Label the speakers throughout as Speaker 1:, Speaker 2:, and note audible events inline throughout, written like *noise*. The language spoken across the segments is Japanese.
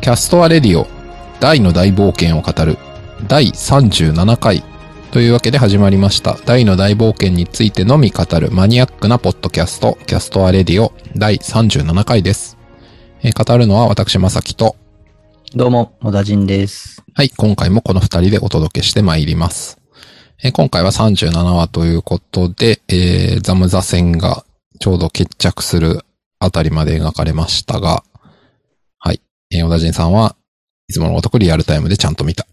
Speaker 1: キャストアレディオ大の大冒険を語る第37回というわけで始まりました大の大冒険についてのみ語るマニアックなポッドキャストキャストアレディオ第37回です、えー語るのは私まさきと
Speaker 2: どうも、モダジンです。
Speaker 1: はい、今回もこの二人でお届けしてまいります。えー今回は37話ということで、えーザムザ戦がちょうど決着するあたりまで描かれましたが、はい、えー、小田人さんはいつものごとくリアルタイムでちゃんと見た。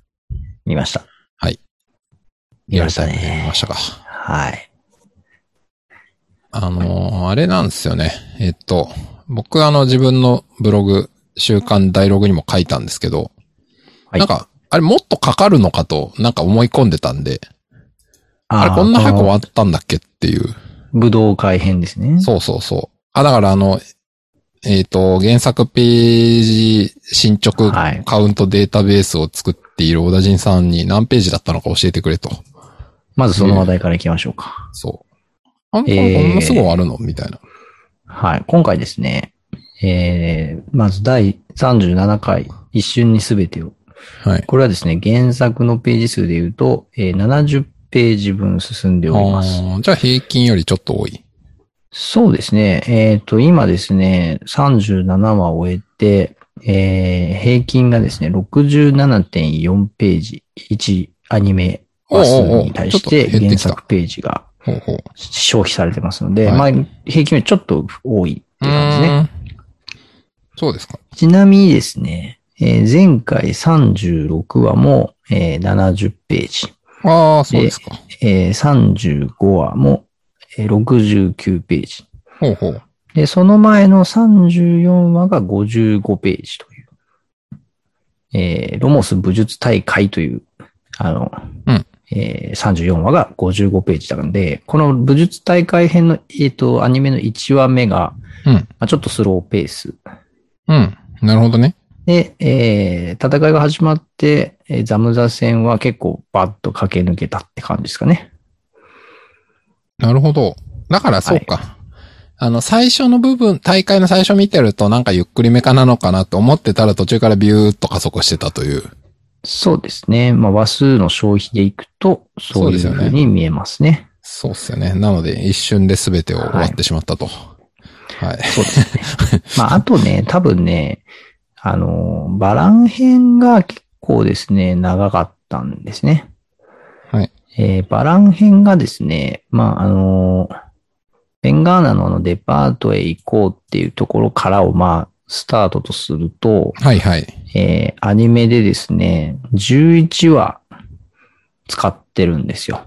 Speaker 2: 見ました。
Speaker 1: はい。
Speaker 2: 見ました
Speaker 1: リアルタイムで見
Speaker 2: ね
Speaker 1: ま。したか。
Speaker 2: はい。
Speaker 1: あのーあれなんですよね。えっと、僕あの自分のブログ、週刊ダイログにも書いたんですけど、
Speaker 2: はい
Speaker 1: なんか、あれもっとかかるのかと、なんか思い込んでたんで、
Speaker 2: あ
Speaker 1: あれこんな早く終わ
Speaker 2: は
Speaker 1: ったんだっけっていう。
Speaker 2: 武道会編ですね。
Speaker 1: そうそうそう。あ、だからあの、えっ、と、原作ページ進捗
Speaker 2: はい
Speaker 1: カウントデータベースを作っている小田人さんに何ページだったのか教えてくれと。
Speaker 2: まずその話題からいきましょうか。
Speaker 1: そう。あんこ
Speaker 2: え
Speaker 1: れ
Speaker 2: ー
Speaker 1: こんなすぐ終わるのみたいな。
Speaker 2: はい。今回ですね、えー、まず第37回、一瞬にすべてを。
Speaker 1: はい。
Speaker 2: これはですね、原作のページ数で言うと、えー、70ページ分進んで
Speaker 1: あ
Speaker 2: おります。
Speaker 1: ーじゃあ平均よりちょっと多い。
Speaker 2: そうですね。えっ、と、今ですね、37話を終えて、えー平均がですね、67.4ページ、1アニメ話数に対し、
Speaker 1: おうおうおうちょっと減っててきた
Speaker 2: 原作ページが
Speaker 1: ほうほう。
Speaker 2: 消費されてますので、
Speaker 1: は
Speaker 2: まあ、平均よりちょっと多いって
Speaker 1: う
Speaker 2: 感じですね。
Speaker 1: ーんそうですか。
Speaker 2: ちなみにですね、えー前回36話も、えー70ページ、
Speaker 1: ああ、そうですか。
Speaker 2: えー35話も、えー69ページ、
Speaker 1: ほうほう。
Speaker 2: で、その前の34話が55ページという、えーロモス武術大会という、あの、
Speaker 1: うん
Speaker 2: えー34話が55ページなので、この武術大会編の、えっ、と、アニメの1話目が、
Speaker 1: うん
Speaker 2: まあ、ちょっとスローペース。
Speaker 1: うん。なるほどね。
Speaker 2: で、えー戦いが始まって、えーザムザ戦は結構バッと駆け抜けたって感じですかね。
Speaker 1: なるほど。だからそうか。あの、最初の部分、大会の最初見てるとなんかゆっくりめかなのかなと思ってたら途中からビューッと加速してたという。
Speaker 2: そうですね。まあ、話数の消費でいくと、そういう
Speaker 1: そうですよ
Speaker 2: ふ
Speaker 1: ね
Speaker 2: うに見えますね。
Speaker 1: そうっすよね。なので一瞬で全てを終わってしまったと。はい。
Speaker 2: *laughs* そうですね。まあ、あとね、多分ね、あの、バラン編が結構ですね、長かったんですね。
Speaker 1: はい。
Speaker 2: えーバラン編がですね、まあ、あの、ベンガーナのあのデパートへ行こうっていうところからを、まあ、スタートとすると、
Speaker 1: はいはい。
Speaker 2: えーアニメでですね、11話使ってるんですよ。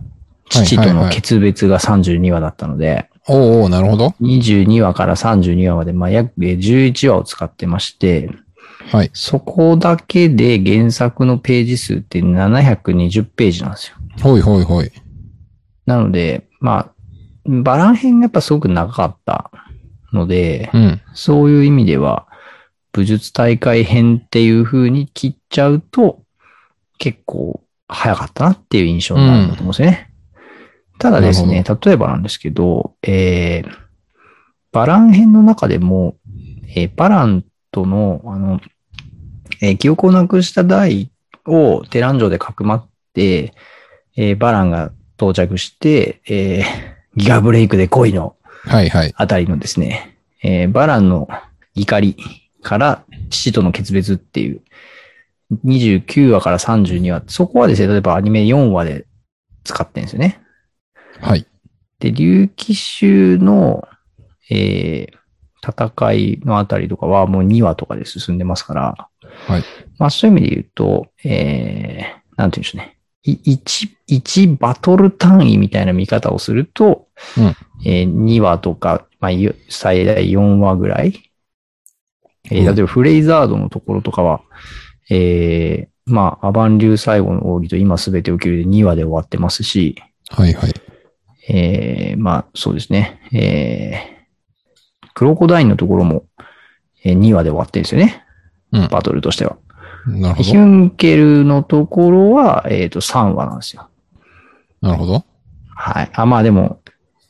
Speaker 2: 父との決別が32話だったので、
Speaker 1: おうおうなるほど。
Speaker 2: 22話から32話まで、まあ、約えー11話を使ってまして、
Speaker 1: はい。
Speaker 2: そこだけで原作のページ数って720ページなんですよ。
Speaker 1: ほいほいほい。
Speaker 2: なので、まあ、バラン編がやっぱすごく長かったので、
Speaker 1: うん。
Speaker 2: そういう意味では、武術大会編っていう風に切っちゃうと、結構早かったなっていう印象になるんだと思うんですよね。ただですね、例えばなんですけど、えー、バラン編の中でも、えーバランとの、あの、えー記憶をなくした台をテラン城でかくまって、えーバランが到着して、えーギガブレイクで恋の
Speaker 1: はいはい。
Speaker 2: あたりのですね、えーバランの怒りから父との決別っていう、29話から32話、そこはですね、例えばアニメ4話で使ってるんですよね。
Speaker 1: はい。
Speaker 2: で、竜騎衆の、えー戦いのあたりとかはもう2話とかで進んでますから、
Speaker 1: はい。
Speaker 2: まあそういう意味で言うと、えーなんて言うんでしょうね。い一、一バトル単位みたいな見方をすると、
Speaker 1: うん
Speaker 2: えー2話とか、まあ、ゆ最大4話ぐらい。えー
Speaker 1: うん
Speaker 2: 例えばフレイザードのところとかは、えーまあ、アバン流最後の奥義と今すべてを受けるで2話で終わってますし、
Speaker 1: はいはい。
Speaker 2: えー、まあ、そうですね。えー、クロコダインのところも、えー2話で終わってるんですよね。
Speaker 1: うん
Speaker 2: バトルとしては。
Speaker 1: なるほ
Speaker 2: ヒ
Speaker 1: ど。
Speaker 2: ュンケルのところは、えっ、と、3話なんですよ。
Speaker 1: なるほど。
Speaker 2: はい。あ、まあでも、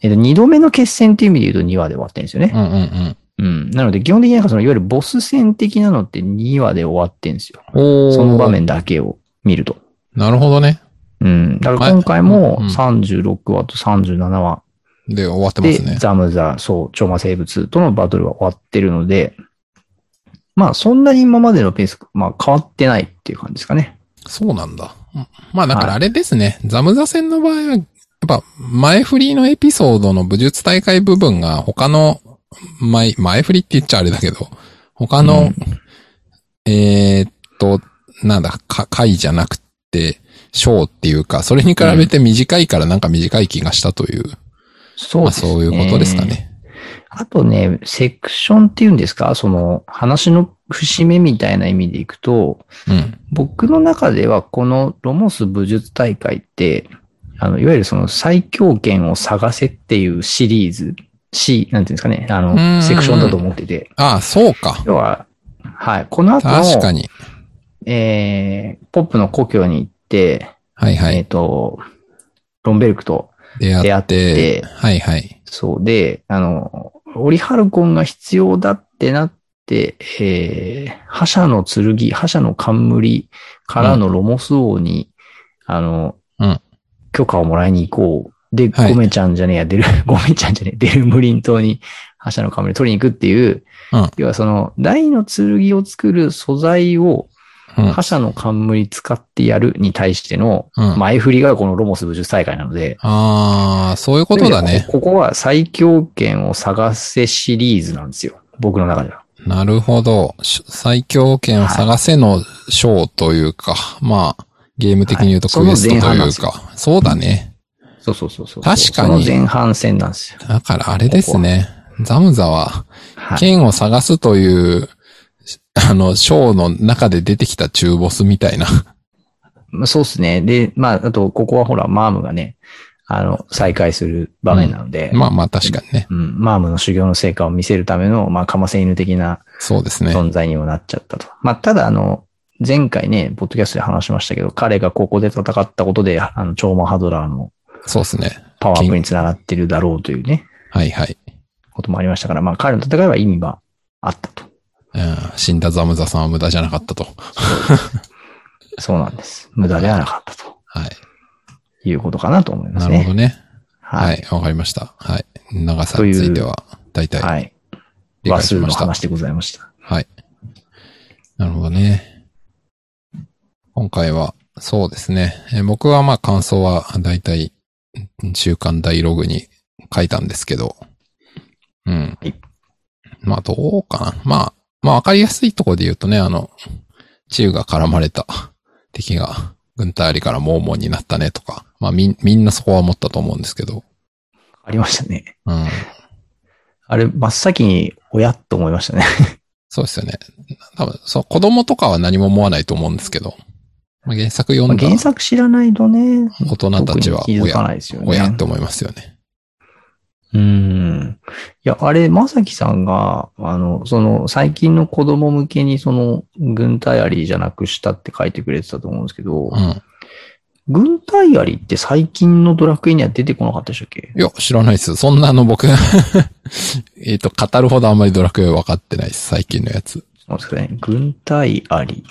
Speaker 2: えっ、と、2度目の決戦っていう意味で言うと2話で終わってるんですよね。
Speaker 1: うんうんうん。
Speaker 2: うん。なので、基本的になんかその、いわゆるボス戦的なのって2話で終わってんですよ。
Speaker 1: おー
Speaker 2: その場。面だけを見ると。
Speaker 1: なるほどね。
Speaker 2: うん。だから今回も
Speaker 1: はいうん
Speaker 2: 36話と37話
Speaker 1: で、終わってま
Speaker 2: で、
Speaker 1: すね。
Speaker 2: ザムザ、そう、超魔生物とのバトルは終わってるので、まあそんなに今までのペース、まあ変わってないっていう感じですかね。
Speaker 1: そうなんだ。うんまあだからあれですね。ザムザ戦の場合は、やっぱ前振りのエピソードの武術大会部分が他の、前、前振りって言っちゃあれだけど、他
Speaker 2: う
Speaker 1: の
Speaker 2: ん、
Speaker 1: えーっと、なんだ、か、回じゃなくて、章っていうか、それに比べて短いからなんか短い気がしたという、
Speaker 2: そう
Speaker 1: ま
Speaker 2: で
Speaker 1: あ
Speaker 2: すね。
Speaker 1: そういうことですか。ね。
Speaker 2: あとね、セクションっていうんですかその話の節目みたいな意味でいくと、
Speaker 1: うん。
Speaker 2: 僕の中ではこのロモス武術大会って、あの、いわゆるその最強剣を探せっていうシリーズ、C、なんていうんですかね、あ
Speaker 1: うんうんうん
Speaker 2: の、セクションだと思ってて、
Speaker 1: ああ、そうか。
Speaker 2: 要は、はい、この後
Speaker 1: 確か
Speaker 2: の、
Speaker 1: に。
Speaker 2: えー、ポップの故郷に行って、
Speaker 1: はいは
Speaker 2: えっ、
Speaker 1: い。
Speaker 2: と、ロンベルクと、
Speaker 1: 出会って、
Speaker 2: 出会って
Speaker 1: はいはい。
Speaker 2: そうで、あの、オリハルコンが必要だってなって、えー、覇者の剣、覇者の冠からのロモス王に、あの、
Speaker 1: うん
Speaker 2: 許可をもらいに行こう。で、
Speaker 1: はい
Speaker 2: ゴメちゃんじゃねえや、デル、 *laughs* ゴメちゃんじゃねえ、デルムリン島に覇者の冠を取りに行くっていう、
Speaker 1: うん
Speaker 2: 要はその、大の剣を作る素材を
Speaker 1: うん。
Speaker 2: 覇者の冠使ってやるに対しての
Speaker 1: うん。
Speaker 2: 前振りがこのロモス武術大会なので、
Speaker 1: ああ、そういうことだね。
Speaker 2: ここは最強権を探せシリーズなんですよ。僕の中では。
Speaker 1: なるほど。し最強剣を探せの章というか、まあ、ゲーム的に言うと
Speaker 2: は
Speaker 1: ク
Speaker 2: い
Speaker 1: エスト
Speaker 2: その
Speaker 1: と
Speaker 2: 前半な
Speaker 1: い
Speaker 2: んで
Speaker 1: う
Speaker 2: す
Speaker 1: か、
Speaker 2: よ
Speaker 1: そうだね。
Speaker 2: そうそうそうそう。
Speaker 1: 確か
Speaker 2: その
Speaker 1: に
Speaker 2: 前半戦なんですよ。
Speaker 1: だからあれですね。ザムザは、
Speaker 2: はい。
Speaker 1: 剣を探すという、あの、章の中で出てきた中ボスみたいな。
Speaker 2: まあそうですね。で、まあ、あと、ここはほら、マームがね、あの、再会する場面なので、うん
Speaker 1: まあまあ確かにね。
Speaker 2: マームの修行の成果を見せるための、まあ、かませ犬的な
Speaker 1: そうですね。
Speaker 2: 存在にもなっちゃったと。まあ、ただ、あの、前回ね、ポッドキャストで話しましたけど、彼がここで戦ったことで、あの、超魔ハドラーの
Speaker 1: そうですね。
Speaker 2: パワーアップにつながってるだろうというね、
Speaker 1: はいはい。
Speaker 2: こともありましたから、まあ彼の戦いは意味があったと。
Speaker 1: うん、死んだザムザさんは無駄じゃなかったと。
Speaker 2: そうなんです。無駄ではなかったと
Speaker 1: はい。
Speaker 2: いうことかなと思い
Speaker 1: な
Speaker 2: ますね。
Speaker 1: るほどね。
Speaker 2: は。
Speaker 1: はいい。わかりました。はい。長さについては、だいたい
Speaker 2: はい。
Speaker 1: 理
Speaker 2: 和
Speaker 1: 解し
Speaker 2: 数の
Speaker 1: ました。
Speaker 2: 話でございました。
Speaker 1: はい。なるほどね。今回は、そうですね。えー僕はまあ感想はだいたい週間ダイログに書いたんですけど。うん。
Speaker 2: はい
Speaker 1: まあどうかな。まあ、まあわかりやすいところで言うとね、あの、チウが絡まれた *laughs* 敵が、グンターリからモーモンになったねとか。まあみん、みんなそこは思ったと思うんですけど。
Speaker 2: ありましたね。
Speaker 1: うん。
Speaker 2: あれ、真っ先に、おやっと思いましたね。
Speaker 1: そうですよね。多分、そう、子供とかは何も思わないと思うんですけど、まあ、原作読
Speaker 2: まあ
Speaker 1: んだ
Speaker 2: 原作知らないとね、
Speaker 1: 大人たちは、
Speaker 2: 特に気
Speaker 1: お
Speaker 2: づか
Speaker 1: や、
Speaker 2: ないですよね。
Speaker 1: おやって思いますよね。
Speaker 2: うん。いや、あれ、まさきさんが、あの、その、最近の子供向けに、その、軍隊アリーじゃなくしたって書いてくれてたと思うんですけど、
Speaker 1: うん。
Speaker 2: 軍隊アリって最近のドラクエには出てこなかったでしたっけ
Speaker 1: いや、知らないです。そんなあの僕、 *laughs* えっと、語るほどあんまりドラクエ分かってないです。最近のやつ。
Speaker 2: そうですね。軍隊アリ。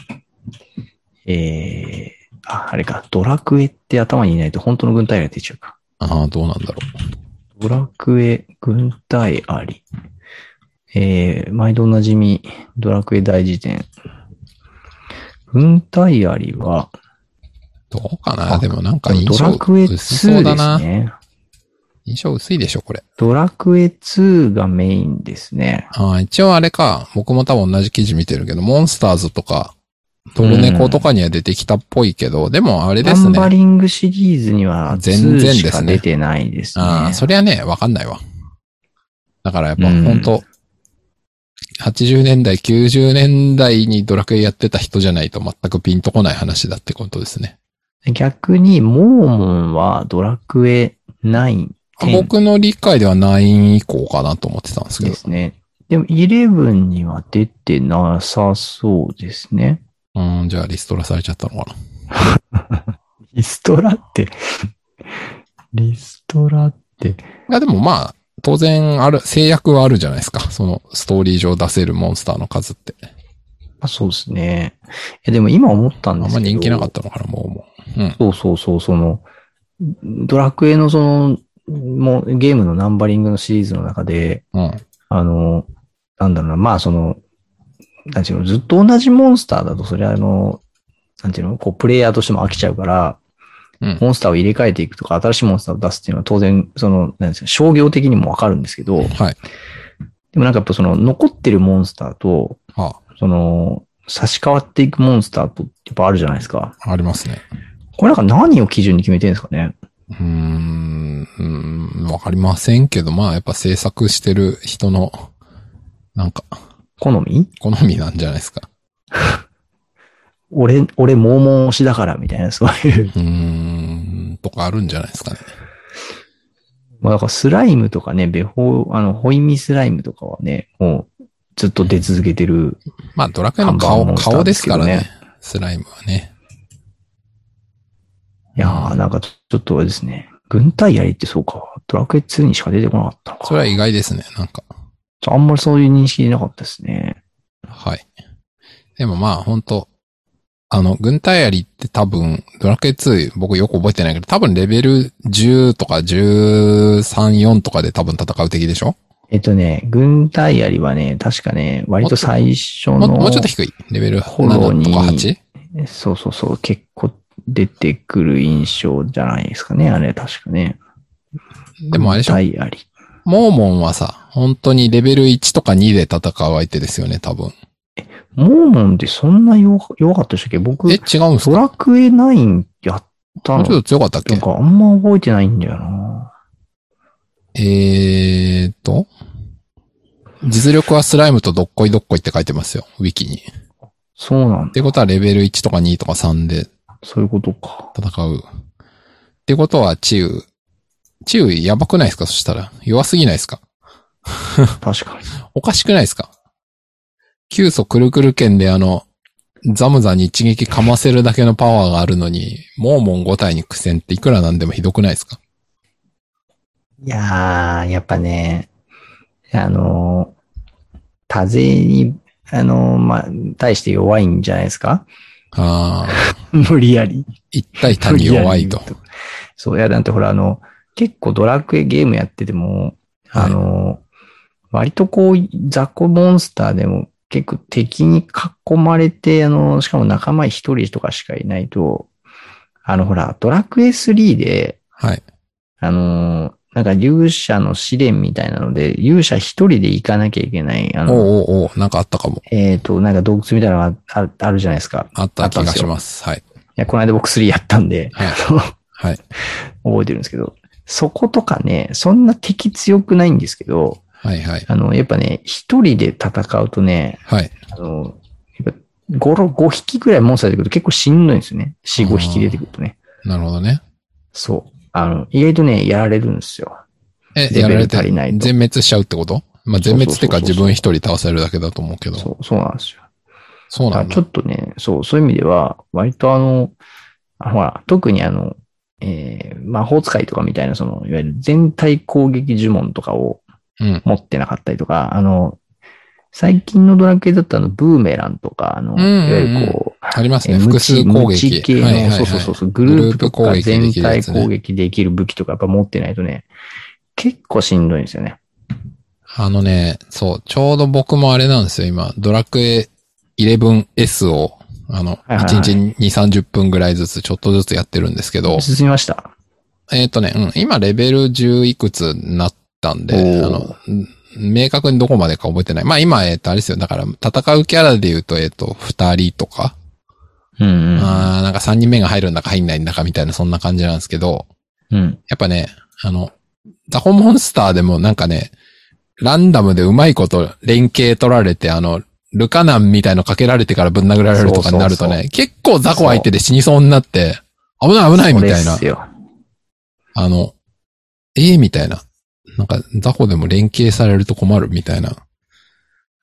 Speaker 2: えー、あ、あれか。ドラクエって頭にいないと本当の軍隊アリが出ちゃうか。
Speaker 1: ああ、どうなんだろ
Speaker 2: ドラクエ、軍隊アリ。えー、毎度おなじみ、ドラクエ大辞典。軍隊アリは、
Speaker 1: う。どうか
Speaker 2: あ
Speaker 1: なでもなんか印
Speaker 2: ド
Speaker 1: 象
Speaker 2: ラクエ2で
Speaker 1: 薄そうだな
Speaker 2: す。ね。
Speaker 1: 印象薄いでしょ、これ。
Speaker 2: ドラクエ2がメインですね。
Speaker 1: ああ、一応あれか。僕も多分同じ記事見てるけど、モンスターズとか、トルネコとかには出てきたっぽいけど、でもあれで
Speaker 2: ナ
Speaker 1: す
Speaker 2: ン
Speaker 1: ね。
Speaker 2: バリングシリーズには
Speaker 1: 全然で
Speaker 2: 2
Speaker 1: すね
Speaker 2: しか出てないですね。
Speaker 1: ああ、そりゃね、わかんないわ。だからやっぱ、
Speaker 2: うん
Speaker 1: 本当80年代、90年代にドラクエやってた人じゃないと全くピンとこない話だってことですね。
Speaker 2: 逆に、モーモンはドラクエ9、10
Speaker 1: 僕の理解では9以降かなと思ってたんですけ
Speaker 2: で
Speaker 1: ど。
Speaker 2: すね。でも、11には出てなさそうですね。
Speaker 1: うん、じゃあリストラされちゃったのか
Speaker 2: *laughs* リストラって、リストラって、
Speaker 1: な。いや、でもまあ、当然ある、制約はあるじゃないですか。そのストーリー上出せるモンスターの数って。
Speaker 2: まあ、そうですね。え、でも今思ったん
Speaker 1: あ
Speaker 2: で
Speaker 1: ん
Speaker 2: す
Speaker 1: ま
Speaker 2: けど。
Speaker 1: 人気なかったのかな、もうもう。うん。
Speaker 2: そうそうそう、その、ドラクエのその、もうゲームのナンバリングのシリーズの中で、
Speaker 1: うん。
Speaker 2: あの、なんだろうな、まあその、なんていうの、ずっと同じモンスターだと、それはあの、なんていうの、こう、プレイヤーとしても飽きちゃうから、
Speaker 1: うん
Speaker 2: モンスターを入れ替えていくとか、新しいモンスターを出すっていうのは当然、その、なんですか、商業的にもわかるんですけど、
Speaker 1: はい。
Speaker 2: でもなんかやっぱその、残ってるモンスターと、
Speaker 1: は
Speaker 2: その、差し替わっていくモンスターと、やっぱあるじゃないですか。
Speaker 1: あ、ありますね。
Speaker 2: これなんか何を基準に決めてるんですかね。
Speaker 1: うーん、うーんわかりませんけど、まあやっぱ制作してる人の、なんか、
Speaker 2: 好み
Speaker 1: 好みなんじゃないですか。
Speaker 2: 俺、俺、盲問推しだから、みたいな、そういう。
Speaker 1: うーん、とかあるんじゃないですかね。
Speaker 2: まあ、だからスライムとかね、ベホあの、ホイミスライムとかはね、もう、ずっと出続けてる。
Speaker 1: まあドラクエの顔、
Speaker 2: 看板モンスター
Speaker 1: 顔ですから
Speaker 2: で
Speaker 1: ね
Speaker 2: すけ
Speaker 1: スライムはね。
Speaker 2: いやー、なんかちょっとあれですね。軍隊槍ってそうか。ドラクエ2にしか出てこなかったの
Speaker 1: それは
Speaker 2: か。
Speaker 1: 意外ですね、なんか。
Speaker 2: あんまりそういう認識なかったですね。
Speaker 1: はい。でもまあ本当あの、軍隊槍って多分、ドラクエ2僕よく覚えてないけど、多分レベル10とか13、4とかで多分戦う敵でしょ
Speaker 2: えっとね、軍隊槍はね、確かね、割と最初
Speaker 1: も
Speaker 2: の、
Speaker 1: もうちょっと低い。レベル
Speaker 2: フォロー
Speaker 1: 7
Speaker 2: に
Speaker 1: とか 8?
Speaker 2: そうそうそう、結構出てくる印象じゃないですかね、あれ確かね。
Speaker 1: でもあれでしょ
Speaker 2: 軍隊槍。
Speaker 1: モーモンはさ、本当にレベル1とか2で戦う相手ですよね、多分。
Speaker 2: モーモンってそんな弱弱かったでしたっけ僕
Speaker 1: え、、違うんです
Speaker 2: ド
Speaker 1: か
Speaker 2: ラクエ9やった
Speaker 1: も
Speaker 2: の
Speaker 1: うちょっと強かったっ
Speaker 2: な
Speaker 1: け
Speaker 2: んかあんま覚えてないんだよな。
Speaker 1: えーっと、実力はスライムとどっこいどっこいって書いてますよ、ウィキに。っ
Speaker 2: そうなんだ。
Speaker 1: てことはレベル1とか2とか3で
Speaker 2: そういうことか。
Speaker 1: 戦う。ってことは、チウ。チウやばくないですかそしたら。弱すぎないですか
Speaker 2: 確かに。
Speaker 1: おかしくないですか急速くるくる剣であの、ザムザに一撃かませるだけのパワーがあるのに、モーモン5体に苦戦っていくらなんでもひどくないですか
Speaker 2: いやー、やっぱね、あのー、多勢に、あのー、まあ、対して弱いんじゃないですか
Speaker 1: ああ、
Speaker 2: *laughs* 無理やり。
Speaker 1: 一体単に弱いと
Speaker 2: 無理。やり。そう、いや、だってほら、あの、結構ドラクエゲームやってても、
Speaker 1: はい
Speaker 2: *laughs* あの、割とこう、雑魚モンスターでも結構敵に囲まれて、あの、しかも仲間一人とかしかいないと、あの、ほら、ドラクエ3で、
Speaker 1: はい。
Speaker 2: あの、なんか勇者の試練みたいなので、勇者一人で行かなきゃいけない、あ
Speaker 1: おう
Speaker 2: の、
Speaker 1: おうおう、なんかあったかも。
Speaker 2: えっ、と、なんか洞窟みたいなのがああるじゃないですか。
Speaker 1: あった気がします。はい。
Speaker 2: いや、この間僕3やったんで、
Speaker 1: はい
Speaker 2: あの
Speaker 1: はい。
Speaker 2: 覚えてるんですけど、そことかね、そんな敵強くないんですけど、
Speaker 1: はいはい。
Speaker 2: あの、やっぱね、一人で戦うとね、
Speaker 1: はい。
Speaker 2: あの、やっぱ5、5匹ぐらいモンスター出てくると結構しんどいんですよね。4、5匹出てくるとね。
Speaker 1: なるほどね。
Speaker 2: そう。あの、意外とね、やられるんですよ。
Speaker 1: え、
Speaker 2: レ
Speaker 1: や
Speaker 2: ベ
Speaker 1: ら
Speaker 2: ル
Speaker 1: れて
Speaker 2: 足りないと
Speaker 1: 全滅しちゃうってことまあ、全滅ってか
Speaker 2: そうそうそうそう
Speaker 1: 自分一人倒せるだけだと思うけど。
Speaker 2: そう、そうなんですよ。
Speaker 1: そう
Speaker 2: だ
Speaker 1: な
Speaker 2: か
Speaker 1: んだ
Speaker 2: らちょ。っとね、そう、そういう意味では、割とあの、あほら、特にあの、えー魔法使いとかみたいな、その、いわゆる全体攻撃呪文とかを
Speaker 1: うん
Speaker 2: 持ってなかったりとか、あの、最近のドラクエだったの、ブーメランとか、あの、
Speaker 1: んうんうん
Speaker 2: いわゆるこう、
Speaker 1: ありますね。
Speaker 2: えー無
Speaker 1: 複
Speaker 2: 知
Speaker 1: 数攻
Speaker 2: 無知
Speaker 1: 撃。
Speaker 2: 系の、
Speaker 1: はいはいはい。
Speaker 2: そうそうそうそう、グループと
Speaker 1: グ
Speaker 2: か
Speaker 1: ループ攻撃で
Speaker 2: 全
Speaker 1: きるや
Speaker 2: 体
Speaker 1: つね
Speaker 2: 攻撃できる武器とかやっぱ持ってないとね、結構しんどいんですよね。
Speaker 1: あのね、そう、ちょうど僕もあれなんですよ、今、ドラクエ 11S を、あの、
Speaker 2: はいはいはい
Speaker 1: 1日2、30分ぐらいずつ、ちょっとずつやってるんですけど、
Speaker 2: 進みました。
Speaker 1: えっ、とね、うん、今レベル10いくつになったん
Speaker 2: お
Speaker 1: で、
Speaker 2: ー
Speaker 1: あの、うん明確にどこまでか覚えてない。まあ今、えっ、と、あれですよ、だから、戦うキャラで言うと、えっ、と、2人とか、
Speaker 2: うんうん。
Speaker 1: あーなんか3人目が入るんだか入んないんだかみたいな、そんな感じなんですけど、
Speaker 2: うん。
Speaker 1: やっぱね、あの、ザコモンスターでもなんかね、ランダムでうまいこと連携取られて、あの、ルカナンみたいのかけられてからぶん殴られるとかになるとね、
Speaker 2: そうそう
Speaker 1: 結構ザコ相手で死にそうになって、危ない危ないみたい
Speaker 2: それ
Speaker 1: な
Speaker 2: っす、よ。
Speaker 1: あの、ええみたいな。なんか、ザコでも連携されると困るみたいな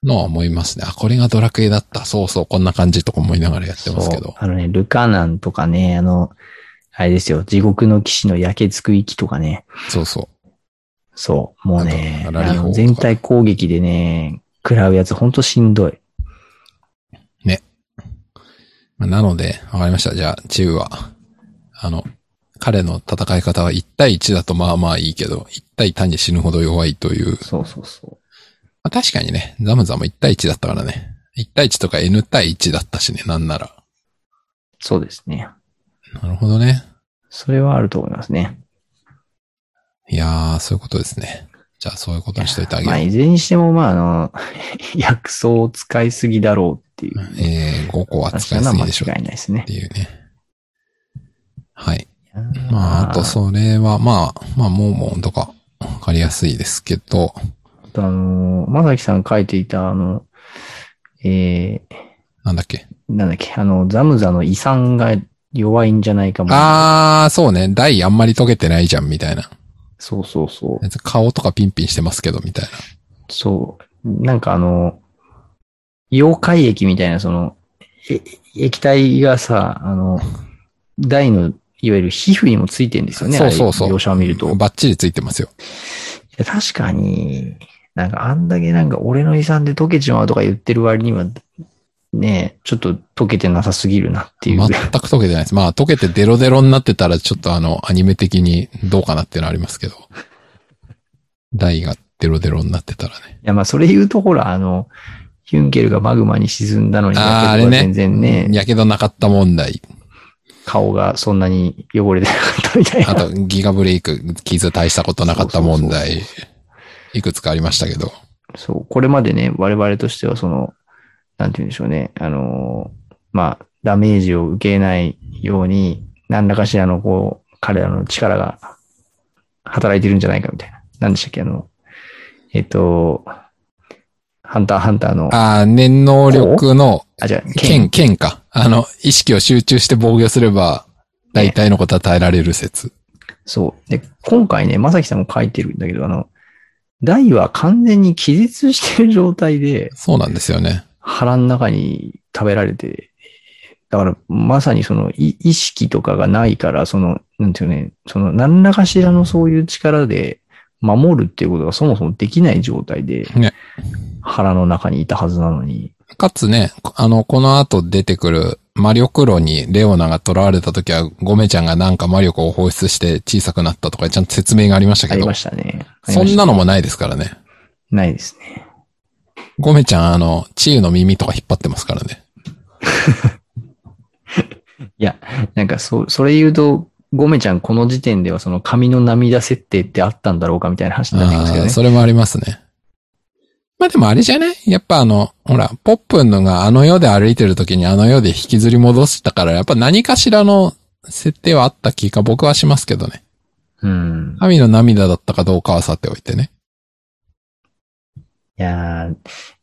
Speaker 1: のは思いますね。あ、これがドラクエだった。そうそう、こんな感じとか思いながらやってますけ
Speaker 2: そう
Speaker 1: ど。
Speaker 2: あのね、ルカナンとかね、あの、あれですよ、地獄の騎士の焼けつく息とかね、
Speaker 1: そうそう
Speaker 2: そう。もうね
Speaker 1: あ、とラリー
Speaker 2: あ
Speaker 1: 方
Speaker 2: の
Speaker 1: 法
Speaker 2: 全体攻撃でね、食らうやつほんとしんどい。
Speaker 1: まあなので、わかりました。じゃあ、チウは、あの、彼の戦い方は1対1だとまあまあいいけど、1対単に死ぬほど弱いという。ま
Speaker 2: そうそうそ
Speaker 1: あ、確かにね、ザムザも1対1だったからね。1対1とか N 対1だったしね、なんなら。
Speaker 2: う。そうですね。
Speaker 1: なるほどね。
Speaker 2: それはあると思いますね。
Speaker 1: いやー、そういうことですね。じゃあ、そういうことにしといてあげよ
Speaker 2: まあ、
Speaker 1: う。
Speaker 2: いずれにしても、まあ、あの、 *laughs* 薬草を使いすぎだろうっていう。
Speaker 1: えー、5個は使いすぎでしょ
Speaker 2: 間
Speaker 1: っ
Speaker 2: 違いないですね
Speaker 1: て。いうね。はい。
Speaker 2: い
Speaker 1: ま
Speaker 2: やー
Speaker 1: あ、あと、それは、まあ、まあ、モーモンとか、わかりやすいですけど、
Speaker 2: あとあの、まさきさん書いていた、あの、え
Speaker 1: なんだっけ。
Speaker 2: ー、なんだっけ、あの、ザムザの遺産が弱いんじゃないかも。
Speaker 1: あー、そうね。台あんまり溶けてないじゃん、みたいな。
Speaker 2: そうそうそう。
Speaker 1: 別に顔とかピンピンしてますけど、みたい
Speaker 2: そう。なんかあの、溶解液みたいな、その、え液体がさ、あの、台の、いわゆる皮膚にもついてんですよね。
Speaker 1: そうそうそう
Speaker 2: あれ描写を見ると。
Speaker 1: な。
Speaker 2: い
Speaker 1: バッチリついてますよ。
Speaker 2: や確かに、なんかあんだけなんか俺の遺産で溶けちまうとか言ってる割には、ねえ、ちょっと溶けてなさすぎるなってい
Speaker 1: 全
Speaker 2: う。
Speaker 1: く溶けてないです。まあ、溶けてデロデロになってたら、ちょっとあの、アニメ的にどうかなっていうのはありますけど。台がデロデロになってたらね。
Speaker 2: いや、まあ、それ言うと、ほら、あの、ヒュンケルがマグマに沈んだのに、
Speaker 1: ああ、あれね。
Speaker 2: 全然ね、
Speaker 1: やけどなかった問題。
Speaker 2: 顔がそんなに汚れてなかったみたいな。
Speaker 1: あと、ギガブレイク、傷大したことなかった問題。いくつかありましたけど。
Speaker 2: そう、これまでね、我々としては、その、なんて言うんでしょうね、あのー、まあ、ダメージを受けないように、何らかしらの、こう、彼らの力が働いてるんじゃないかみたいな。何でしたっけ、あの、えっと、ハンター、ハンターの、あ、
Speaker 1: ああ、念能力の
Speaker 2: じゃ
Speaker 1: 剣、剣か。あの、意識を集中して防御すれば、大体のことは耐えられる説。
Speaker 2: そう。で、今回ね、まさきさんも書いてるんだけど、あの、台は完全に気絶してる状態で、
Speaker 1: そうなんですよね。
Speaker 2: 腹の中に食べられて、だから、まさにその、い意識とかがないから、その、なんていうのね、その、何らかしらのそういう力で守るっていうことがそもそもできない状態で、
Speaker 1: ね
Speaker 2: 腹の中にいたはずなのに、
Speaker 1: かつね、あの、この後出てくる魔力炉にレオナが囚われた時は、ゴメちゃんがなんか魔力を放出して小さくなったとか、ちゃんと説明がありました
Speaker 2: あ
Speaker 1: け
Speaker 2: り
Speaker 1: ど
Speaker 2: ま、したね。
Speaker 1: そんな
Speaker 2: の
Speaker 1: のもないですからね。
Speaker 2: ないですね。
Speaker 1: ゴメちゃん、あの、チーの耳とか引っ張ってますからね。
Speaker 2: いや、なんかそ、それ言うと、ゴメちゃんこの時点ではその髪の涙設定ってあったんだろうかみたいな話になってきますけど
Speaker 1: あー
Speaker 2: ね。
Speaker 1: それもありますね。まあでもあれじゃないやっぱあの、ほら、ポップンのがあの世で歩いてる時にあの世で引きずり戻したから、やっぱ何かしらの設定はあった気が僕はしますけどね。
Speaker 2: うん。
Speaker 1: 神の涙だったかどうかはさておいてね。
Speaker 2: いやー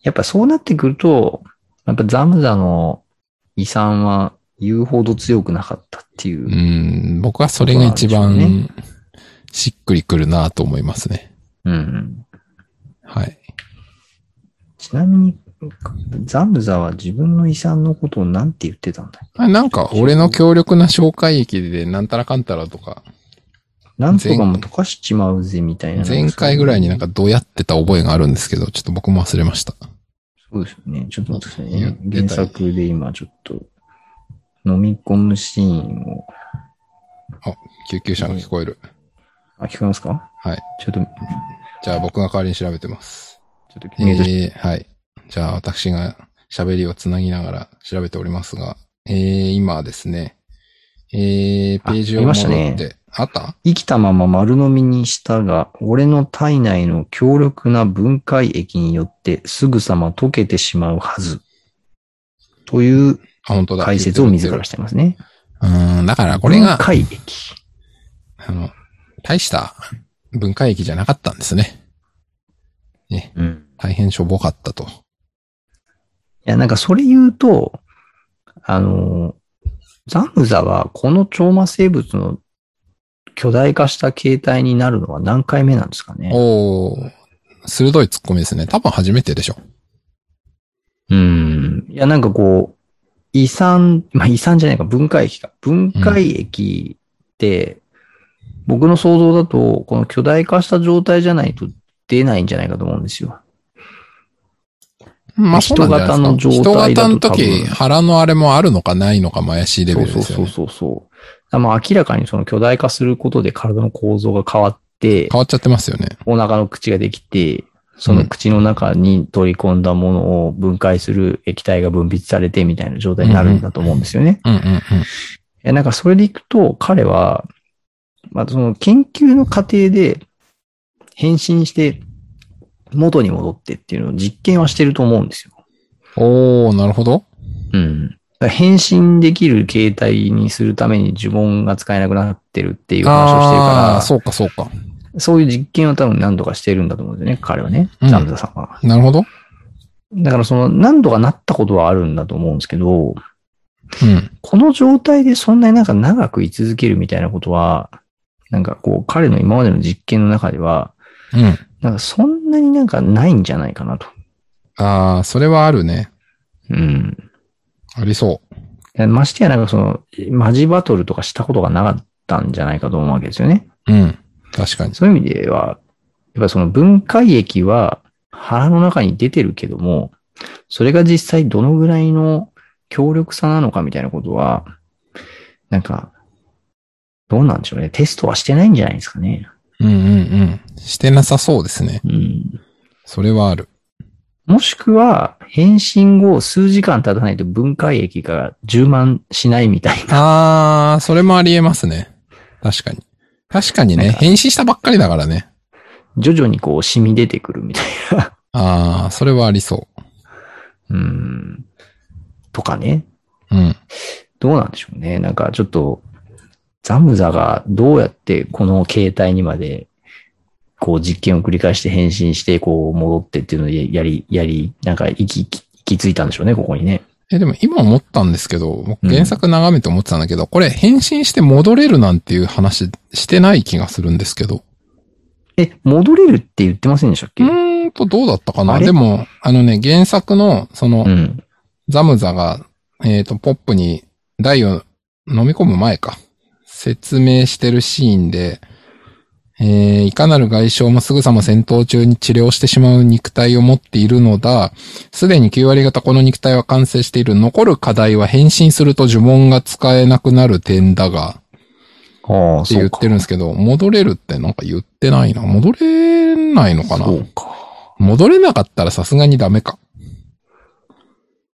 Speaker 2: やっぱそうなってくると、やっぱザムザの遺産は言うほど強くなかったっていうう。
Speaker 1: ん、僕はそれが一
Speaker 2: そうなん
Speaker 1: 番しっくりくるなと思いますね。
Speaker 2: うん。
Speaker 1: はい。
Speaker 2: ちなみに、ザムザは自分の遺産のことをなんて言ってたんだっけ
Speaker 1: あなんか俺の強力な紹介駅でなんたらかんたらとか、
Speaker 2: なんとかも溶かしちまうぜみたいな。
Speaker 1: 前回ぐらいになん
Speaker 2: か
Speaker 1: かどうやってた覚えがあるんですけど、ちょっと僕も忘れました。
Speaker 2: そうですよね。ちょっと待ってください
Speaker 1: 言っ
Speaker 2: ね
Speaker 1: て。た
Speaker 2: 原作で今ちょっと飲み込むシーンを。
Speaker 1: 救急車が聞こえる。
Speaker 2: あ、聞こえますか
Speaker 1: はい。
Speaker 2: ちょっと、ちょ
Speaker 1: じゃあ僕が代わりに調べてます。
Speaker 2: っと
Speaker 1: え
Speaker 2: ミュートし、
Speaker 1: ー、はい。じゃあ私が喋りをつなぎながら調べておりますが、えー、今ですね、えー、ページを
Speaker 2: ああり
Speaker 1: 戻っ、
Speaker 2: ましてた
Speaker 1: あ,、
Speaker 2: ね
Speaker 1: った
Speaker 2: 生きたまま丸飲みにしたが、俺の体内の強力な分解液によってすぐさま溶けてしまうはず。という
Speaker 1: あ、本当だ。
Speaker 2: 解説を自らしてますね。
Speaker 1: うーん、だからこれ
Speaker 2: 分
Speaker 1: が、
Speaker 2: 解液。
Speaker 1: あの、大した分解液じゃなかったんですね。
Speaker 2: うん。
Speaker 1: 大変しょぼかったと。
Speaker 2: いや、なんかそれ言うと、あの、ザムザはこの超魔生物の巨大化した形態になるのは何回目なんですかね。
Speaker 1: おー、鋭い突っ込みですね。多分初めてでしょ。
Speaker 2: うん。いや、なんかこう、遺産、まあ、遺産じゃないか、分解液か。分解液って、僕の想像だと、この巨大化した状態じゃないと出ないんじゃないかと思うんですよ。
Speaker 1: まあ、そうなんじゃないですか。人
Speaker 2: 人型
Speaker 1: 型
Speaker 2: の
Speaker 1: の
Speaker 2: 状態だと多分
Speaker 1: 時、腹のあれもあるのかないのかも怪しいレベル
Speaker 2: そ
Speaker 1: で
Speaker 2: う
Speaker 1: すよ
Speaker 2: そう
Speaker 1: ね。
Speaker 2: そうそう。だまあ明らかにその巨大化することで体の構造が変わって、
Speaker 1: 変わっちゃってますよね。
Speaker 2: お腹の口ができて、その口の中に取り込んだものを分解する液体が分泌されてみたいな状態になるんだと思うんですよね。
Speaker 1: うんうんうん。
Speaker 2: いや、なんかそれでいくと、彼は、まあ、その研究の過程で変身して元に戻ってっていうのを実験はしてると思うんですよ。
Speaker 1: おー、なるほど。
Speaker 2: うん。だから変身できる形態にするために呪文が使えなくなってるっていう話をしてる
Speaker 1: あー
Speaker 2: か
Speaker 1: そうかそうか。
Speaker 2: ら、そういう実験を多分何度かしてるんだと思うんですよね、彼はね、
Speaker 1: うん
Speaker 2: ザムザさんは。
Speaker 1: なるほど。
Speaker 2: だからその何度かなったことはあるんだと思うんですけど、
Speaker 1: うん。
Speaker 2: この状態でそんなになんか長く居続けるみたいなことは、なんかこう彼の今までの実験の中では、
Speaker 1: うん。
Speaker 2: なんかそんなになんかないんじゃないかなと。
Speaker 1: あー、それはあるね。
Speaker 2: うん。
Speaker 1: ありそ
Speaker 2: ましてやなんかその、マジバトルとかしたことがなかったんじゃないかと思うわけですよね。
Speaker 1: う。うん。確かに。
Speaker 2: そういう意味では、やっぱその分解液は腹の中に出てるけども、それが実際どのぐらいの強力さなのかみたいなことは、なんか、どうなんでしょうね。テストはしてないんじゃないですかね。
Speaker 1: うんうんうん。してなさそうですね。
Speaker 2: うん。
Speaker 1: それはある。
Speaker 2: もしくは、変身後数時間経たないと分解液が充満しないみたいな。
Speaker 1: あー、それもありえますね。確かに。確かにね、
Speaker 2: なんか
Speaker 1: 変身したばっかりだからね。
Speaker 2: 徐々にこう染み出てくるみたいな。
Speaker 1: あー、それはありそ
Speaker 2: うん。とかね。
Speaker 1: う。うん。
Speaker 2: どうなんでしょうね。なんかちょっと、ザムザがどうやってこの形態にまで、こう実験を繰り返して変身して、こう戻ってっていうのをややり、やり、なんか行き、行き着いたんでしょうね、ここにね。
Speaker 1: え、でも今思ったんですけど、僕
Speaker 2: うん
Speaker 1: 原作眺めて思ってたんだけど、これ変身して戻れるなんていう話してない気がするんですけど。
Speaker 2: え、戻れるって言ってませんでしたっ
Speaker 1: う
Speaker 2: け
Speaker 1: ーんと、どうだったか
Speaker 2: あ
Speaker 1: な
Speaker 2: れ
Speaker 1: でも、あのね、原作の、その、
Speaker 2: うん。
Speaker 1: ザムザが、えっ、と、ポップに、台を飲み込む前か。説明してるシーンで、えー、いかなる外傷もすぐさま戦闘中に治療してしまう肉体を持っているのだ。すでに9割方この肉体は完成している。残る課題は変身すると呪文が使えなくなる点だが、
Speaker 2: ああ、
Speaker 1: って言ってるんですけど、戻れるってなんか言ってないな。戻れないのかな
Speaker 2: そうか。
Speaker 1: 戻れなかったらさすがにダメか。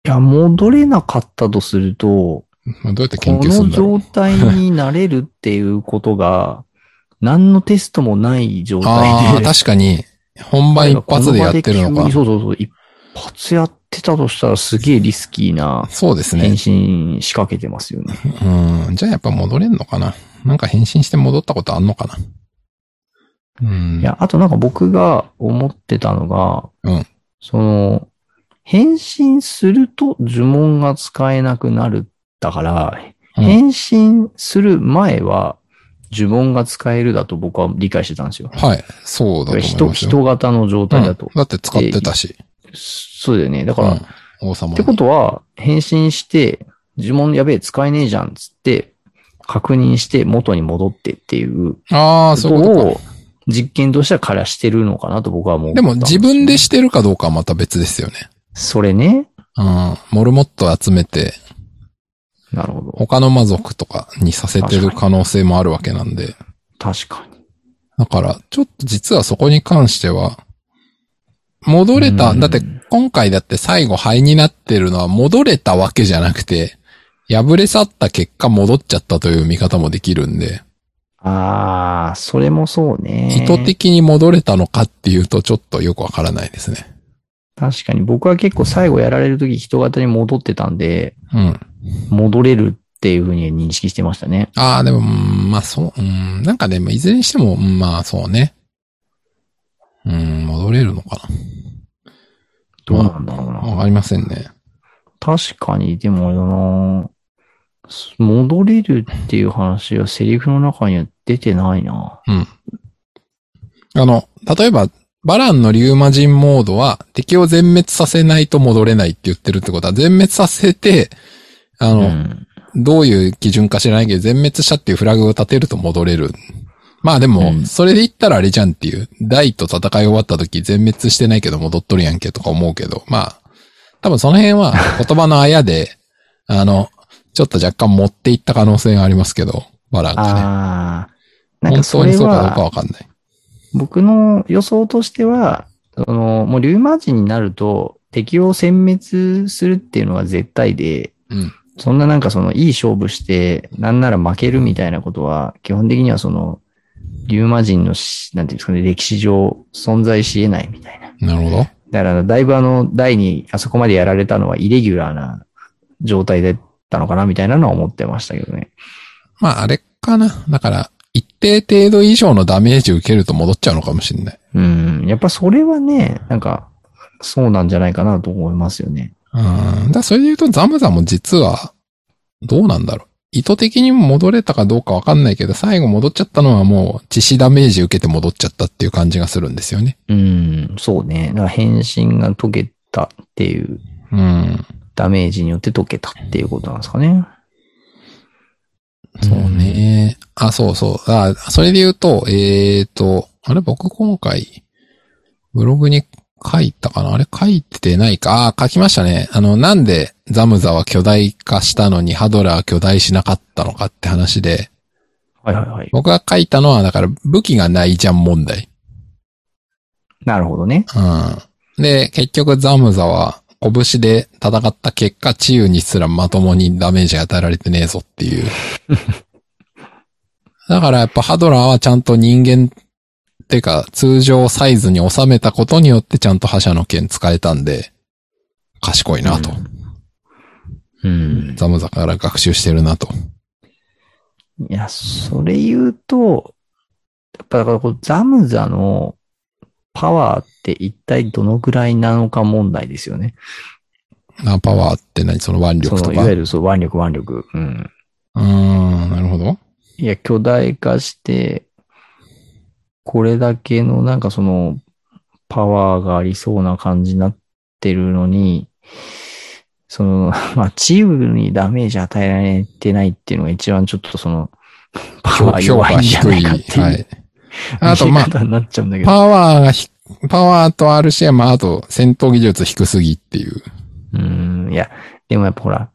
Speaker 2: いや、戻れなかったとすると、
Speaker 1: まあどうやって研
Speaker 2: こ
Speaker 1: 究する
Speaker 2: の
Speaker 1: んだろう。
Speaker 2: 状態になれるっていうことが、 *laughs* 何のテストもない状態
Speaker 1: ああ、
Speaker 2: で、
Speaker 1: 確かに、本番一発でやってる
Speaker 2: こ
Speaker 1: の
Speaker 2: 場
Speaker 1: か
Speaker 2: で急に。そうそうそう。一発やってたとしたらすげえリスキーな
Speaker 1: そうですね。
Speaker 2: 変身仕掛けてますよね。
Speaker 1: うん。じゃあやっぱ戻れんのかな。なんか変身して戻ったことあんのかな。うん。
Speaker 2: いや、あとなんか僕が思ってたのが、
Speaker 1: うん
Speaker 2: その、変身すると呪文が使えなくなる。だから、
Speaker 1: うん
Speaker 2: 変身する前は呪文が使えるだと僕は理解してたんですよ。
Speaker 1: はい。そうだと思いますよ。
Speaker 2: 人、人型の状態だと。
Speaker 1: うんだって使ってたし。
Speaker 2: そうだよね。だか
Speaker 1: う
Speaker 2: ら、
Speaker 1: ん。王様に。
Speaker 2: ってことは、変身して、呪文やべえ使えねえじゃんっつって、確認して元に戻ってっていう
Speaker 1: ああ、
Speaker 2: こと
Speaker 1: そういうことか。
Speaker 2: を実験としては彼はしてるのかなと僕は思う。
Speaker 1: でも自分でしてるかどうかはまた別ですよね。
Speaker 2: それね。
Speaker 1: うん。モルモット集めて、
Speaker 2: なるほど。
Speaker 1: 他の魔族とかにさせてる可能性もあるわけなんで。
Speaker 2: 確かに。
Speaker 1: だから、ちょっと実はそこに関しては、戻れた、
Speaker 2: うん
Speaker 1: だって今回だって最後灰になってるのは戻れたわけじゃなくて、破れ去った結果戻っちゃったという見方もできるんで、
Speaker 2: ああ、それもそうね。
Speaker 1: 意図的に戻れたのかっていうとちょっとよくわからないですね。
Speaker 2: 確かに僕は結構最後やられるとき人型に戻ってたんで、
Speaker 1: うん。
Speaker 2: 戻れるっていうふうに認識してましたね。
Speaker 1: ああ、でも、うんまあそう、うん、なんかね、まあいずれにしても、うんまあそうね。うん、戻れるのか
Speaker 2: どうなんだろうな。
Speaker 1: な。わかりませんね。
Speaker 2: 確かに、でもあれだなす戻れるっていう話はセリフの中には出てないな
Speaker 1: あの、例えば、バランのリューマ人モードは敵を全滅させないと戻れないって言ってるってことは、全滅させて、あ
Speaker 2: う
Speaker 1: の、
Speaker 2: ん。
Speaker 1: どういう基準か知らないけど、全滅したっていうフラグを立てると戻れる。まあで
Speaker 2: う
Speaker 1: も、
Speaker 2: ん
Speaker 1: それで言ったらあれじゃんっていう。大と戦い終わった時全滅してないけど戻っとるやんけとか思うけど、まあ、多分その辺
Speaker 2: *laughs*
Speaker 1: は言葉のあやで、あの、ちょっと若干持っていった可能性がありますけど、バランがね。
Speaker 2: ああ。なん
Speaker 1: 本
Speaker 2: かそ
Speaker 1: 当
Speaker 2: れ
Speaker 1: にそうかどうか
Speaker 2: は、
Speaker 1: わかんない。
Speaker 2: 僕の予想としては、その、もうリュウマ人になると、敵を殲滅するっていうのは絶対で、
Speaker 1: うん。
Speaker 2: そんななんかその、いい勝負して、なんなら負けるみたいなことは、基本的にはその、リュウマ人のし、なんていうんですかね、歴史上存在し得ないみたいな。
Speaker 1: なるほど。
Speaker 2: だから、だいぶあの、第にあそこまでやられたのはイレギュラーな状態だったのかなみたいなのは思ってましたけどね。
Speaker 1: まあ、あれかな。だから、一定程度以上のダメージ受けると戻っちゃうのかもしれない。
Speaker 2: うん。やっぱそれはね、なんか、そうなんじゃないかなと思いますよね。
Speaker 1: うん。だからそれで言うと、ザムザも実は、どうなんだろう。意図的に戻れたかどうかわかんないけど、最後戻っちゃったのはもう、致死ダメージ受けて戻っちゃったっていう感じがするんですよね。
Speaker 2: うん、そうね。だから変身が解けたっていう、
Speaker 1: うん。
Speaker 2: ダメージによって解けたっていうことなんですかね。
Speaker 1: そうね。あ、そうそう。あ、それで言うと、えーと、あれ僕今回、ブログに書いたかなあれ書いてないかあー、書きましたね。あの、なんでザムザは巨大化したのにハドラーは巨大しなかったのかって話で、
Speaker 2: はいはいはい。
Speaker 1: 僕が書いたのは、だから武器がないじゃん問題。
Speaker 2: なるほどね。
Speaker 1: うん。で、結局ザムザは拳で戦った結果、治癒にすらまともにダメージが与えられてねえぞって
Speaker 2: *laughs*
Speaker 1: いう。だからやっぱハドラーはちゃんと人間っていうか通常サイズに収めたことによってちゃんと覇者の剣使えたんで、賢いなと。
Speaker 2: うん。
Speaker 1: ザムザから学習してるなと。
Speaker 2: いや、それ言うと、やっぱだからこう、ザムザのパワーって一体どのくらいなのか問題ですよね。
Speaker 1: あパワーって何その腕
Speaker 2: そ
Speaker 1: 力と
Speaker 2: の、い
Speaker 1: か。
Speaker 2: わ
Speaker 1: う
Speaker 2: ゆるそう、腕力、腕力。うん。
Speaker 1: ーん、なるほど。
Speaker 2: いや、巨大化して、これだけのなんかその、パワーがありそうな感じになってるのに、その、 *laughs* まあ、チームにダメージ与えられてないっていうのが一番ちょっとその、パ
Speaker 1: 評
Speaker 2: ワー弱い
Speaker 1: 価
Speaker 2: んじゃ
Speaker 1: 低。
Speaker 2: ないいかっていう、
Speaker 1: はい。あと、まあ
Speaker 2: 見え、方になっちゃうんだけど。
Speaker 1: パワーがひ、パワーと RC は、まあ、あと、戦闘技術低すぎっていう。
Speaker 2: うん、いや、でもやっぱほら、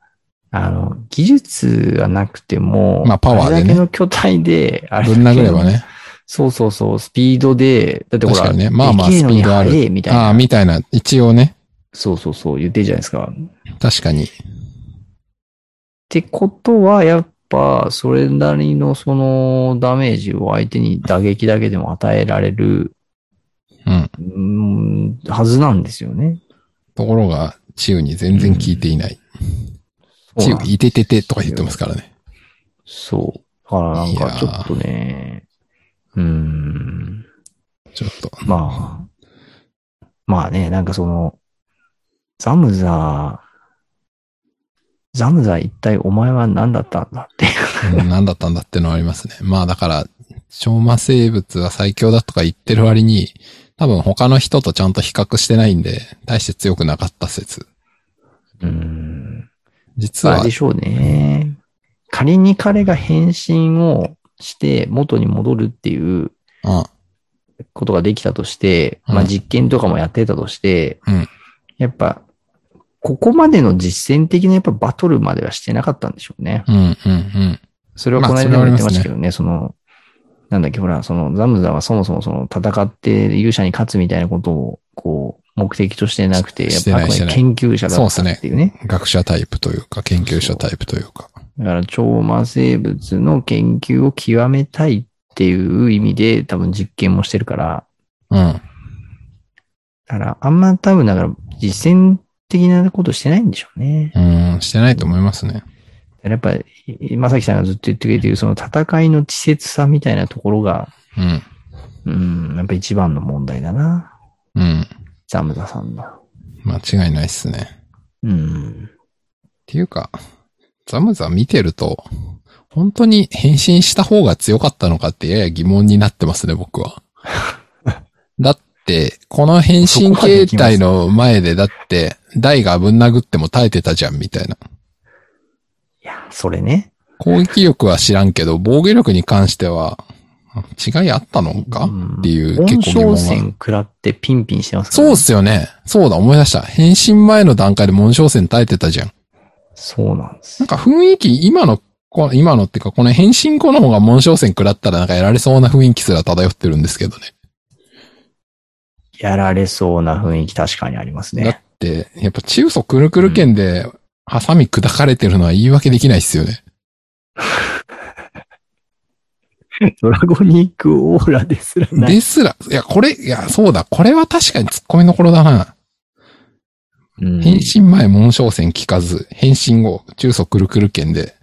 Speaker 2: あの、技術がなくても、
Speaker 1: まあパワーでね
Speaker 2: あれだけの巨体で、あれ
Speaker 1: ぶ
Speaker 2: だけ
Speaker 1: ん
Speaker 2: の
Speaker 1: 殴ればね。
Speaker 2: そうそうそう、スピードで、だってほら、
Speaker 1: 確かにねまあまあ
Speaker 2: でけえのに
Speaker 1: スピードある
Speaker 2: 速えみたい
Speaker 1: あ
Speaker 2: な。
Speaker 1: あ、みたいな、一応ね。
Speaker 2: そうそうそう、言ってるじゃないですか。っ
Speaker 1: 確かに。
Speaker 2: てことは、やっぱ、それなりのそのダメージを相手に打撃だけでも与えられる、
Speaker 1: うん。
Speaker 2: うん、はずなんですよね。
Speaker 1: ところが、チウに全然効いていない。
Speaker 2: そう
Speaker 1: チ
Speaker 2: な
Speaker 1: ウ
Speaker 2: ん、
Speaker 1: いてててとか言ってますからね。
Speaker 2: そう。だからなんかちょっとね、うん。
Speaker 1: ちょっと。
Speaker 2: まあ、まあね、なんかその、ザムザ、ザムザ一体お前は何だったんだっていう。
Speaker 1: うん何だったんだってのはありますね。まあだから、超魔生物は最強だとか言ってる割に、多分他の人とちゃんと比較してないんで、大して強くなかった説。
Speaker 2: うん。
Speaker 1: 実
Speaker 2: あ
Speaker 1: は
Speaker 2: れで、しょうね。仮に彼が変身をして元に戻るっていう
Speaker 1: あ
Speaker 2: ことができたとして、
Speaker 1: うん
Speaker 2: まあ実験とかもやってたとして、
Speaker 1: うん
Speaker 2: やっぱ、ここまでの実践的なやっぱバトルまではしてなかったんでしょうね。
Speaker 1: うん、うん、うん。
Speaker 2: それはこの間も言ってましたけどね、その、なんだっけ、ほら、その、ザムザはそもそもその、戦って勇者に勝つみたいなことを、こう、目的としてなくて、や
Speaker 1: し
Speaker 2: ってぱ
Speaker 1: ない
Speaker 2: あくま
Speaker 1: して
Speaker 2: で
Speaker 1: ない
Speaker 2: 研究者だったっていうね。
Speaker 1: 学者タイプというか、研究者タイプというか。
Speaker 2: だから、超魔生物の研究を極めたいっていう意味で、多分実験もしてるから、
Speaker 1: うん。
Speaker 2: だから、あんま多分、だから、実践的なことしてないんでしょうね。
Speaker 1: うん、してないと思いますね。
Speaker 2: やっぱ、まさきさんがずっと言ってくれている、その戦いの稚拙さみたいなところが、
Speaker 1: うん。
Speaker 2: うん、やっぱ一番の問題だな。
Speaker 1: うん。
Speaker 2: ザムザさんの。
Speaker 1: 間違いないっすね。
Speaker 2: うん。
Speaker 1: っていうか、ザムザ見てると、本当に変身した方が強かったのかってやや疑問になってますね、僕は。だって、この変身形態の前で、だって、台がぶん殴っても耐えてたじゃん、みたいな。
Speaker 2: いや、それね。
Speaker 1: 攻撃力は知らんけど、防御力に関しては、違いあったのかっていう
Speaker 2: 結
Speaker 1: 結構疑
Speaker 2: 構
Speaker 1: 問
Speaker 2: 温
Speaker 1: が。
Speaker 2: 小線食らってピンピンしてますか
Speaker 1: そ
Speaker 2: ら
Speaker 1: う
Speaker 2: ね
Speaker 1: っすよね。そうだ、思い出した。変身前の段階で紋章線耐えてたじゃん。
Speaker 2: そうなんです
Speaker 1: なん。か雰囲気、今の、こ今のっていうか、この変身後の方が紋章線食らったらなんかやられそうな雰囲気すら漂ってるんですけどね。
Speaker 2: やられそうな雰囲気確かにあります
Speaker 1: だっ
Speaker 2: ね。
Speaker 1: て、やっぱ中ソくるくる剣で、ハサミ砕かれてるのは言い訳できないっすよね。
Speaker 2: ドラゴニックオーラですらない。
Speaker 1: ですら、いや、これ、いや、そうだ、これは確かに突っ込みどころだな。
Speaker 2: うん
Speaker 1: 変身前、紋章線効かず、変身後、中ソくるくる剣で、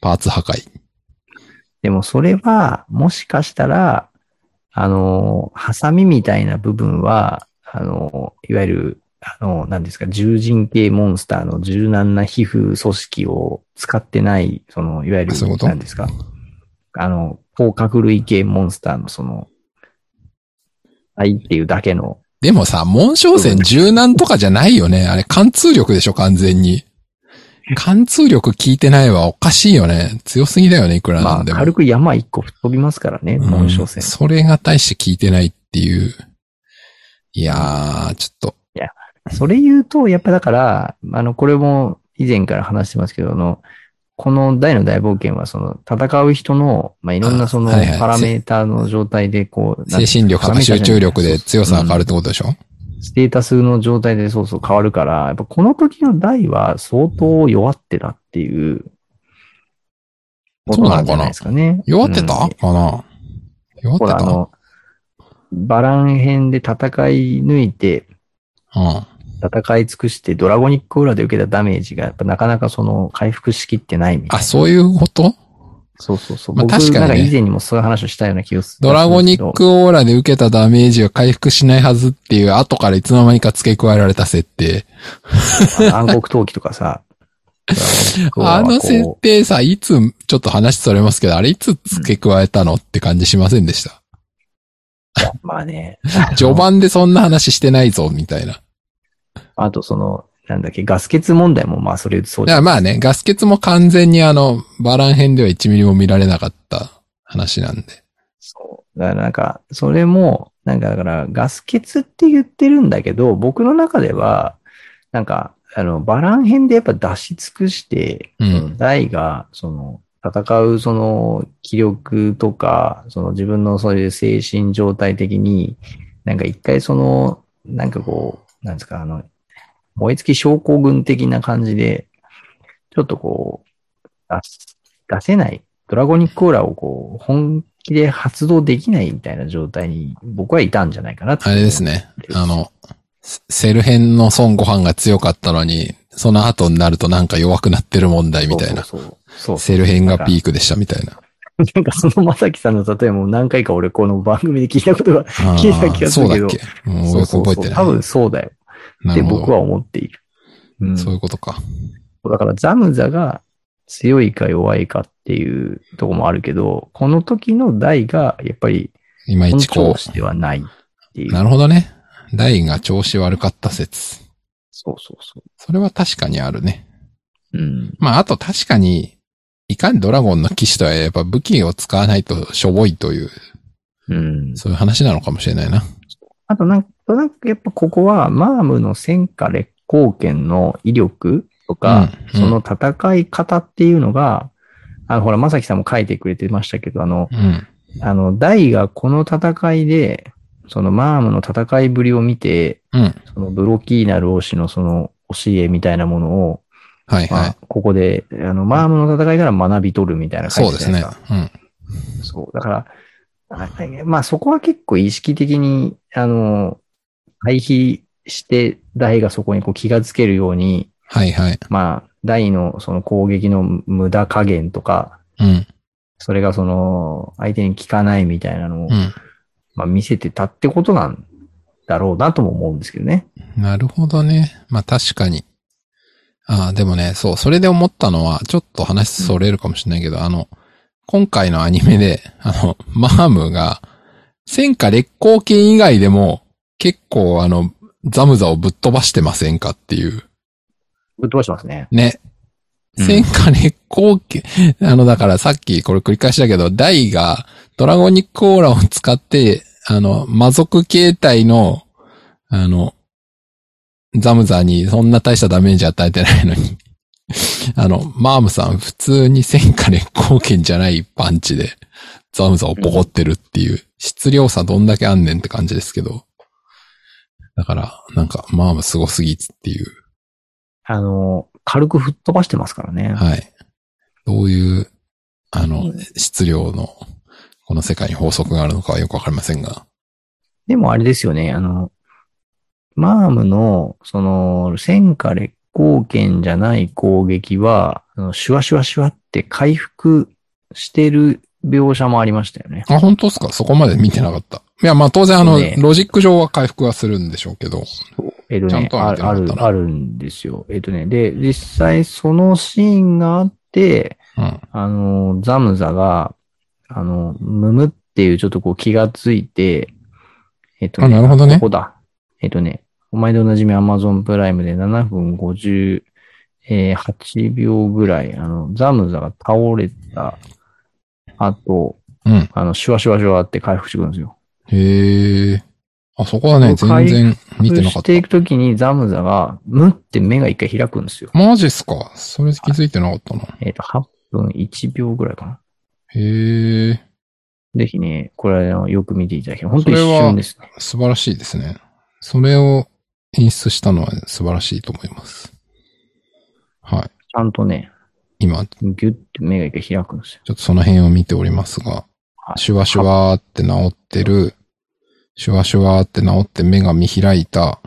Speaker 1: パーツ破壊。
Speaker 2: でもそれは、もしかしたら、あの、ハサミみたいな部分は、あの、いわゆる、あの、何ですか、獣人系モンスターの柔軟な皮膚組織を使ってない、その、いわゆる
Speaker 1: あそういうこ、と
Speaker 2: 何ですか、あの、甲殻類系モンスターのその、愛っていうだけの、
Speaker 1: でもさ、紋章線柔軟とかじゃないよね。あれ、貫通力でしょ、完全に。貫通力効いてないはおかしいよね。強すぎだよね、いくら
Speaker 2: ま
Speaker 1: な
Speaker 2: あ、
Speaker 1: んでも。
Speaker 2: 軽く山一個吹っ飛びますからね、紋章
Speaker 1: う
Speaker 2: 戦
Speaker 1: ん。それが大して効いてないっていう。いやー、ちょっ
Speaker 2: それ言うと、やっぱだから、あの、これも以前から話してますけど、あの、この大の大冒険は、その、戦う人の、まあ、いろんなその、
Speaker 1: はいはい
Speaker 2: パラメーターの状態で、こう、なんていうん
Speaker 1: と、
Speaker 2: です
Speaker 1: 精神力と
Speaker 2: パラ
Speaker 1: か
Speaker 2: メー
Speaker 1: 集
Speaker 2: ターじゃない
Speaker 1: 中力で強さが変わるっ
Speaker 2: うん
Speaker 1: てことでしょ、
Speaker 2: ステータスの状態でそうそう変わるから、やっぱこの時の大は相当弱ってたっていう、ことなんじゃないですかね。
Speaker 1: 弱ってた、
Speaker 2: うん
Speaker 1: かな弱っ
Speaker 2: ほ
Speaker 1: て
Speaker 2: ら、あ
Speaker 1: た
Speaker 2: の、バラン編で戦い抜いて、
Speaker 1: うん。
Speaker 2: 戦い尽くして、ドラゴニックオーラで受けたダメージが、やっぱなかなかその、回復しきってないみたい
Speaker 1: あ、
Speaker 2: な。
Speaker 1: そういうこと
Speaker 2: そうそうそう。
Speaker 1: まあ
Speaker 2: 僕
Speaker 1: 確かにね
Speaker 2: なんか以前にもそういう話をしたような気がする。
Speaker 1: ドラゴニッ。クオーラで受けたダメージが回復しないはずっていう、後からいつの間にか付け加えられた設定。
Speaker 2: あの暗黒陶器とか
Speaker 1: *laughs*
Speaker 2: さ。ドラゴニックオーラ
Speaker 1: あ
Speaker 2: はこう
Speaker 1: の設定さ、いつ、ちょっと話それますけど、あれいつ付け加えたのって感じしませんでした。
Speaker 2: まあね。
Speaker 1: 序盤でそんな話してないぞ、みたいな。い
Speaker 2: あとその、なんだっけ、ガス欠問題もまあそれそうじゃ
Speaker 1: や、
Speaker 2: ん。
Speaker 1: まあね、ガス欠も完全にあの、バラン編では1ミリも見られなかった話なんで。
Speaker 2: そう。だからなんか、それも、なんかだから、ガス欠って言ってるんだけど、僕の中では、なんか、あの、バラン編でやっぱ出し尽くして、
Speaker 1: うん
Speaker 2: 大が、その、戦う、その、気力とか、その自分のそういう精神状態的に、なんか一回その、なんかこう、なんですか、あの、燃え尽き症候群的な感じで、ちょっとこう、出す出せない、ドラゴニックオーラをこう、本気で発動できないみたいな状態に、僕はいたんじゃないかなって
Speaker 1: あれですね。あの、セセル編の孫悟飯が強かったのに、その後になるとなんか弱くなってる問題みたいな。
Speaker 2: そうそうそう。そう
Speaker 1: セル編がピークでしたみたいな。
Speaker 2: なんかそのまさきさんの例えも何回か俺この番組で聞いたこ
Speaker 1: *laughs*
Speaker 2: とが、
Speaker 1: あ
Speaker 2: 聞いた気
Speaker 1: ー
Speaker 2: がす
Speaker 1: そう
Speaker 2: る
Speaker 1: だ
Speaker 2: けど
Speaker 1: っけうん俺覚えてない。
Speaker 2: 多分そうだよっ
Speaker 1: な
Speaker 2: て
Speaker 1: るほ
Speaker 2: 僕
Speaker 1: ど。
Speaker 2: は思っている。うん、
Speaker 1: そういうことか。
Speaker 2: だからザムザが強いか弱いかっていうとこもあるけど、この時の大がやっぱり
Speaker 1: いまい
Speaker 2: 本
Speaker 1: ちこ
Speaker 2: 調
Speaker 1: う、
Speaker 2: 子ではないっていう。
Speaker 1: なるほどね。大が調子悪かった説。
Speaker 2: そうそうそ
Speaker 1: それは確かにあるね。
Speaker 2: う。うん。
Speaker 1: まあ、あと確かに、いかにドラゴンの騎士とはやっぱ武器を使わないとしょぼいという、
Speaker 2: うん。
Speaker 1: そういう話なのかもしれないな。
Speaker 2: あとなんとなくやっぱここはマームの戦火烈光剣の威力とか、
Speaker 1: うん
Speaker 2: その戦い方っていうのが、あの、ほら、まさきさんも書いてくれてましたけど、あの、
Speaker 1: うん。
Speaker 2: あの、大がこの戦いで、そのマームの戦いぶりを見て、
Speaker 1: うん。
Speaker 2: そのブロキーナ老師のその教えみたいなものを、
Speaker 1: はい
Speaker 2: ま
Speaker 1: は
Speaker 2: あ
Speaker 1: い。、
Speaker 2: ここで、あの、マームの戦いから学び取るみたいな
Speaker 1: そ
Speaker 2: 感
Speaker 1: う
Speaker 2: じ
Speaker 1: です
Speaker 2: じゃない
Speaker 1: ね
Speaker 2: ですか。。
Speaker 1: うん。
Speaker 2: そう。だから、あまあそこは結構意識的に、あの、回避して、大がそこにこう気がつけるように、
Speaker 1: はいはい。
Speaker 2: まあ、大のその攻撃の無駄加減とか、
Speaker 1: うん。
Speaker 2: それがその、相手に効かないみたいなの
Speaker 1: う
Speaker 2: を、まあ見せてたってことなんだろうなとも思うんですけどね。
Speaker 1: ん。なるほどね。まあ確かに。ああ、でもね、そう、それで思ったのは、ちょっと話それるかもしれないけど、あの、今回のアニメで、あの、マームが、戦火烈光剣以外でも、結構あの、ザムザをぶっ飛ばしてませんかっていう。
Speaker 2: ぶっ飛ばしてますね。
Speaker 1: ね。戦火烈光系、あの、だからさっきこれ繰り返しだけど、ダイがドラゴニックオーラを使って、あの、魔族形態の、あの、ザムザにそんな大したダメージ与えてないのに。 *laughs* あの、マームさん普通に戦火烈光剣じゃないパンチで、ザムザをボコってるっていう、質量差どんだけあんねんって感じですけど。だから、なんか、マームすごすぎっていう。
Speaker 2: あの、軽く吹っ飛ばしてますからね。
Speaker 1: はい。どういう、あの
Speaker 2: う、
Speaker 1: 質量の、この世界に法則があるのかはよくわかりませんが。
Speaker 2: でもあれですよね、あの、マームの、その、戦火烈光剣じゃない攻撃は、あのシュワシュワシュワって回復してる描写もありましたよね。
Speaker 1: あ、本当ですかそこまで見てなかった。いや、まあ当然あの、
Speaker 2: そうね
Speaker 1: ロジック上は回復はするんでしょうけど。
Speaker 2: えっと
Speaker 1: ちゃん
Speaker 2: ね、
Speaker 1: と
Speaker 2: あ
Speaker 1: 見てな
Speaker 2: あ
Speaker 1: かった
Speaker 2: る
Speaker 1: な、
Speaker 2: あるんですよ。えっとね、で、実際そのシーンがあって、
Speaker 1: うん。
Speaker 2: あの、ザムザが、あの、ムムっていうちょっとこう気がついて、えっと
Speaker 1: あ、なるほどね
Speaker 2: こ。こだ。えっとね、お前でおなじみ Amazon プライムで7分58秒ぐらい、あの、ザムザが倒れた後、
Speaker 1: うん。
Speaker 2: あの、シュワシュワシュワって回復してくるんですよ。
Speaker 1: へえ。あ、そこはね、
Speaker 2: ここ
Speaker 1: 全然見てなか
Speaker 2: そ
Speaker 1: った
Speaker 2: うしてい。くときにザムザが、ムって目が一回開くんですよ。
Speaker 1: マジっすかそれ気づいてなかったな。
Speaker 2: えっ、と、8分1秒ぐらいかな。
Speaker 1: へえ。
Speaker 2: ぜひね、これあのよく見ていただきたい。本当に
Speaker 1: そ
Speaker 2: 一
Speaker 1: れは
Speaker 2: 瞬ですね。
Speaker 1: 素晴らしいですね。それを演出したのは素晴らしいと思います。はい。
Speaker 2: ちゃんとね、
Speaker 1: 今、
Speaker 2: ギュッて目が一回開くんですよ。
Speaker 1: ちょっとその辺を見ておりますが、
Speaker 2: はい
Speaker 1: シュワシュワーって治ってる、シュワシュワーって治って目が見開いた。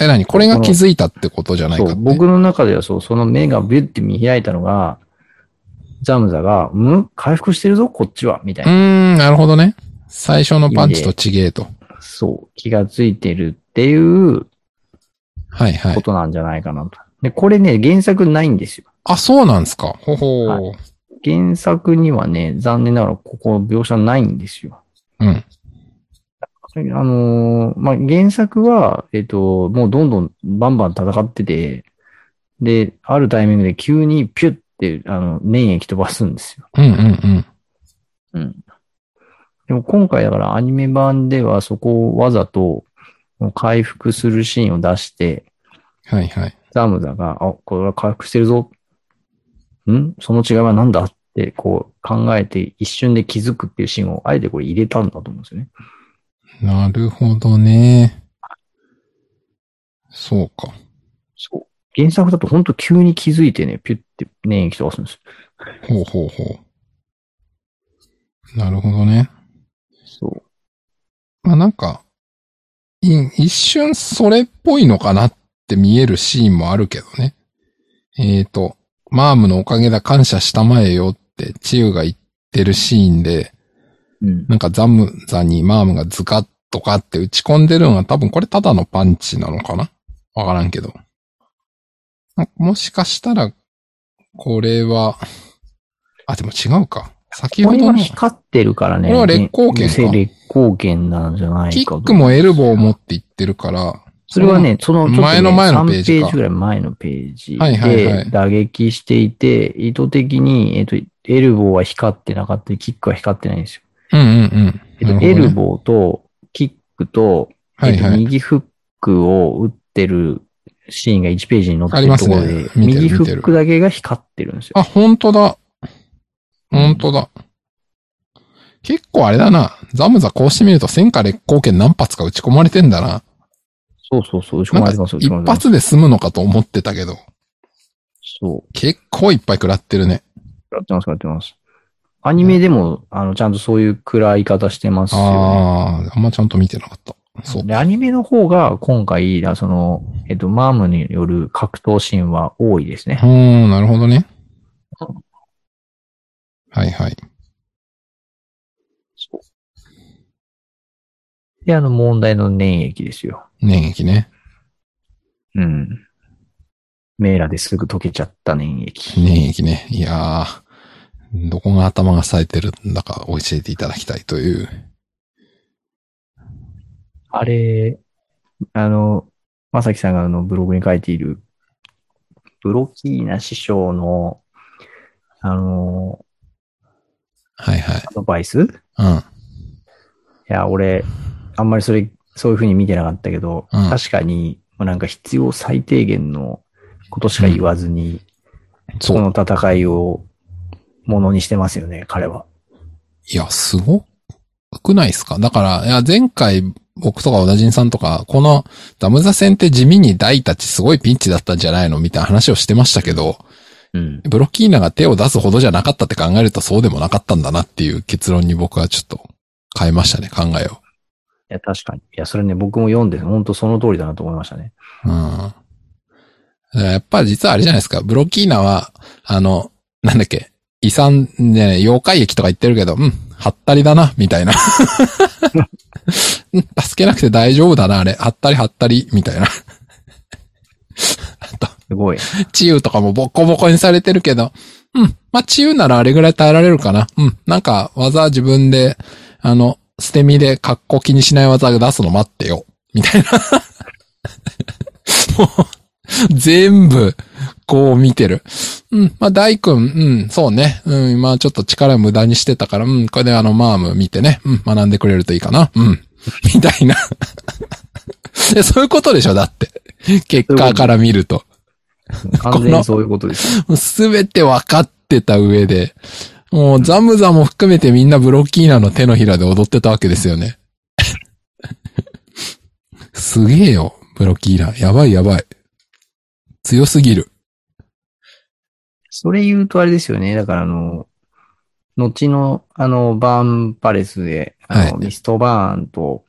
Speaker 1: え、なにこれが気づいたってことじゃないか
Speaker 2: そ
Speaker 1: って。
Speaker 2: う、僕の中ではそう、その目がビュッて見開いたのが、ザムザが、ん回復してるぞ、こっちは、みたいう
Speaker 1: ー
Speaker 2: な。
Speaker 1: ん、なるほどね。最初のパンチと違えと。
Speaker 2: そう、気がついてるっていう
Speaker 1: はいは
Speaker 2: こ
Speaker 1: い。
Speaker 2: となんじゃないかなと。で、これね、原作ないんですよ。
Speaker 1: あ、そうなんですか。ほほー。
Speaker 2: は原作にはね、残念ながらここ描写ないんですよ。
Speaker 1: うん。
Speaker 2: あのーまあ、原作は、えっ、と、もうどんどんバンバン戦ってて、で、あるタイミングで急にピュッて、あの、粘液飛ばすんですよ。
Speaker 1: うんうんうん。
Speaker 2: うん。でも今回だからアニメ版ではそこをわざと回復するシーンを出して、
Speaker 1: はいはい。
Speaker 2: ザムザが、あ、これは回復してるぞ。んその違いは何だってこう考えて一瞬で気づくっていうシーンをあえてこれ入れたんだと思うんですよね。
Speaker 1: なるほどね。そうか。
Speaker 2: そう。原作だと本当急に気づいてね、ピュッて粘液飛ばすんです
Speaker 1: ほ
Speaker 2: よ。
Speaker 1: うほうほう。なるほどね。
Speaker 2: そう。
Speaker 1: まあなんか、い一瞬それっぽいのかなって見えるシーンもあるけどね。えっ、と、マームのおかげだ感謝したまえよってチユが言ってるシーンで、
Speaker 2: うん。
Speaker 1: なんかザムザにマームがズカッとかって打ち込んでるのは多分これただのパンチなのかなわからんけど。なもしかしたら、これは、あ、でも違うか。先
Speaker 2: こ
Speaker 1: ほ
Speaker 2: れ
Speaker 1: ど
Speaker 2: は
Speaker 1: の。
Speaker 2: 光ってるからね。
Speaker 1: これは烈光剣か
Speaker 2: せ烈光剣なんじゃないか
Speaker 1: キ
Speaker 2: と
Speaker 1: ックもエルボー持って言ってるから、
Speaker 2: それはね、その、ちょっと、ね、
Speaker 1: 前の前のページ
Speaker 2: 3
Speaker 1: か
Speaker 2: ページぐらい前のページ
Speaker 1: はいはいは
Speaker 2: で
Speaker 1: い
Speaker 2: 打撃していて、意図的に、えっ、と、エルボーは光ってなかったり、キックは光ってないんですよ。
Speaker 1: うんうんうん。
Speaker 2: えっ、
Speaker 1: なるほど
Speaker 2: と、
Speaker 1: ね
Speaker 2: エルボーとキックと、
Speaker 1: はい
Speaker 2: えっと
Speaker 1: はい。
Speaker 2: 右フックを打ってるシーンが1ページに載って
Speaker 1: あり
Speaker 2: る
Speaker 1: ます
Speaker 2: と
Speaker 1: ね
Speaker 2: ころで、
Speaker 1: 見てる
Speaker 2: 右フックだけが光ってるんですよ。
Speaker 1: あ、本当だ。本当だ。結構あれだな。ザムザこうしてみると戦火烈光剣何発か打ち込まれてんだな。
Speaker 2: そうそうそう、打ち込ま
Speaker 1: な
Speaker 2: れて
Speaker 1: ん
Speaker 2: ます
Speaker 1: か
Speaker 2: よ、打ち
Speaker 1: 一
Speaker 2: 込まれてます。
Speaker 1: 発で済むのかと思ってたけど、
Speaker 2: そう。
Speaker 1: 結構いっぱい食らってるね。
Speaker 2: やってます、やってます。アニメでも、あの、ちゃんとそういう暗い方してますよね。
Speaker 1: ああ、あんまちゃんと見てなかった。そう。
Speaker 2: で、アニメの方が今回、だその、えっと、マームによる格闘シーンは多いですね
Speaker 1: う。ーん、なるほどね。はいはい。
Speaker 2: で、あの問題の粘液ですよ。
Speaker 1: 粘液ね。
Speaker 2: うん。メーラですぐ溶けちゃった粘液。
Speaker 1: 粘液ね。いやー、どこが頭が冴えてるんだか教えていただきたいという。
Speaker 2: あれ、あの、まさきさんがあのブログに書いている、ブロキーナ師匠のあの
Speaker 1: はいはい
Speaker 2: ー、ア。ドバイス
Speaker 1: う
Speaker 2: い
Speaker 1: ん。
Speaker 2: や、俺、あんまりそれ、そういうふうに見てなかったけど、
Speaker 1: うん
Speaker 2: 確かに、もうなんか必要最低限のことしか言わずに、
Speaker 1: そ
Speaker 2: この
Speaker 1: う。
Speaker 2: 戦いをものにしてますよね、彼は。
Speaker 1: いや、すごくないですかだから、いや、前回、僕とか小田人さんとか、このダムザ戦って地味に大たちすごいピンチだったんじゃないのみたいな話をしてましたけど、
Speaker 2: うん。
Speaker 1: ブロッキーナが手を出すほどじゃなかったって考えるとそうでもなかったんだなっていう結論に僕はちょっと変えましたね、考えを。
Speaker 2: いや、確かに。いや、それね、僕も読んで、本当その通りだなと思いましたね。
Speaker 1: うん。だからやっぱ実はあれじゃないですか、ブロッキーナは、あの、なんだっけ、遺産ね、妖怪駅とか言ってるけど、うん、はったりだな、みたいな。 *laughs* うん助けなくて大丈夫だな、あれ。はったりはったり、みたいな。あと、*laughs*
Speaker 2: すごい。
Speaker 1: 治癒とかもボッコボコにされてるけど、うん。まあ、治癒ならあれぐらい耐えられるかな。うん。なんか、技自分で、あの、捨て身で格好気にしない技出すの待ってよ。みたいな。 *laughs* もう、全部、こう見てる。うん。まあ、大君、うん、そうね。うん、まあ、ちょっと力無駄にしてたから、うん、これであの、マーム見てね。うん、学んでくれるといいかな。うん。みたいな。 *laughs* でそういうことでしょ、だって。結果から見ると。
Speaker 2: 完全にそういうことです。
Speaker 1: すべて分かってた上で、もうザムザも含めてみんなブロッキーナの手のひらで踊ってたわけですよね。 *laughs* すげえよ、ブロッキーナ。やばいやばい。強すぎる。
Speaker 2: それ言うとあれですよね。だから、あの、後の、あの、バーンパレスで、あの、
Speaker 1: はい
Speaker 2: ミストバーンと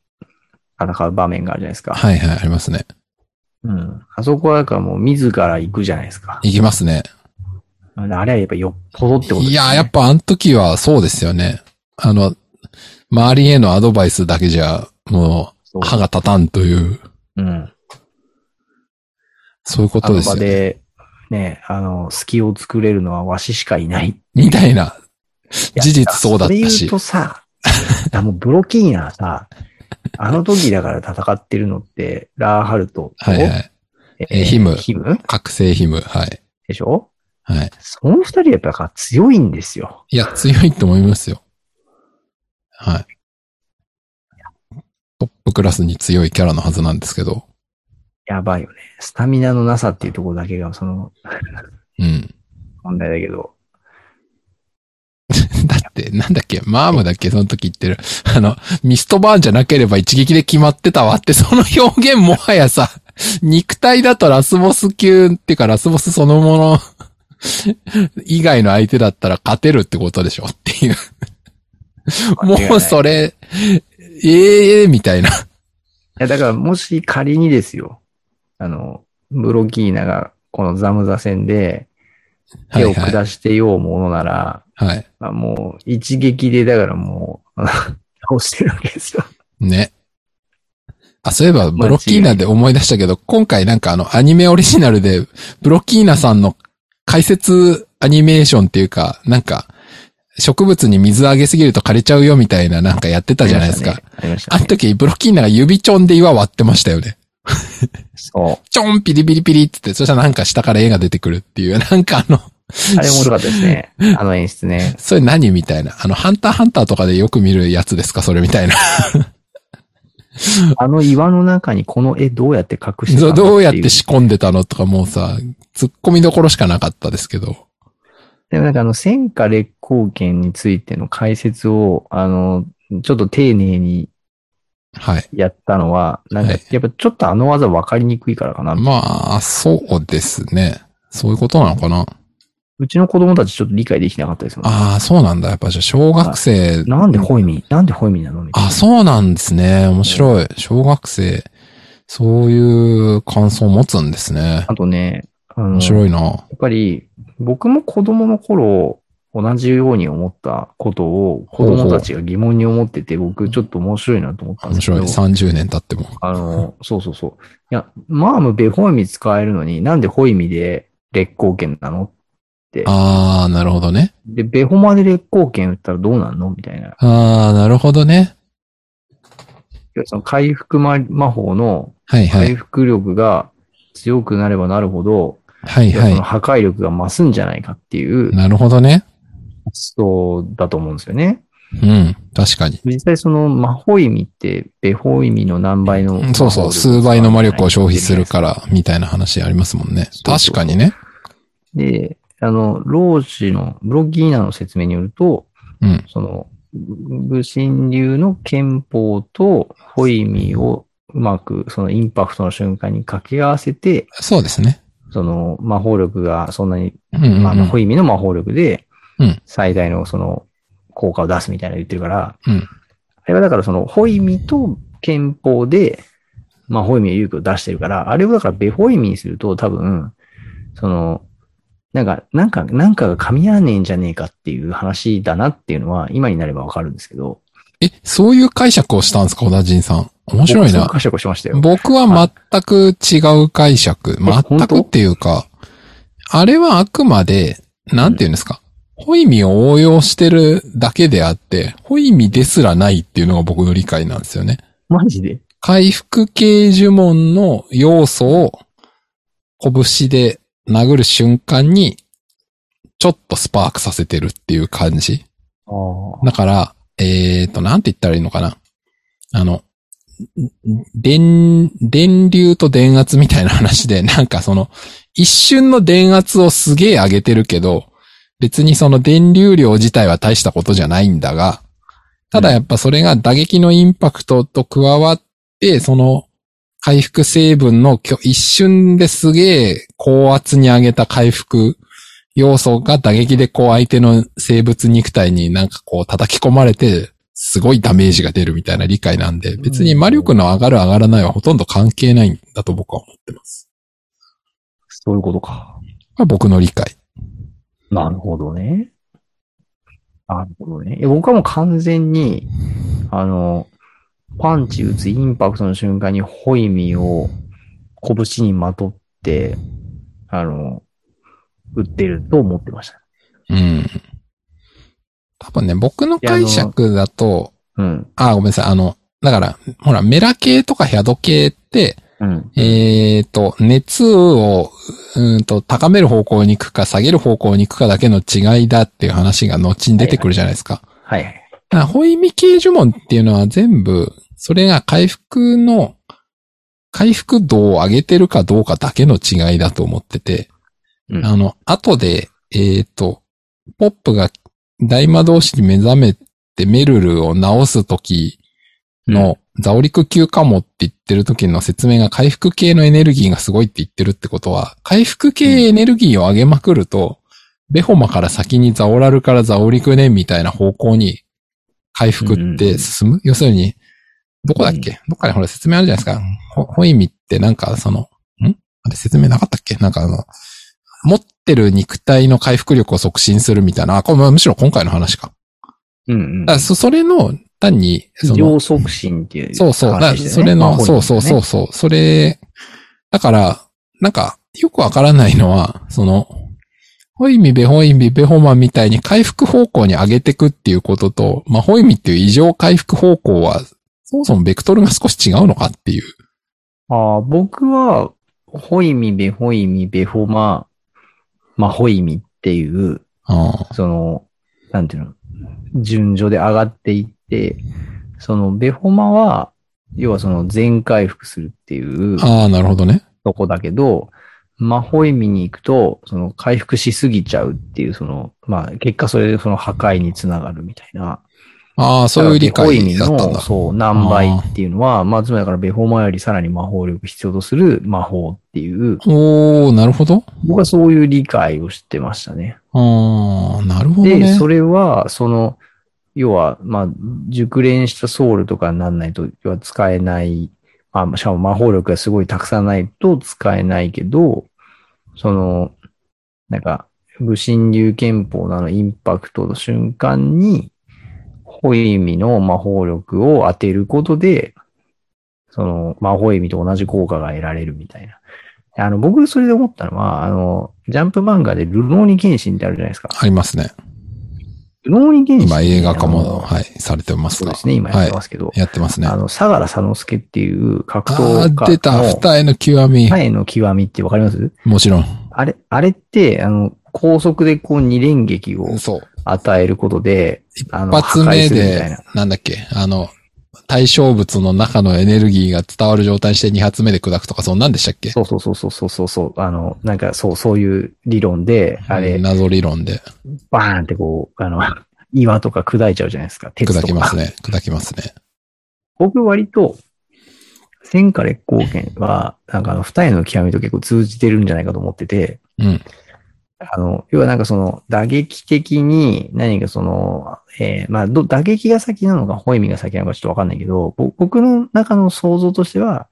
Speaker 2: 戦う場面があるじゃないですか。
Speaker 1: はいはい、ありますね。
Speaker 2: うん。あそこはだからもう自ら行くじゃないですか。
Speaker 1: いきますね。
Speaker 2: あれはやっぱよっぽどってことです、ね。
Speaker 1: いや、やっ
Speaker 2: ぱ。
Speaker 1: ぱあの時はそうですよね。あの、周りへのアドバイスだけじゃ、も
Speaker 2: そう
Speaker 1: う、歯が立たんという、
Speaker 2: うん。
Speaker 1: そういうこ
Speaker 2: あ
Speaker 1: と
Speaker 2: の
Speaker 1: です
Speaker 2: 場
Speaker 1: よね。
Speaker 2: で、ね、あの、隙を作れるのはわししかいない
Speaker 1: みたいな。事実そうだった
Speaker 2: いやそれ
Speaker 1: し
Speaker 2: 言うとさ、いやもうブロキーナさ、あの時だから戦ってるのって、ラーハルトと、
Speaker 1: はいはい。
Speaker 2: え
Speaker 1: えヒム
Speaker 2: ヒム
Speaker 1: 覚醒ヒム。はい。
Speaker 2: でしょ
Speaker 1: はい。
Speaker 2: その二人やっぱ強いんですよ。
Speaker 1: いや、強いと思いますよ。はい。トップクラスに強いキャラのはずなんですけど。
Speaker 2: やばいよね。スタミナのなさっていうところだけがその
Speaker 1: うん。 *laughs*
Speaker 2: 問題だけど。
Speaker 1: だって、なんだっけ、マームだっけ、その時言ってる。あの、ミストバーンじゃなければ一撃で決まってたわって、その表現もはやさ、肉体だとラスボス級っていうか、ラスボスそのもの以外の相手だったら勝てるってことでしょっていう。もう
Speaker 2: れ。い
Speaker 1: それ、ええみたいな。
Speaker 2: や、だからもし仮にですよ、あの、ブロキーナがこのザムザ戦で手を
Speaker 1: はい、はい。
Speaker 2: 下してようものなら、
Speaker 1: はい。
Speaker 2: まあ、もう一撃でだからもう、あの *laughs* 倒してるわけですよ。
Speaker 1: ね。あ、そういえば、ブロッキーナで思い出したけど、今回なんかあの、アニメオリジナルで、ブロッキーナさんの解説アニメーションっていうか、なんか、植物に水あげすぎると枯れちゃうよみたいななんかやってたじゃないですか。
Speaker 2: あり
Speaker 1: あ
Speaker 2: ましたね。ありましたね
Speaker 1: の時、ブロッキーナが指ちょんで岩割ってましたよね。
Speaker 2: そう。
Speaker 1: ちょんピリピリピリってって、そしたらなんか下から絵が出てくるっていう、なんかあの、
Speaker 2: あれ面白かったですね。あの演出ね。
Speaker 1: それ何みたいな。あの、ハンターハンターとかでよく見るやつですかそれみたいな。
Speaker 2: あの岩の中にこの絵どうやって隠してた
Speaker 1: ど
Speaker 2: の
Speaker 1: どうやって
Speaker 2: い
Speaker 1: 仕込んでたのとかもうさ、突っ込みどころしかなかったですけど。
Speaker 2: でもなんかあの、戦火烈光剣についての解説を、あの、ちょっと丁寧に
Speaker 1: はい。
Speaker 2: やったのは、なんか
Speaker 1: はい、
Speaker 2: やっぱちょっとあの技分かりにくいからかな。
Speaker 1: まあ、そうですね。そういうことなのかな。
Speaker 2: うちの子供たちちょっと理解できなかったですもん。
Speaker 1: ああ、そうなんだ。やっぱじゃあ小学生。
Speaker 2: なんでホイミなんでホイミなのみたいな。
Speaker 1: あ、そうなんですね。面白い。小学生、そういう感想を持つんですね。
Speaker 2: あとね、あの、
Speaker 1: 面白いな。
Speaker 2: やっぱり僕も子供の頃同じように思ったことを子供たちが疑問に思ってて、僕ちょっと面白いなと思ったんで
Speaker 1: 面
Speaker 2: すけ
Speaker 1: 白い。
Speaker 2: ど。
Speaker 1: 30年経っても。
Speaker 2: あの、そうそうそう。いや、マーム、ベホイミ使えるのに、なんでホイミで烈光剣なの
Speaker 1: ああ、なるほどね。
Speaker 2: で、ベホマで烈光剣打ったらどうなんのみたいな。いわ
Speaker 1: ああ、なるほどね。
Speaker 2: ゆるその回復魔魔法の
Speaker 1: はいは
Speaker 2: 回
Speaker 1: い。
Speaker 2: 復力が強くなればなるほど、
Speaker 1: はいは
Speaker 2: その
Speaker 1: い。
Speaker 2: 破壊力が増すんじゃないかっていう
Speaker 1: なるほどね。
Speaker 2: 発想だと思うんですよね。
Speaker 1: うん。確かに。
Speaker 2: 実際その魔法意味って、ベ法意味の何倍の魔法力を使
Speaker 1: そうそ
Speaker 2: わないといけない。
Speaker 1: う。数倍の魔力を消費するから、みたいな話ありますもんね。
Speaker 2: そう
Speaker 1: 確
Speaker 2: そう
Speaker 1: かにね。
Speaker 2: で、あの、老子の、ブロギーナの説明によると、
Speaker 1: うん。
Speaker 2: その、武神流の憲法とホイミをうまく、そのインパクトの瞬間に掛け合わせて、
Speaker 1: そうですね。
Speaker 2: その魔法力がそんなに、
Speaker 1: うんうん、
Speaker 2: まあ、
Speaker 1: うん
Speaker 2: ホ。イミの魔法力で
Speaker 1: うん、
Speaker 2: 最大のその効果を出すみたいなの言ってるから、
Speaker 1: うん
Speaker 2: あれはだからそのホイミと憲法で、まあ、ホイミの勇気を出してるから、あれをだからベホイミにすると多分、その、なんか、なんか、なんかが噛み合わねえんじゃねえかっていう話だなっていうのは、今になればわかるんですけど、
Speaker 1: え、そういう解釈をしたんですか、小田人さん。面白い
Speaker 2: 僕そう
Speaker 1: な。
Speaker 2: 解釈をしましたよ。
Speaker 1: 僕は全く違う解釈。
Speaker 2: あ
Speaker 1: 全くっていうか、あれはあくまで、なんて言うんですか。ホイミを応用してるだけであって、ホイミですらないっていうのが僕の理解なんですよね。
Speaker 2: マジで
Speaker 1: 回復系呪文の要素を拳で殴る瞬間に、ちょっとスパークさせてるっていう感じ。
Speaker 2: ああ。
Speaker 1: だから、えっ、と、なんて言ったらいいのかな。あの、電、電流と電圧みたいな話で、なんかその、一瞬の電圧をすげえ上げてるけど、別にその電流量自体は大したことじゃないんだが、ただやっぱそれが打撃のインパクトと加わって、その、回復成分のきょ一瞬ですげえ高圧に上げた回復要素が打撃でこう相手の生物肉体になんかこう叩き込まれて、すごいダメージが出るみたいな理解なんで、別に魔力の上がる上がらないはほとんど関係ないんだと僕は思ってます。
Speaker 2: そういうことか。
Speaker 1: これは僕の理解。
Speaker 2: なるほどね。なるほどね。いや僕はもう完全に、あの、パンチ打つインパクトの瞬間にホイミを拳にまとって、あの、打ってると思ってました。
Speaker 1: うん。多分ね、僕の解釈だと、
Speaker 2: うん。
Speaker 1: ああ、ごめんなさい。あの、だから、ほら、メラ系とかヒャド系って、
Speaker 2: うん。
Speaker 1: えっ、と、熱を、うーんと、高める方向に行くか、下げる方向に行くかだけの違いだっていう話が後に出てくるじゃないですか。
Speaker 2: はいはい。
Speaker 1: だからホイミ系呪文っていうのは全部、それが回復の、回復度を上げてるかどうかだけの違いだと思ってて、
Speaker 2: うん
Speaker 1: あの、後で、えっ、と、ポップが大魔導士に目覚めてメルルを治すときの、ザオリク級かもって言ってる時の説明が回復系のエネルギーがすごいって言ってるってことは、回復系エネルギーを上げまくると、ベホマから先にザオラルからザオリクネンみたいな方向に回復って進む、要するに、どこだっけ、どっかにほら説明あるじゃないですか。ほホイミってなんかその、んあれ説明なかったっけなんかあの、持ってる肉体の回復力を促進するみたいな、あ、これむしろ今回の話か。
Speaker 2: うんうん
Speaker 1: だからそ、それの単に、その、
Speaker 2: 上促進っていう、
Speaker 1: そうそう。だからそれの、そうそうそう。そう。それ、だから、なんか、よくわからないのは、その、ホイミ、ベホイミ、ベホマみたいに回復方向に上げてくっていうことと、まあ、ホイミっていう異常回復方向は、そもそもベクトルが少し違うのかっていう。
Speaker 2: ああ、僕は、ホイミ、ベホイミ、ベホマ、まあ、ホイミっていう、
Speaker 1: あ
Speaker 2: その、なんていうの、順序で上がっていって、その、ベホマは、要はその、全回復するっていう
Speaker 1: あ、ああなるほどね。
Speaker 2: とこだけど、まあ、ホイミに行くと、その、回復しすぎちゃうっていう、その、まあ、結果それでその破壊につながるみたいな。
Speaker 1: ああ、そういう理
Speaker 2: ホイ
Speaker 1: 解
Speaker 2: ミ
Speaker 1: だったん
Speaker 2: の、
Speaker 1: だ。
Speaker 2: そう、何倍っていうのは、まあ、つまりだから、ベホマよりさらに魔法力必要とする魔法っていう、
Speaker 1: おー、なるほど。
Speaker 2: 僕はそういう理解をしてましたね。
Speaker 1: ああ、なるほど
Speaker 2: で、
Speaker 1: ね。
Speaker 2: それは、その、要は、まあ、熟練したソウルとかになんないと、要は使えない、まあ、しかも魔法力がすごいたくさんないと使えないけど、その、なんか、武神流憲法のあのインパクトの瞬間に、ホイミの魔法力を当てることで、その、魔法意味と同じ効果が得られるみたいな。あの、僕それで思ったのは、あの、ジャンプ漫画でルローニケンシンってあるじゃないですか。
Speaker 1: ありますね。
Speaker 2: 脳に原始
Speaker 1: 今映画化
Speaker 2: あの
Speaker 1: も、はい、されてます
Speaker 2: そう
Speaker 1: が
Speaker 2: で。すね、今やってますけど、
Speaker 1: やってますね。
Speaker 2: あの、相良佐之助っていう格
Speaker 1: ああ
Speaker 2: 闘
Speaker 1: ー、出
Speaker 2: 家
Speaker 1: た。
Speaker 2: の
Speaker 1: 二重の極み。
Speaker 2: 前の極みってわかります
Speaker 1: もちろん。
Speaker 2: あれ、あれって、あの、高速でこう二連撃を
Speaker 1: そう。
Speaker 2: 与えることで、あ
Speaker 1: 一
Speaker 2: の、
Speaker 1: 発
Speaker 2: 破壊
Speaker 1: 目
Speaker 2: するみた
Speaker 1: で
Speaker 2: いな。、
Speaker 1: なんだっけ、あの、対象物の中のエネルギーが伝わる状態にして二発目で砕くとか、そんなんでしたっけ
Speaker 2: そうそうそうそうそうそうそう。あの、なんかそう、そういう理論で、あれ、
Speaker 1: 謎理論で
Speaker 2: バーンってこう、あの、 *laughs* 岩とか砕いちゃうじゃないですか。鉄と
Speaker 1: 砕
Speaker 2: か。
Speaker 1: きますね。砕きますね。
Speaker 2: 僕割と、戦火烈光剣は、なんかあの、二重の極みと結構通じてるんじゃないかと思ってて、
Speaker 1: うん。
Speaker 2: あの、要はなんかその、打撃的に、何かその、えーまあ、ど、打撃が先なのか、ホイミが先なのかちょっとわかんないけど、ぼ僕の中の想像としては、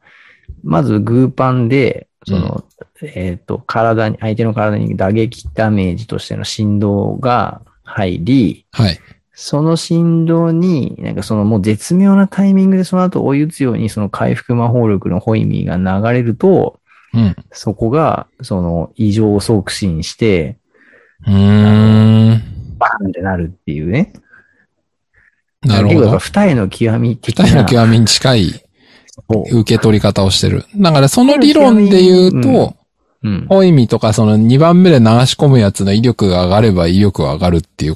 Speaker 2: まずグーパンで、その、えっ、と、体に、相手の体に打撃ダメージとしての振動が入り、
Speaker 1: はい。
Speaker 2: その振動に、なんかそのもう絶妙なタイミングでその後追い打つようにその回復魔法力のホイミーが流れると、
Speaker 1: うん。
Speaker 2: そこがその異常を促進して、
Speaker 1: うーん。
Speaker 2: バーンってなるっていうね。
Speaker 1: なるほ
Speaker 2: 結構
Speaker 1: ど。
Speaker 2: 二重の極み的な。
Speaker 1: 二重の極みに近い受け取り方をしてる。だからその理論で言う
Speaker 2: うん
Speaker 1: と、
Speaker 2: うん。
Speaker 1: ホイミとかその2番目で流し込むやつの威力が上がれば威力が上がるっていう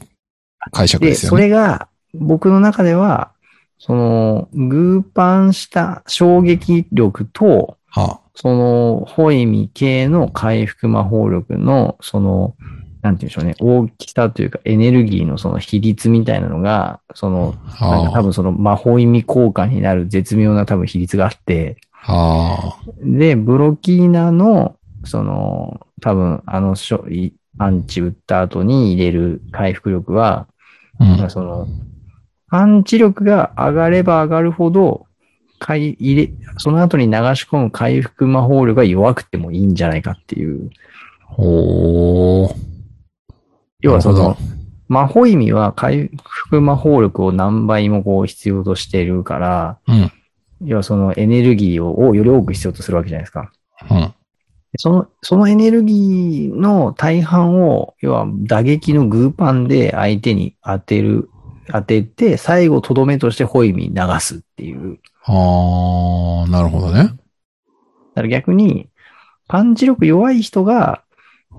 Speaker 1: 解釈
Speaker 2: で、
Speaker 1: ですよ
Speaker 2: そ
Speaker 1: ね。
Speaker 2: れが僕の中では、その、グーパンした衝撃力と、
Speaker 1: は
Speaker 2: その、ホイミ系の回復魔法力の、その、なんて言うんでしょうね、大きさというかエネルギーのその比率みたいなのが、その、
Speaker 1: あ、
Speaker 2: なんか多
Speaker 1: は
Speaker 2: 分その魔法意味効果になる絶妙な多分比率があって、
Speaker 1: あ、はあ、
Speaker 2: で、ブロキーナの、その、多分あのしょ、いアンチ打った後に入れる回復力は、
Speaker 1: うん。
Speaker 2: その、パンチ力が上がれば上がるほど、回入れ、その後に流し込む回復魔法力が弱くてもいいんじゃないかっていう。
Speaker 1: ほー。
Speaker 2: 要はそ
Speaker 1: なる
Speaker 2: の
Speaker 1: ほ、
Speaker 2: 魔法意味は回復魔法力を何倍もこう必要としてるから、
Speaker 1: うん。
Speaker 2: 要はそのエネルギーををより多く必要とするわけじゃないですか。
Speaker 1: うん。
Speaker 2: でその、そのエネルギーの大半を、要は打撃のグーパンで相手に当てる、当てて、最後とどめとしてホイミ流すっていう。
Speaker 1: ああ、なるほどね。
Speaker 2: だから逆に、パンチ力弱い人が、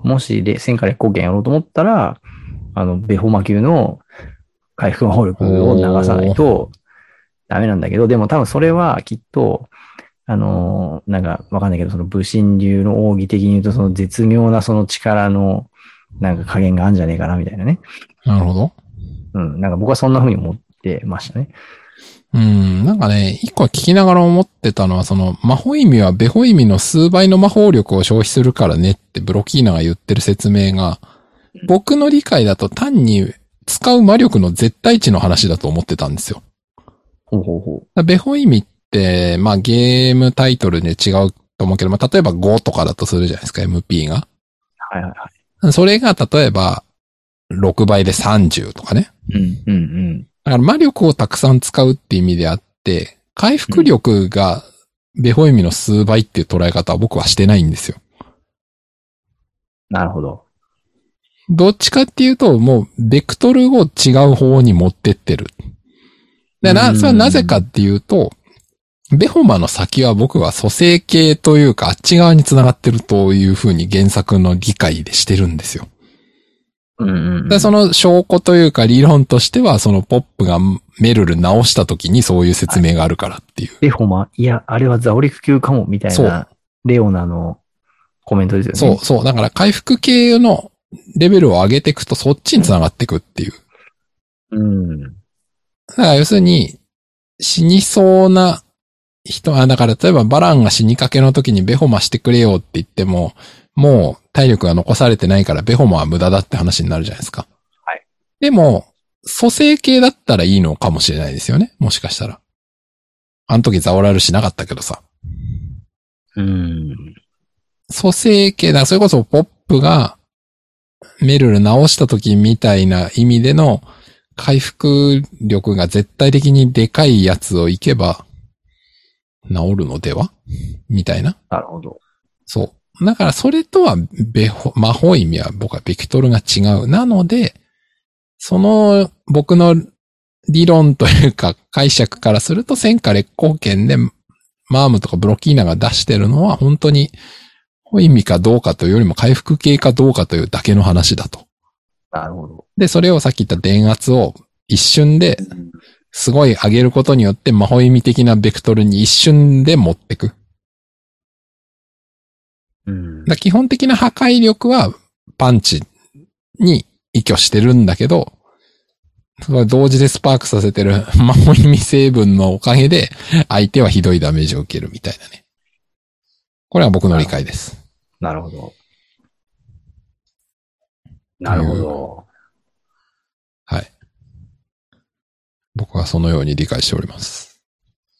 Speaker 2: もしで戦火烈光剣やろうと思ったら、あの、ベホマ級の回復魔法力を流さないとダメなんだけど、でも多分それはきっと、あのー、なんかわかんないけど、その武神流の奥義的に言うと、その絶妙なその力の、なんか加減があるんじゃねえかな、みたいなね。
Speaker 1: なるほど。
Speaker 2: うん、なんか僕はそんな風に思ってましたね。
Speaker 1: うん。なんかね、一個聞きながら思ってたのは、その、魔法意味はベホ意味の数倍の魔法力を消費するからねってブロキーナが言ってる説明が、僕の理解だと単に使う魔力の絶対値の話だと思ってたんですよ。
Speaker 2: ほうほうほ
Speaker 1: ベホ意味って、まあゲームタイトルで違うと思うけど、まあ例えば5とかだとするじゃないですか、MP が。
Speaker 2: う。はいはいは
Speaker 1: それが例えば6倍で30とかね。
Speaker 2: い。うん、うん、うん。
Speaker 1: だから魔力をたくさん使うって意味であって、回復力がベホイミの数倍っていう捉え方は僕はしてないんですよ。
Speaker 2: なるほど。
Speaker 1: どっちかっていうと、もう、ベクトルを違う方に持ってってる。で、
Speaker 2: う
Speaker 1: な、
Speaker 2: ん
Speaker 1: それはなぜかっていうと、ベホマの先は僕は蘇生系というか、あっち側に繋がってるというふうに原作の理解でしてるんですよ。
Speaker 2: うん、うんうん。
Speaker 1: で、その証拠というか理論としては、そのポップがメルル直した時にそういう説明があるからっていう。
Speaker 2: ベホマ、いや、あれはザオリク級かも、みたい
Speaker 1: そ
Speaker 2: な
Speaker 1: う、
Speaker 2: レオナのコメントですよね。
Speaker 1: そうそう。だから回復系のレベルを上げていくとそっちに繋がっていくっていう。
Speaker 2: う。うん。
Speaker 1: だから要するに、死にそうな人、あ、だから例えばバランが死にかけの時にベホマしてくれよって言っても、もう体力が残されてないからベホマは無駄だって話になるじゃないですか。
Speaker 2: はい。
Speaker 1: でも、蘇生系だったらいいのかもしれないですよね。もしかしたら。あの時ザオラルしなかったけどさ。
Speaker 2: うん。
Speaker 1: 蘇生系だ。それこそポップがメルル直した時みたいな意味での回復力が絶対的にでかいやつをいけば治るのではみたいな。
Speaker 2: なるほど。
Speaker 1: そう。だからそれとはベホ、魔法意味は僕はベクトルが違う。なので、その僕の理論というか解釈からすると戦火烈光剣でマームとかブロキーナが出してるのは本当に意味かどうかというよりも回復系かどうかというだけの話だと。
Speaker 2: なるほど。
Speaker 1: で、それをさっき言った電圧を一瞬で、すごい上げることによって魔法意味的なベクトルに一瞬で持ってく。だか
Speaker 2: うん。
Speaker 1: ら基本的な破壊力はパンチに依拠してるんだけど、それ同時でスパークさせてる *laughs* 魔法意味成分のおかげで、相手はひどいダメージを受けるみたいなね。これは僕の理解です。
Speaker 2: なるほど。なるほど。
Speaker 1: はい。僕はそのように理解しております。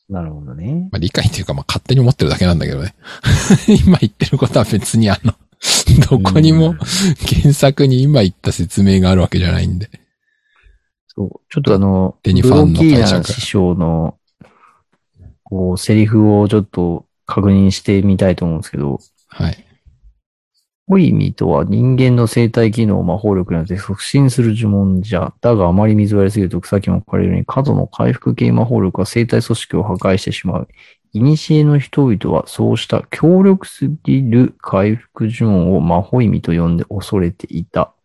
Speaker 2: なるほどね。
Speaker 1: まあ、理解っていうか、まあ、勝手に思ってるだけなんだけどね。 *laughs* 今言ってることは別にあの、どこに
Speaker 2: う
Speaker 1: も
Speaker 2: ん
Speaker 1: 原作に今言った説明があるわけじゃないんで。
Speaker 2: そう。ちょっとあの、
Speaker 1: 手に
Speaker 2: ブ
Speaker 1: ファ
Speaker 2: ロ
Speaker 1: ン
Speaker 2: ー
Speaker 1: の
Speaker 2: キー
Speaker 1: 解
Speaker 2: ナ
Speaker 1: 釈
Speaker 2: 師匠の、こう、セリフをちょっと確認してみたいと思うんですけど、
Speaker 1: はい。
Speaker 2: ホイミとは人間の生体機能、魔法力によって促進する呪文じゃ。だがあまり水をやりすぎると草木も枯れるように、過度の回復系魔法力は生体組織を破壊してしまう。古の人々はそうした強力すぎる回復呪文を魔法意味と呼んで恐れていた。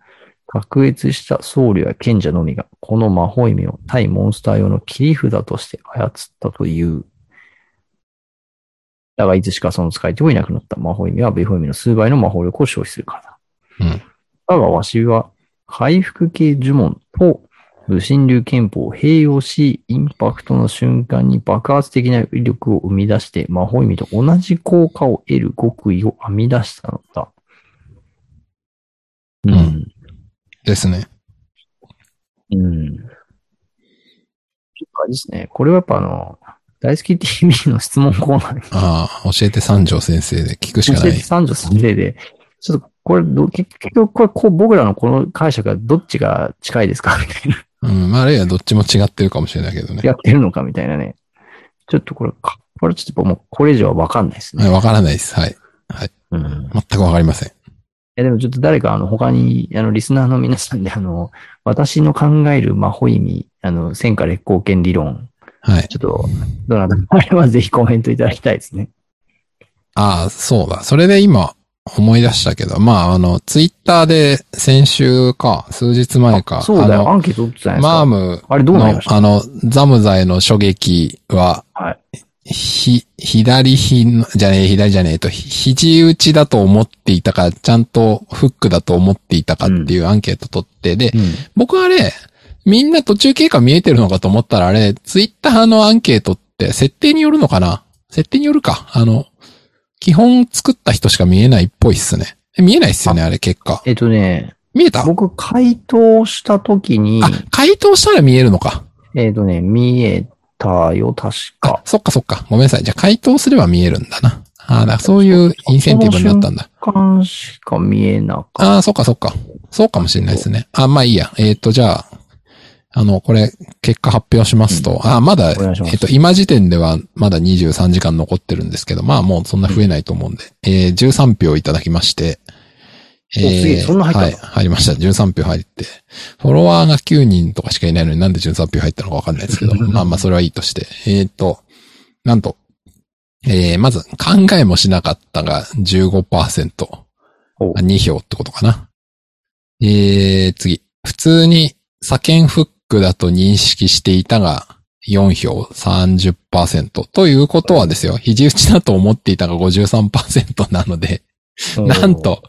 Speaker 2: 卓越した僧侶や賢者のみが、この魔法意味を対モンスター用の切り札として操ったという。だが、いつしかその使い手もいなくなった。魔法意味は、ベホ意味の数倍の魔法力を消費するからだ。
Speaker 1: うん。
Speaker 2: だが、わしは、回復系呪文と、無神流憲法を併用し、インパクトの瞬間に爆発的な威力を生み出して、魔法意味と同じ効果を得る極意を編み出したのだ。
Speaker 1: んですね。
Speaker 2: うん。ちょっとあれですね。これはやっぱあの、大好き TV の質問コーナー
Speaker 1: ああ、教えて三条先生で聞くし
Speaker 2: に
Speaker 1: か
Speaker 2: 教
Speaker 1: な
Speaker 2: えて
Speaker 1: い。
Speaker 2: 三条先生で、ちょっとこれど、結結局これこう僕らのこの解釈がどっちが近いですかみたいな。
Speaker 1: うん。まあ、あるいはどっちも違ってるかもしれないけどね。
Speaker 2: やってるのかみたいなね。ちょっとこれか、これちょっともうこれ以上はわかんないです
Speaker 1: は
Speaker 2: ね。
Speaker 1: い、わからないです。はい。
Speaker 2: うん。
Speaker 1: 全くわかりません。
Speaker 2: いやでもちょっと誰かあの他に、あのリスナーの皆さんであの、私の考える魔法意味、あの、戦火烈光剣理論、
Speaker 1: はい
Speaker 2: ち。ょっと、どなたかあれはぜひコメントいただきたいですね。
Speaker 1: ああ、そうだ。それで今、思い出したけど、まあ、あの、ツイッターで先週か、数日前か、
Speaker 2: そうだ
Speaker 1: あ
Speaker 2: よ、
Speaker 1: の
Speaker 2: アンケート取ってたじゃないですか。
Speaker 1: マーム
Speaker 2: あれどうなりま
Speaker 1: の
Speaker 2: した
Speaker 1: あの、ザムザへの初撃は、
Speaker 2: は
Speaker 1: ひ、左ひん、じゃねえ、左じゃねえと、ひ肘打ちだと思っていたか、ちゃんとフックだと思っていたかっていうアンケート取って、で、
Speaker 2: うん。
Speaker 1: 僕あれ、みんな途中経過見えてるのかと思ったらあれ、ツイッターのアンケートって設定によるのかな設定によるか。あの、基本作った人しか見えないっぽいっすね。え見えないっすよね、あれ結果。
Speaker 2: えっとね、
Speaker 1: 見えた
Speaker 2: 僕回答した時に
Speaker 1: あ、、回答したら見えるのか。
Speaker 2: えっとね、見えたよ、確
Speaker 1: あ
Speaker 2: か、。
Speaker 1: そっかそっか。ごめんなさい。じゃあ回答すれば見えるんだな。ああ、だからそういうインセンティブになったんだ。
Speaker 2: 間しか見えなかっ
Speaker 1: ああ、そっかそっか。そうかもしれないですね。あまあいいや。えっ、と、じゃあ、あの、これ、結果発表しますと、あまだ、えっ、
Speaker 2: お願いします
Speaker 1: と、今時点ではまだ23時間残ってるんですけど、まあもうそんな増えないと思うんで、えー、13票いただきまして、え
Speaker 2: おすげえそんな入ったの
Speaker 1: はい、入りました。13票入って。フォロワーが9人とかしかいないのになんで13票入ったのかわかんない
Speaker 2: *laughs*
Speaker 1: ですけど、まあまあそれはいいとして、えっ、と、なんと、えー、まず、考えもしなかったが15%。
Speaker 2: た。お
Speaker 1: あ2票ってことかな。えー、次。普通に左見フックだと認識していたが、4票30%。ということはですよ、肘打ちだと思っていたが53%なので、なん。と、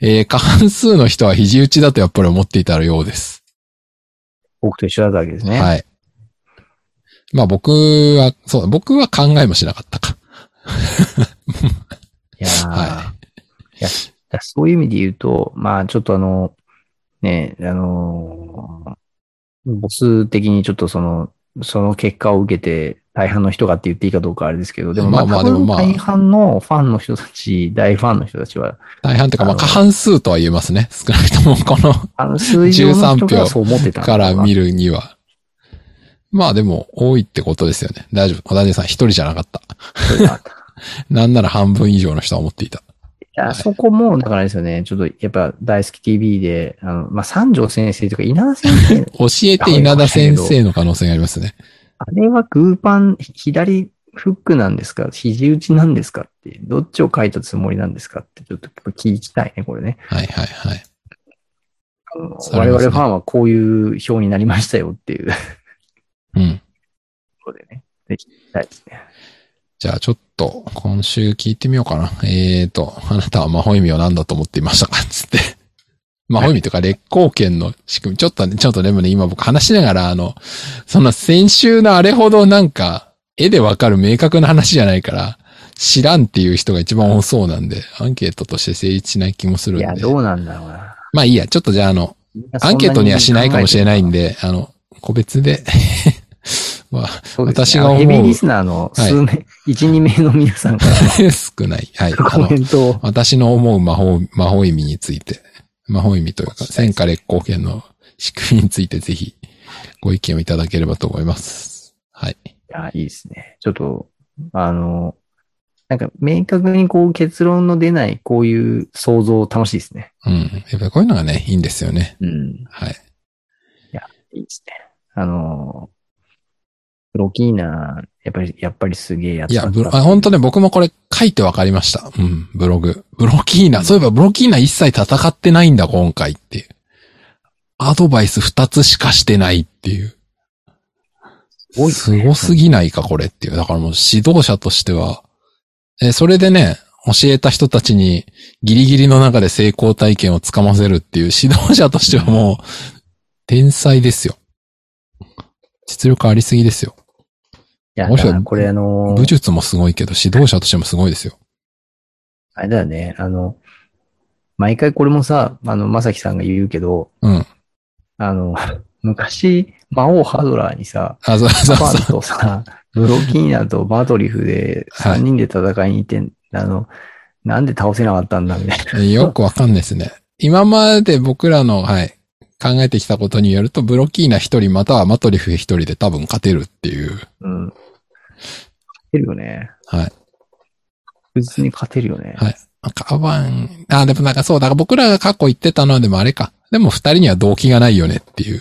Speaker 1: えー過半数の人は肘打ちだとやっぱり思っていたようです。
Speaker 2: 僕と一緒だったわけですね。い。
Speaker 1: はい。まあ僕は、そうだ、僕は考えもしなかったか。
Speaker 2: いやー
Speaker 1: はい
Speaker 2: や、だからそういう意味で言うと、まあちょっとあの、ね、あのー、ボス的にちょっとその、その結果を受けて、大半の人がって言っていいかどうかあれですけど、でもまあ、
Speaker 1: まあまあ
Speaker 2: 多
Speaker 1: でも
Speaker 2: 分
Speaker 1: まあ
Speaker 2: 大半のファンの人たち、大ファンの人たちは、
Speaker 1: 大半というか、まあ
Speaker 2: あの
Speaker 1: 過半数とは言えますね。少なくともこの
Speaker 2: あの数字の人
Speaker 1: 13票
Speaker 2: がそう思ってたの
Speaker 1: から
Speaker 2: ま
Speaker 1: 見るには。まあでも、多いってことですよね。大丈夫。小田さん一人じゃなかった。
Speaker 2: あそういうのがあった
Speaker 1: なんなら半分以上の人は思っていた。
Speaker 2: いや、そこも、だからですよね、ちょっとやっぱ大好き TV で、あの、まあ、三条先生とか稲田先生、
Speaker 1: 教えて稲田先生の可能性がありますね。
Speaker 2: あれはグーパン、左フックなんですか肘打ちなんですかって、どっちを書いたつもりなんですかって、ちょっと聞きたいね、これね。
Speaker 1: はいはいはい。
Speaker 2: あの
Speaker 1: そう
Speaker 2: 我
Speaker 1: ですね
Speaker 2: 々ファンはこういう表になりましたよっていうと
Speaker 1: うん。
Speaker 2: ころでね。できたいですね。
Speaker 1: じゃあちょっと、今週聞いてみようかな。えーと、あなたは魔法意味を何だと思っていましたかつって。 *laughs* 魔法意味というか、烈光剣の仕組み。ちょっとね、ちょっとでもね、今僕話しながら、あの、その先週のあれほどなんか、絵でわかる明確な話じゃないから、知らんっていう人が一番多そうなんで、アンケートとして成立しない気もするんで。
Speaker 2: いや、どうなんだろうな。
Speaker 1: まあいいや、ちょっとじゃああの、
Speaker 2: みんなそん
Speaker 1: ア
Speaker 2: な
Speaker 1: ン
Speaker 2: に
Speaker 1: ケートにはしないかもしれないんで、あの、個別で、 *laughs* まあ、
Speaker 2: そうです
Speaker 1: 私
Speaker 2: ね
Speaker 1: が思う
Speaker 2: あのヘビーリスナーの
Speaker 1: はい
Speaker 2: 数名、1、2名の皆さんか
Speaker 1: 少ない。
Speaker 2: *laughs*
Speaker 1: はい。
Speaker 2: ら
Speaker 1: あ
Speaker 2: コ
Speaker 1: の
Speaker 2: メ、ントを。
Speaker 1: 私の思う魔法、魔法意味について、魔法意味というか、戦火烈光剣の仕組みについてぜひご意見をいただければと思います。はい。
Speaker 2: いや、いいですね。ちょっと、あの、なんか明確にこう結論の出ないこういう想像楽しいですね。
Speaker 1: うん。やっぱりこういうのがね、いいんですよね。
Speaker 2: うん。
Speaker 1: はい。
Speaker 2: いいですね。あの、ロキーナ、やっぱり、やっぱりすげえやつ
Speaker 1: い
Speaker 2: だ
Speaker 1: や、
Speaker 2: った
Speaker 1: ブロ、あ本当ね、僕もこれ書いてわかりました。うん、ブログ。ブロキーナ。そういえばブロキーナ一切戦ってないんだ、今回っていう。アドバイス二つしかしてないっていう。
Speaker 2: すごいっす
Speaker 1: す
Speaker 2: ね
Speaker 1: ごすぎないか、これっていう。だからもう指導者としては、え、それでね、教えた人たちにギリギリの中で成功体験をつかませるっていう指導者としてはもう、天才ですよ。実力ありすぎですよ。
Speaker 2: いや、
Speaker 1: もしか
Speaker 2: だからこれあの
Speaker 1: 武、術もすごいけど、指導者としてもすごいですよ。
Speaker 2: あれだよね、あの、毎回これもさ、あの、まさきさんが言うけど、
Speaker 1: うん。
Speaker 2: あの、 *laughs* 昔、魔王ハドラーにさ、
Speaker 1: あ、そうそうそ
Speaker 2: アパ
Speaker 1: う。
Speaker 2: ンとさ、ブロキーナとバトリフで
Speaker 1: はい
Speaker 2: 3人で戦いに行って、あの、なんで倒せなかったんだみたいな。
Speaker 1: よくわかんないですね。今まで僕らの、はい、考えてきたことによると、ブロキーナ一人またはマトリフ一人で多分勝てるっていう。
Speaker 2: うん。勝てるよね。
Speaker 1: はい。
Speaker 2: 確実に勝てるよね。
Speaker 1: はいあカバン、あ、でもなんかそう、だから僕らが過去言ってたのはでもあれか。でも二人には動機がないよねっていう。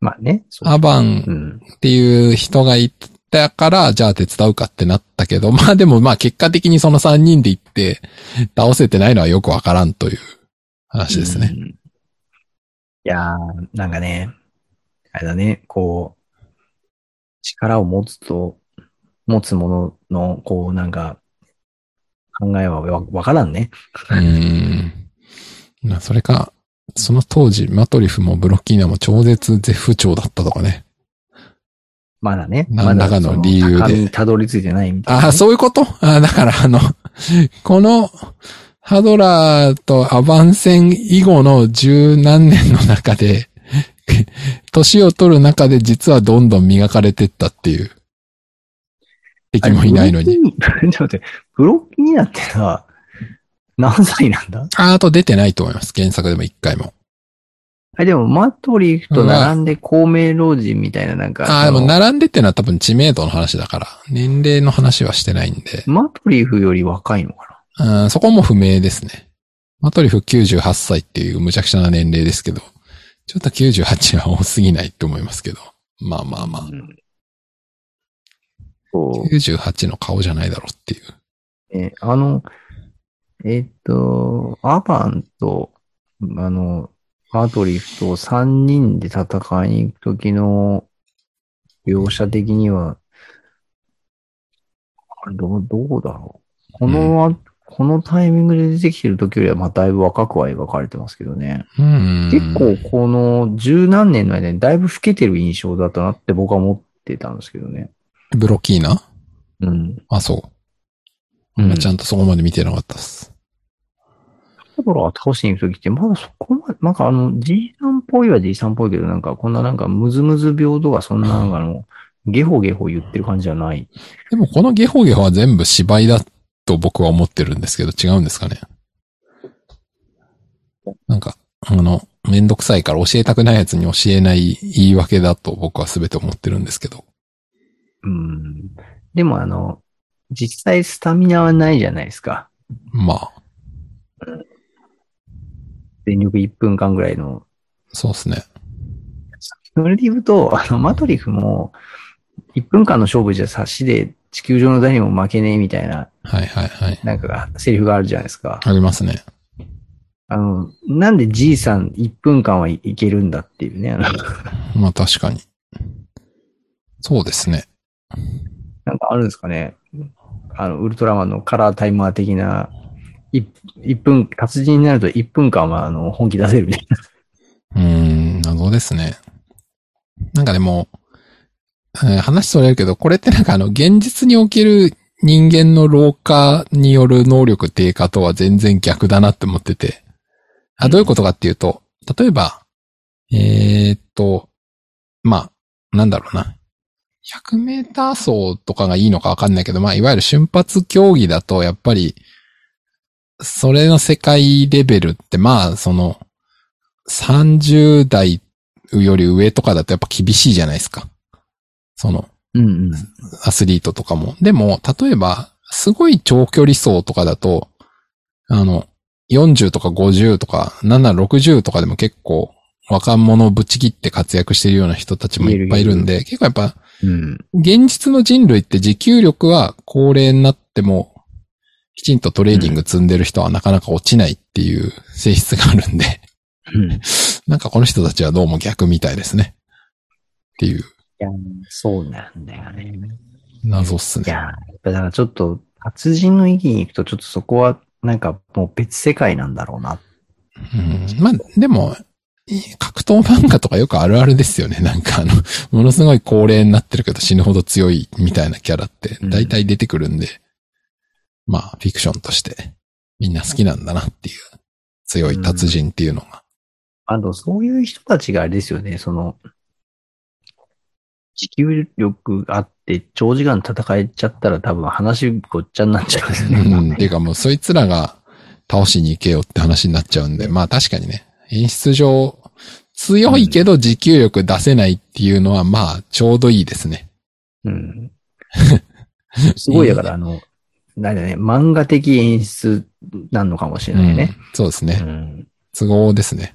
Speaker 2: まあね。そう
Speaker 1: アバ
Speaker 2: う
Speaker 1: ン
Speaker 2: ん。
Speaker 1: っていう人がいたから、じゃあ手伝うかってなったけど、 *laughs* まあでもまあ結果的にその三人で行って、倒せてないのはよくわからんという話ですね。
Speaker 2: うんいやー、なんかね、あれだね、こう、力を持つと、持つものの、こう、なんか、考えはわわからんね。
Speaker 1: うーん。まあそれか、その当時、マトリフもブロッキーナも超絶絶不調だったとかね。
Speaker 2: まだね。
Speaker 1: 何らかの理由で
Speaker 2: まだその高みにたどり着いてないみたいな、
Speaker 1: ああ、そういうことああだからあの、この、ハドラーとアバン戦以後の十何年の中で、年を取る中で実はどんどん磨かれてったっていう。敵もいないのに。
Speaker 2: あれ。ブロッキー *laughs* ちょっと待って、ブロッキーナってさ、何歳なんだ
Speaker 1: あーあと出てないと思います。原作でも一回も。
Speaker 2: あ、でも、マトリフと並んで孔明老人みたいな、なんか、
Speaker 1: ああ、で
Speaker 2: そ
Speaker 1: も
Speaker 2: の
Speaker 1: 並んでってのは多分知名度の話だから、年齢の話はしてないんで。
Speaker 2: マトリフより若いのかな
Speaker 1: うんそこも不明ですね。マトリフ98歳っていう無茶苦茶な年齢ですけど、ちょっと98は多すぎないと思いますけど。まあまあまあ。
Speaker 2: うんそ
Speaker 1: 98の顔じゃないだろうっていう。
Speaker 2: う、ね。あの、えっと、アバンと、あの、パートリフと3人で戦いに行くときの描写的には、あどう、どうだろう。この、このタイミングで出てきてる時よりは、まあ、だいぶ若くは描かれてますけどね。
Speaker 1: うん。
Speaker 2: 結構、この十何年の間にだいぶ老けてる印象だったなって僕は思ってたんですけどね。
Speaker 1: ブロキーナ
Speaker 2: うん。
Speaker 1: あ、そうう。まあちゃ
Speaker 2: ん
Speaker 1: んとそこまで見てなかったっす。
Speaker 2: ところが倒しに行くときって、まだそこまで、なんかあの、じいさんっぽいはじいさんっぽいけど、なんかこんななんかムズムズ病とかそんななんかあの、ゲホゲホ言ってる感じじゃない。
Speaker 1: でもこのゲホゲホは全部芝居だと僕は思ってるんですけど、違うんですかね。なんか、あの、めんどくさいから教えたくないやつに教えない言い訳だと僕は全て思ってるんですけど。
Speaker 2: うん。でもあの、実際スタミナはないじゃないですか。
Speaker 1: まあ、
Speaker 2: 全力1分間ぐらいの。
Speaker 1: そうですね。
Speaker 2: それで言うと、あの、マトリフも、1分間の勝負じゃ差しで地球上の誰にも負けねえみたいな、
Speaker 1: はいはいはい。
Speaker 2: なんか、セリフがあるじゃないですか。
Speaker 1: ありますね。
Speaker 2: あの、なんでじいさん1分間はいいけるんだっていうね。あの
Speaker 1: まあ確かに。そうですね。
Speaker 2: なんかあるんですかね。あの、ウルトラマンのカラータイマー的な、い一分、達人になると1分間は、あの、本気出せるみたいな。
Speaker 1: うーん、謎ですね。なんかでも、えー話それるけど、これってなんかあの、現実における人間の老化による能力低下とは全然逆だなって思ってて。あ、どういうことかっていうと、例えば、えーっと、まあ、なんだろうな。100メーター走とかがいいのかわかんないけど、まあ、いわゆる瞬発競技だと、やっぱり、それの世界レベルって、まあ、その、30代より上とかだとやっぱ厳しいじゃないですか。その、
Speaker 2: うんうん。
Speaker 1: アスリートとかも。でも、例えば、すごい長距離走とかだと、あの、40とか50とか、なんなら60とかでも結構、若者をぶち切って活躍しているような人たちもいっぱいいるんで、結構やっぱ、
Speaker 2: うん。
Speaker 1: 現実の人類って持久力は高齢になっても、きちんとトレーニング積んでる人はなかなか落ちないっていう性質があるんで、
Speaker 2: うん。い
Speaker 1: なんかこの人たちはどうも逆みたいですね。っていう
Speaker 2: や、そうなんだよね。
Speaker 1: 謎っす
Speaker 2: いや、
Speaker 1: ね。
Speaker 2: やっぱだからちょっと、達人の域に行くと、ちょっとそこは、なんかもう別世界なんだろうな。
Speaker 1: うん、まあ、でも、格闘漫画とかよくあるあるですよね。なんかあの、ものすごい高齢になってるけど死ぬほど強いみたいなキャラって
Speaker 2: うん
Speaker 1: 大体出てくるんで、まあ、フィクションとしてみんな好きなんだなっていう、強い達人っていうのが。
Speaker 2: あと、そういう人たちがあれですよね、その、持久力あって、長時間戦えちゃったら多分話ごっちゃになっちゃうんですよ
Speaker 1: うん、ってい
Speaker 2: ね。
Speaker 1: うかもうそいつらが倒しに行けよって話になっちゃうんで、まあ確かにね、演出上、強いけど持久力出せないっていうのはまあちょうどいいですね。
Speaker 2: *laughs* うん。すごい、だから、あの、なんだね、漫画的演出なのかもしれないね。
Speaker 1: うんそうです
Speaker 2: う
Speaker 1: ね。
Speaker 2: ん。
Speaker 1: 都合ですね。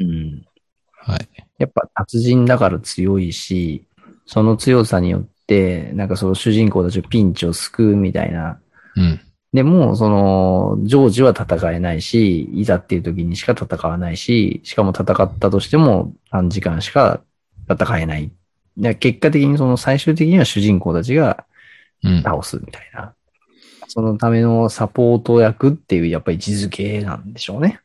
Speaker 2: うん。
Speaker 1: はい。
Speaker 2: やっぱ達人だから強いし、その強さによって、なんかその主人公たちのピンチを救うみたいな。
Speaker 1: うん。
Speaker 2: でも、その、常時は戦えないし、いざっていう時にしか戦わないし、しかも戦ったとしても短時間しか戦えない。で結果的にその最終的には主人公たちが
Speaker 1: うん。
Speaker 2: 倒すみたいな。そのためのサポート役っていう、やっぱり位置づけなんでしょうね。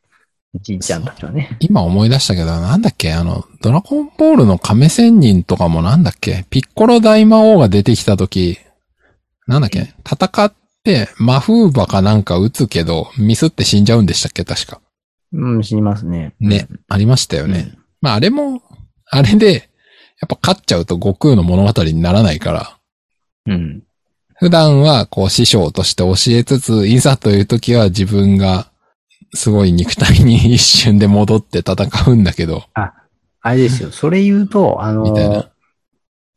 Speaker 2: じいちゃんたちはね。
Speaker 1: 今思い出したけど、なんだっけあの、ドラゴンボールの亀仙人とかもなんだっけピッコロ大魔王が出てきた時、なんだっけ戦って魔風馬かなんか撃つけど、ミスって死んじゃうんでしたっけ確か。
Speaker 2: うん、死にますね。
Speaker 1: ね、ありましたよ
Speaker 2: う
Speaker 1: ね。
Speaker 2: ん。
Speaker 1: まああれも、あれで、やっぱ勝っちゃうと悟空の物語にならないから、
Speaker 2: うん。
Speaker 1: 普段はこう師匠として教えつつ、いざという時は自分がすごい肉体に *laughs* 一瞬で戻って戦うんだけど、
Speaker 2: あれ
Speaker 1: *laughs*
Speaker 2: ですよ。それ言うと、あの
Speaker 1: みたいな、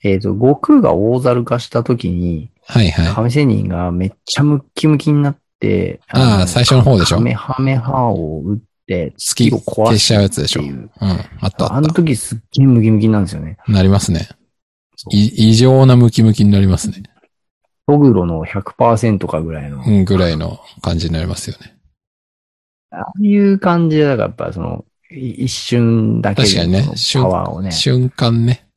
Speaker 2: えっ、と、悟空が大猿化した時に、
Speaker 1: はいはい。
Speaker 2: 亀仙人がめっちゃムッキムキになって、
Speaker 1: ああ
Speaker 2: の
Speaker 1: 最初の方でしょ
Speaker 2: カメハメハを打って、
Speaker 1: 突き
Speaker 2: 月を壊
Speaker 1: 消し
Speaker 2: し
Speaker 1: ちゃうやつでしょ。
Speaker 2: って
Speaker 1: う。
Speaker 2: いうん
Speaker 1: あったあ
Speaker 2: あ
Speaker 1: っ
Speaker 2: の時すっげえムキムキなんですよね。
Speaker 1: た。なりますね。
Speaker 2: そう
Speaker 1: い異常なムキムキになりますね。
Speaker 2: トグロの100%かぐらいの、
Speaker 1: う
Speaker 2: あ
Speaker 1: ん、ぐらいの感じになりますよね。
Speaker 2: あいう感じで、だからやっぱその、い一瞬だけ
Speaker 1: 確かにね
Speaker 2: でそのパワーをね、
Speaker 1: 瞬間ね。
Speaker 2: う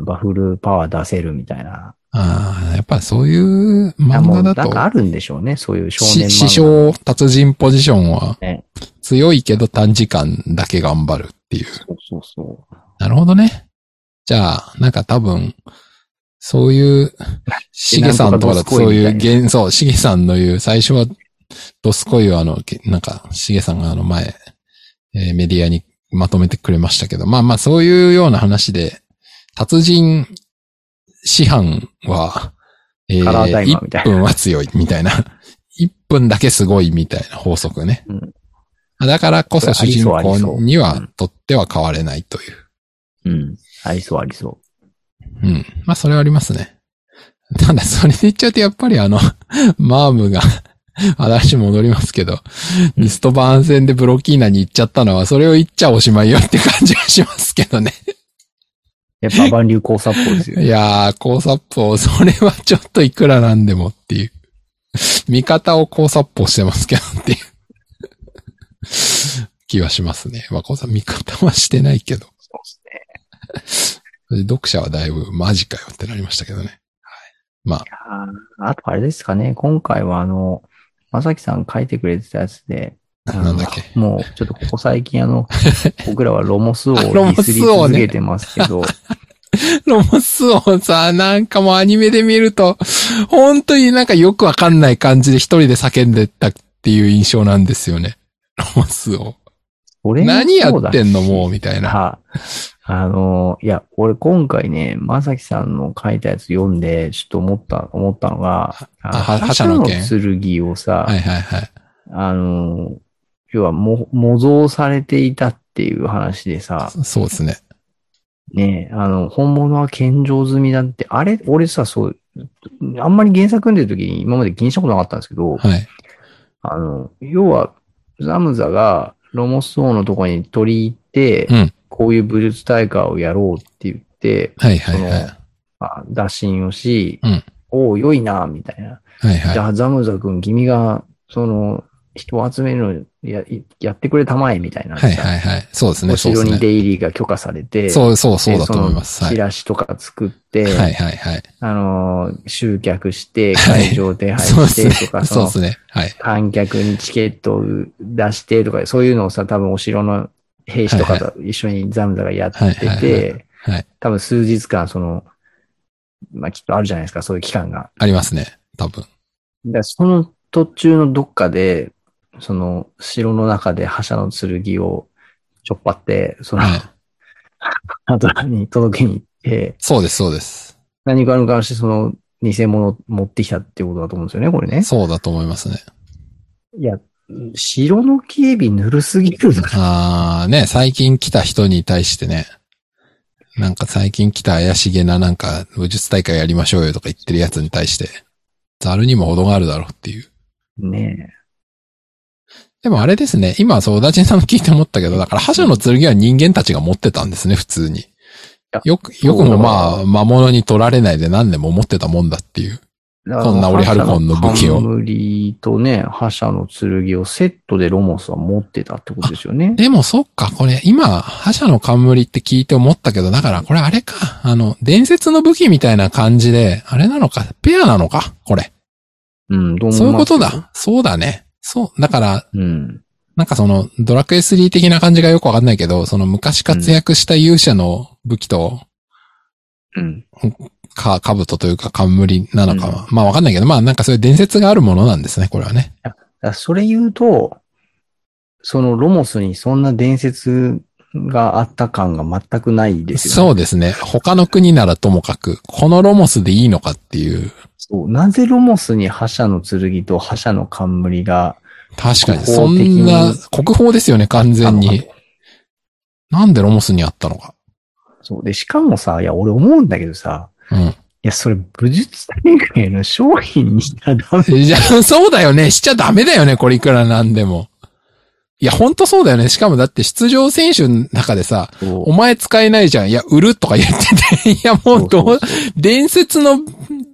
Speaker 2: んバフルパワー出せるみたいな。
Speaker 1: ああ、やっぱそういう
Speaker 2: あ
Speaker 1: 漫
Speaker 2: もう
Speaker 1: 画だ
Speaker 2: なん
Speaker 1: と。
Speaker 2: かあるんでしょうね、そういう少年漫画の。
Speaker 1: し師匠、達人ポジションは
Speaker 2: ね、
Speaker 1: 強いけど短時間だけ頑張るっていう。
Speaker 2: そうそうそう。
Speaker 1: なるほどね。じゃあ、なんか多分、そういう、しげさんとかだとそういう、
Speaker 2: なんとかドスコイみ
Speaker 1: 幻
Speaker 2: た
Speaker 1: 想、しげさんの言う、最初は、ドスコイはあの、けなんか、しげさんがあの前、えーメディアにまとめてくれましたけど、まあまあそういうような話で、達人、師範は、え
Speaker 2: カラータイマーみた
Speaker 1: 1
Speaker 2: いな
Speaker 1: 分は強いみたいな。1分だけすごいみたいな法則ね。
Speaker 2: うん
Speaker 1: だからこそ主人
Speaker 2: ありそうありそ
Speaker 1: 公
Speaker 2: う
Speaker 1: に
Speaker 2: う
Speaker 1: は
Speaker 2: ん
Speaker 1: とっては変われないという。
Speaker 2: うん。ありそうありそ
Speaker 1: うん。まあ、それはありますね。 *laughs* ただ、それで言っちゃうと、やっぱりあの、 *laughs* マームが、 *laughs* 話戻りますけど、ミストバーン戦でブロキーナに行っちゃったのは、それを言っちゃおしまいよって感じはしますけどね。
Speaker 2: やっぱ万流交差っぽいです
Speaker 1: *laughs*
Speaker 2: よ
Speaker 1: い。やー、高殺法、それはちょっといくらなんでもっていう。 *laughs* 味方を高殺法してますけどっていう *laughs* 気はしますね。まあ、高殺味方はしてないけど。
Speaker 2: そうですね。
Speaker 1: *laughs* 読者はだいぶマジかよってなりましたけどね。
Speaker 2: あーあとあれですかね、今回はあの、まさきさん書いてくれてたやつで、あの
Speaker 1: なんだっけ
Speaker 2: もうちょっとここ最近あ
Speaker 1: *laughs*
Speaker 2: の、僕らはロモス王を
Speaker 1: あ
Speaker 2: デ
Speaker 1: ロモス王
Speaker 2: ィ
Speaker 1: ね
Speaker 2: スり続けてます
Speaker 1: *laughs*
Speaker 2: けど、
Speaker 1: ロモスをさ、なんかもうアニメで見ると、本当になんかよくわかんない感じで一人で叫んでたっていう印象なんですよね。ロモスを。
Speaker 2: 俺も
Speaker 1: 何や
Speaker 2: そうだ
Speaker 1: ってんのもう、みたいな。
Speaker 2: ああの、いや、俺今回ね、まさきさんの書いたやつ読んで、ちょっと思った、思ったのが、あ
Speaker 1: は覇者の剣
Speaker 2: 剣をさ、
Speaker 1: はいはいはい。
Speaker 2: あの、要はも、模造されていたっていう話でさ、
Speaker 1: そうですね。
Speaker 2: ねえ、あの、本物は献上済みだって、あれ、俺さ、そう、あんまり原作読んでる時に今まで気にしたことなかったんですけど、
Speaker 1: はい。
Speaker 2: あの、要は、ザムザがロモス王のとこに取り入って、
Speaker 1: うん
Speaker 2: こういう武術大会をやろうって言って、
Speaker 1: はいはいはい。
Speaker 2: まあ、打診をし、
Speaker 1: うん
Speaker 2: おお、良いな、みたいな。
Speaker 1: はい
Speaker 2: じ
Speaker 1: は
Speaker 2: ゃあ、ザムザ君、君が、その、人を集めるのや、やってくれたまえ、みたいな。
Speaker 1: い。はいはいはい。そうです
Speaker 2: お
Speaker 1: ね、そうで
Speaker 2: 城
Speaker 1: す
Speaker 2: に
Speaker 1: ね。
Speaker 2: 出入りが許可されて、
Speaker 1: そうそうそうだ
Speaker 2: で
Speaker 1: と思います。
Speaker 2: その
Speaker 1: はい。
Speaker 2: チ
Speaker 1: は
Speaker 2: ラシとか作って、
Speaker 1: いはいはい。
Speaker 2: あのー、集客して、
Speaker 1: はい
Speaker 2: 会場手配
Speaker 1: そう
Speaker 2: し
Speaker 1: です
Speaker 2: てとか、
Speaker 1: ね。
Speaker 2: そ
Speaker 1: そう
Speaker 2: の
Speaker 1: ですね。はい。
Speaker 2: 観客にチケットを出してとか、そういうのをさ、多分お城の兵士とかと一緒にザムザがやって
Speaker 1: はいはいはい
Speaker 2: て
Speaker 1: はい、
Speaker 2: 多分数日間、その、まあ、きっとあるじゃないですか、そういう期間が。
Speaker 1: ありますね。多分。
Speaker 2: だからその途中のどっかで、その、城の中で覇者の剣をちょっぱって、その、
Speaker 1: はい。
Speaker 2: アドラに届けに行って、
Speaker 1: そうです、そうです。
Speaker 2: 何かの関してその偽物を持ってきたってことだと思うんですよね、これね。
Speaker 1: そうだと思いますね。
Speaker 2: いや、城の警備ぬるすぎるな。
Speaker 1: あーね、最近来た人に対してね、なんか最近来た怪しげななんか武術大会やりましょうよとか言ってるやつに対して、ざるにも程があるだろうっていう。
Speaker 2: ね
Speaker 1: でもあれですね、今そう、だちんさんの聞いて思ったけど、だから覇者の剣は人間たちが持ってたんですね、普通に
Speaker 2: や。
Speaker 1: よく、よくもま
Speaker 2: そ
Speaker 1: あ、魔物に取られないで何年も持ってたもんだっていう。
Speaker 2: え。だ
Speaker 1: そんなオリハルコンの武器を
Speaker 2: 冠とね、覇者の剣をセットでロモスは持ってたってことですよね。
Speaker 1: でもそっか、これ今、覇者の冠って聞いて思ったけど、だからこれあれか、あの、伝説の武器みたいな感じで、あれなのか、ペアなのか、これ。
Speaker 2: うん、どう思います
Speaker 1: そういうこと。だ。そうだね。そう。だから、
Speaker 2: うん。
Speaker 1: なんかその、ドラクエ3的な感じがよくわかんないけど、その昔活躍した勇者の武器と、
Speaker 2: うん。
Speaker 1: か、兜というか冠なのかは、まあわかんないけど、まあなんかそういう伝説があるものなんですね、これはね。
Speaker 2: だからそれ言うと、そのロモスにそんな伝説があった感が全くないですよね。
Speaker 1: そうですね。他の国ならともかく、このロモスでいいのかっていう、
Speaker 2: そう。なぜロモスに覇者の剣と覇者の冠が、
Speaker 1: 確かに、
Speaker 2: 国
Speaker 1: そ
Speaker 2: 宝的
Speaker 1: ん
Speaker 2: に
Speaker 1: な、国宝ですよね、完全
Speaker 2: あの
Speaker 1: に。なんでロモスにあったのか。
Speaker 2: そう。で、しかもさ、いや、俺思うんだけどさ、
Speaker 1: うん。
Speaker 2: いや、それ武術大会の商品にしたらダメ。
Speaker 1: じゃあ、 *laughs* そうだよね。しちゃダメだよね、これいくらなんでも。いや、ほんとそうだよね。しかもだって出場選手の中でさ、お前使えないじゃん。いや、売るとか言ってて。 *laughs* いや、もうどう、
Speaker 2: そうそうそう
Speaker 1: 伝説の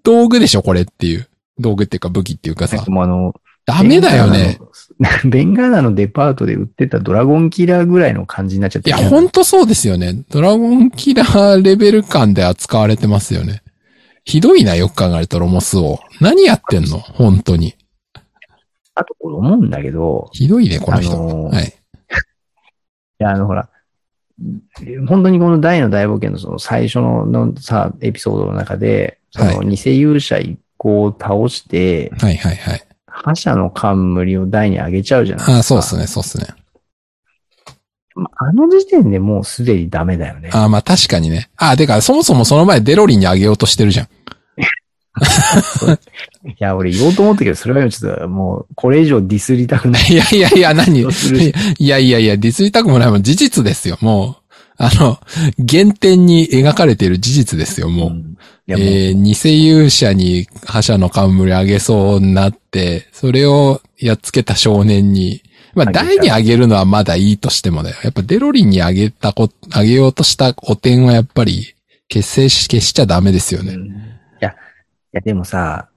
Speaker 1: 道具でしょ、これっていう。道具っていうか武器っていうか
Speaker 2: なん
Speaker 1: さ
Speaker 2: か。もうあの、
Speaker 1: ダメだよね。
Speaker 2: ベンガーナの。ベンガーナ *laughs* のデパートで売ってたドラゴンキラーぐらいの感じになっちゃ
Speaker 1: い
Speaker 2: って
Speaker 1: や、
Speaker 2: る
Speaker 1: ほんとそうですよね。ドラゴンキラーレベル感で扱われてますよね。ひどいな、よく考えるとロモスを。何やってんの本当に。
Speaker 2: あと、俺思うんだけど、
Speaker 1: ひどいね、この人。
Speaker 2: あのー
Speaker 1: はい。
Speaker 2: いや、あの、ほら、本当にこの大の大冒険のその最初ののさ、エピソードの中で、その偽勇者一行を倒して、
Speaker 1: はいはいはい。
Speaker 2: 覇者の冠を大に上げちゃうじゃないですか。
Speaker 1: あそうっすね、そうっすね。
Speaker 2: まああの時点でもうすでにダメだよね。
Speaker 1: あまあ確かにね。あてか、そもそもその前デロリンにあげようとしてるじゃん。 *laughs*
Speaker 2: いや、俺言おうと思ったけど、それはちょっともう、これ以上ディスりたくない。
Speaker 1: いやいやいや、何
Speaker 2: どうする
Speaker 1: *laughs* いやいやいや、ディスりたくもないもん。事実ですよ、もう。あの、原点に描かれている事実ですよ、もう。
Speaker 2: んいやもう
Speaker 1: えー、偽勇者に覇者の冠あげそうになって、それをやっつけた少年に、まあ、
Speaker 2: あげた
Speaker 1: 誰にあげるのはまだいいとしてもだよ。やっぱデロリンにあげたこ、あげようとしたお点はやっぱり結成し、消しちゃダメですよね。
Speaker 2: いや、いやでもさ、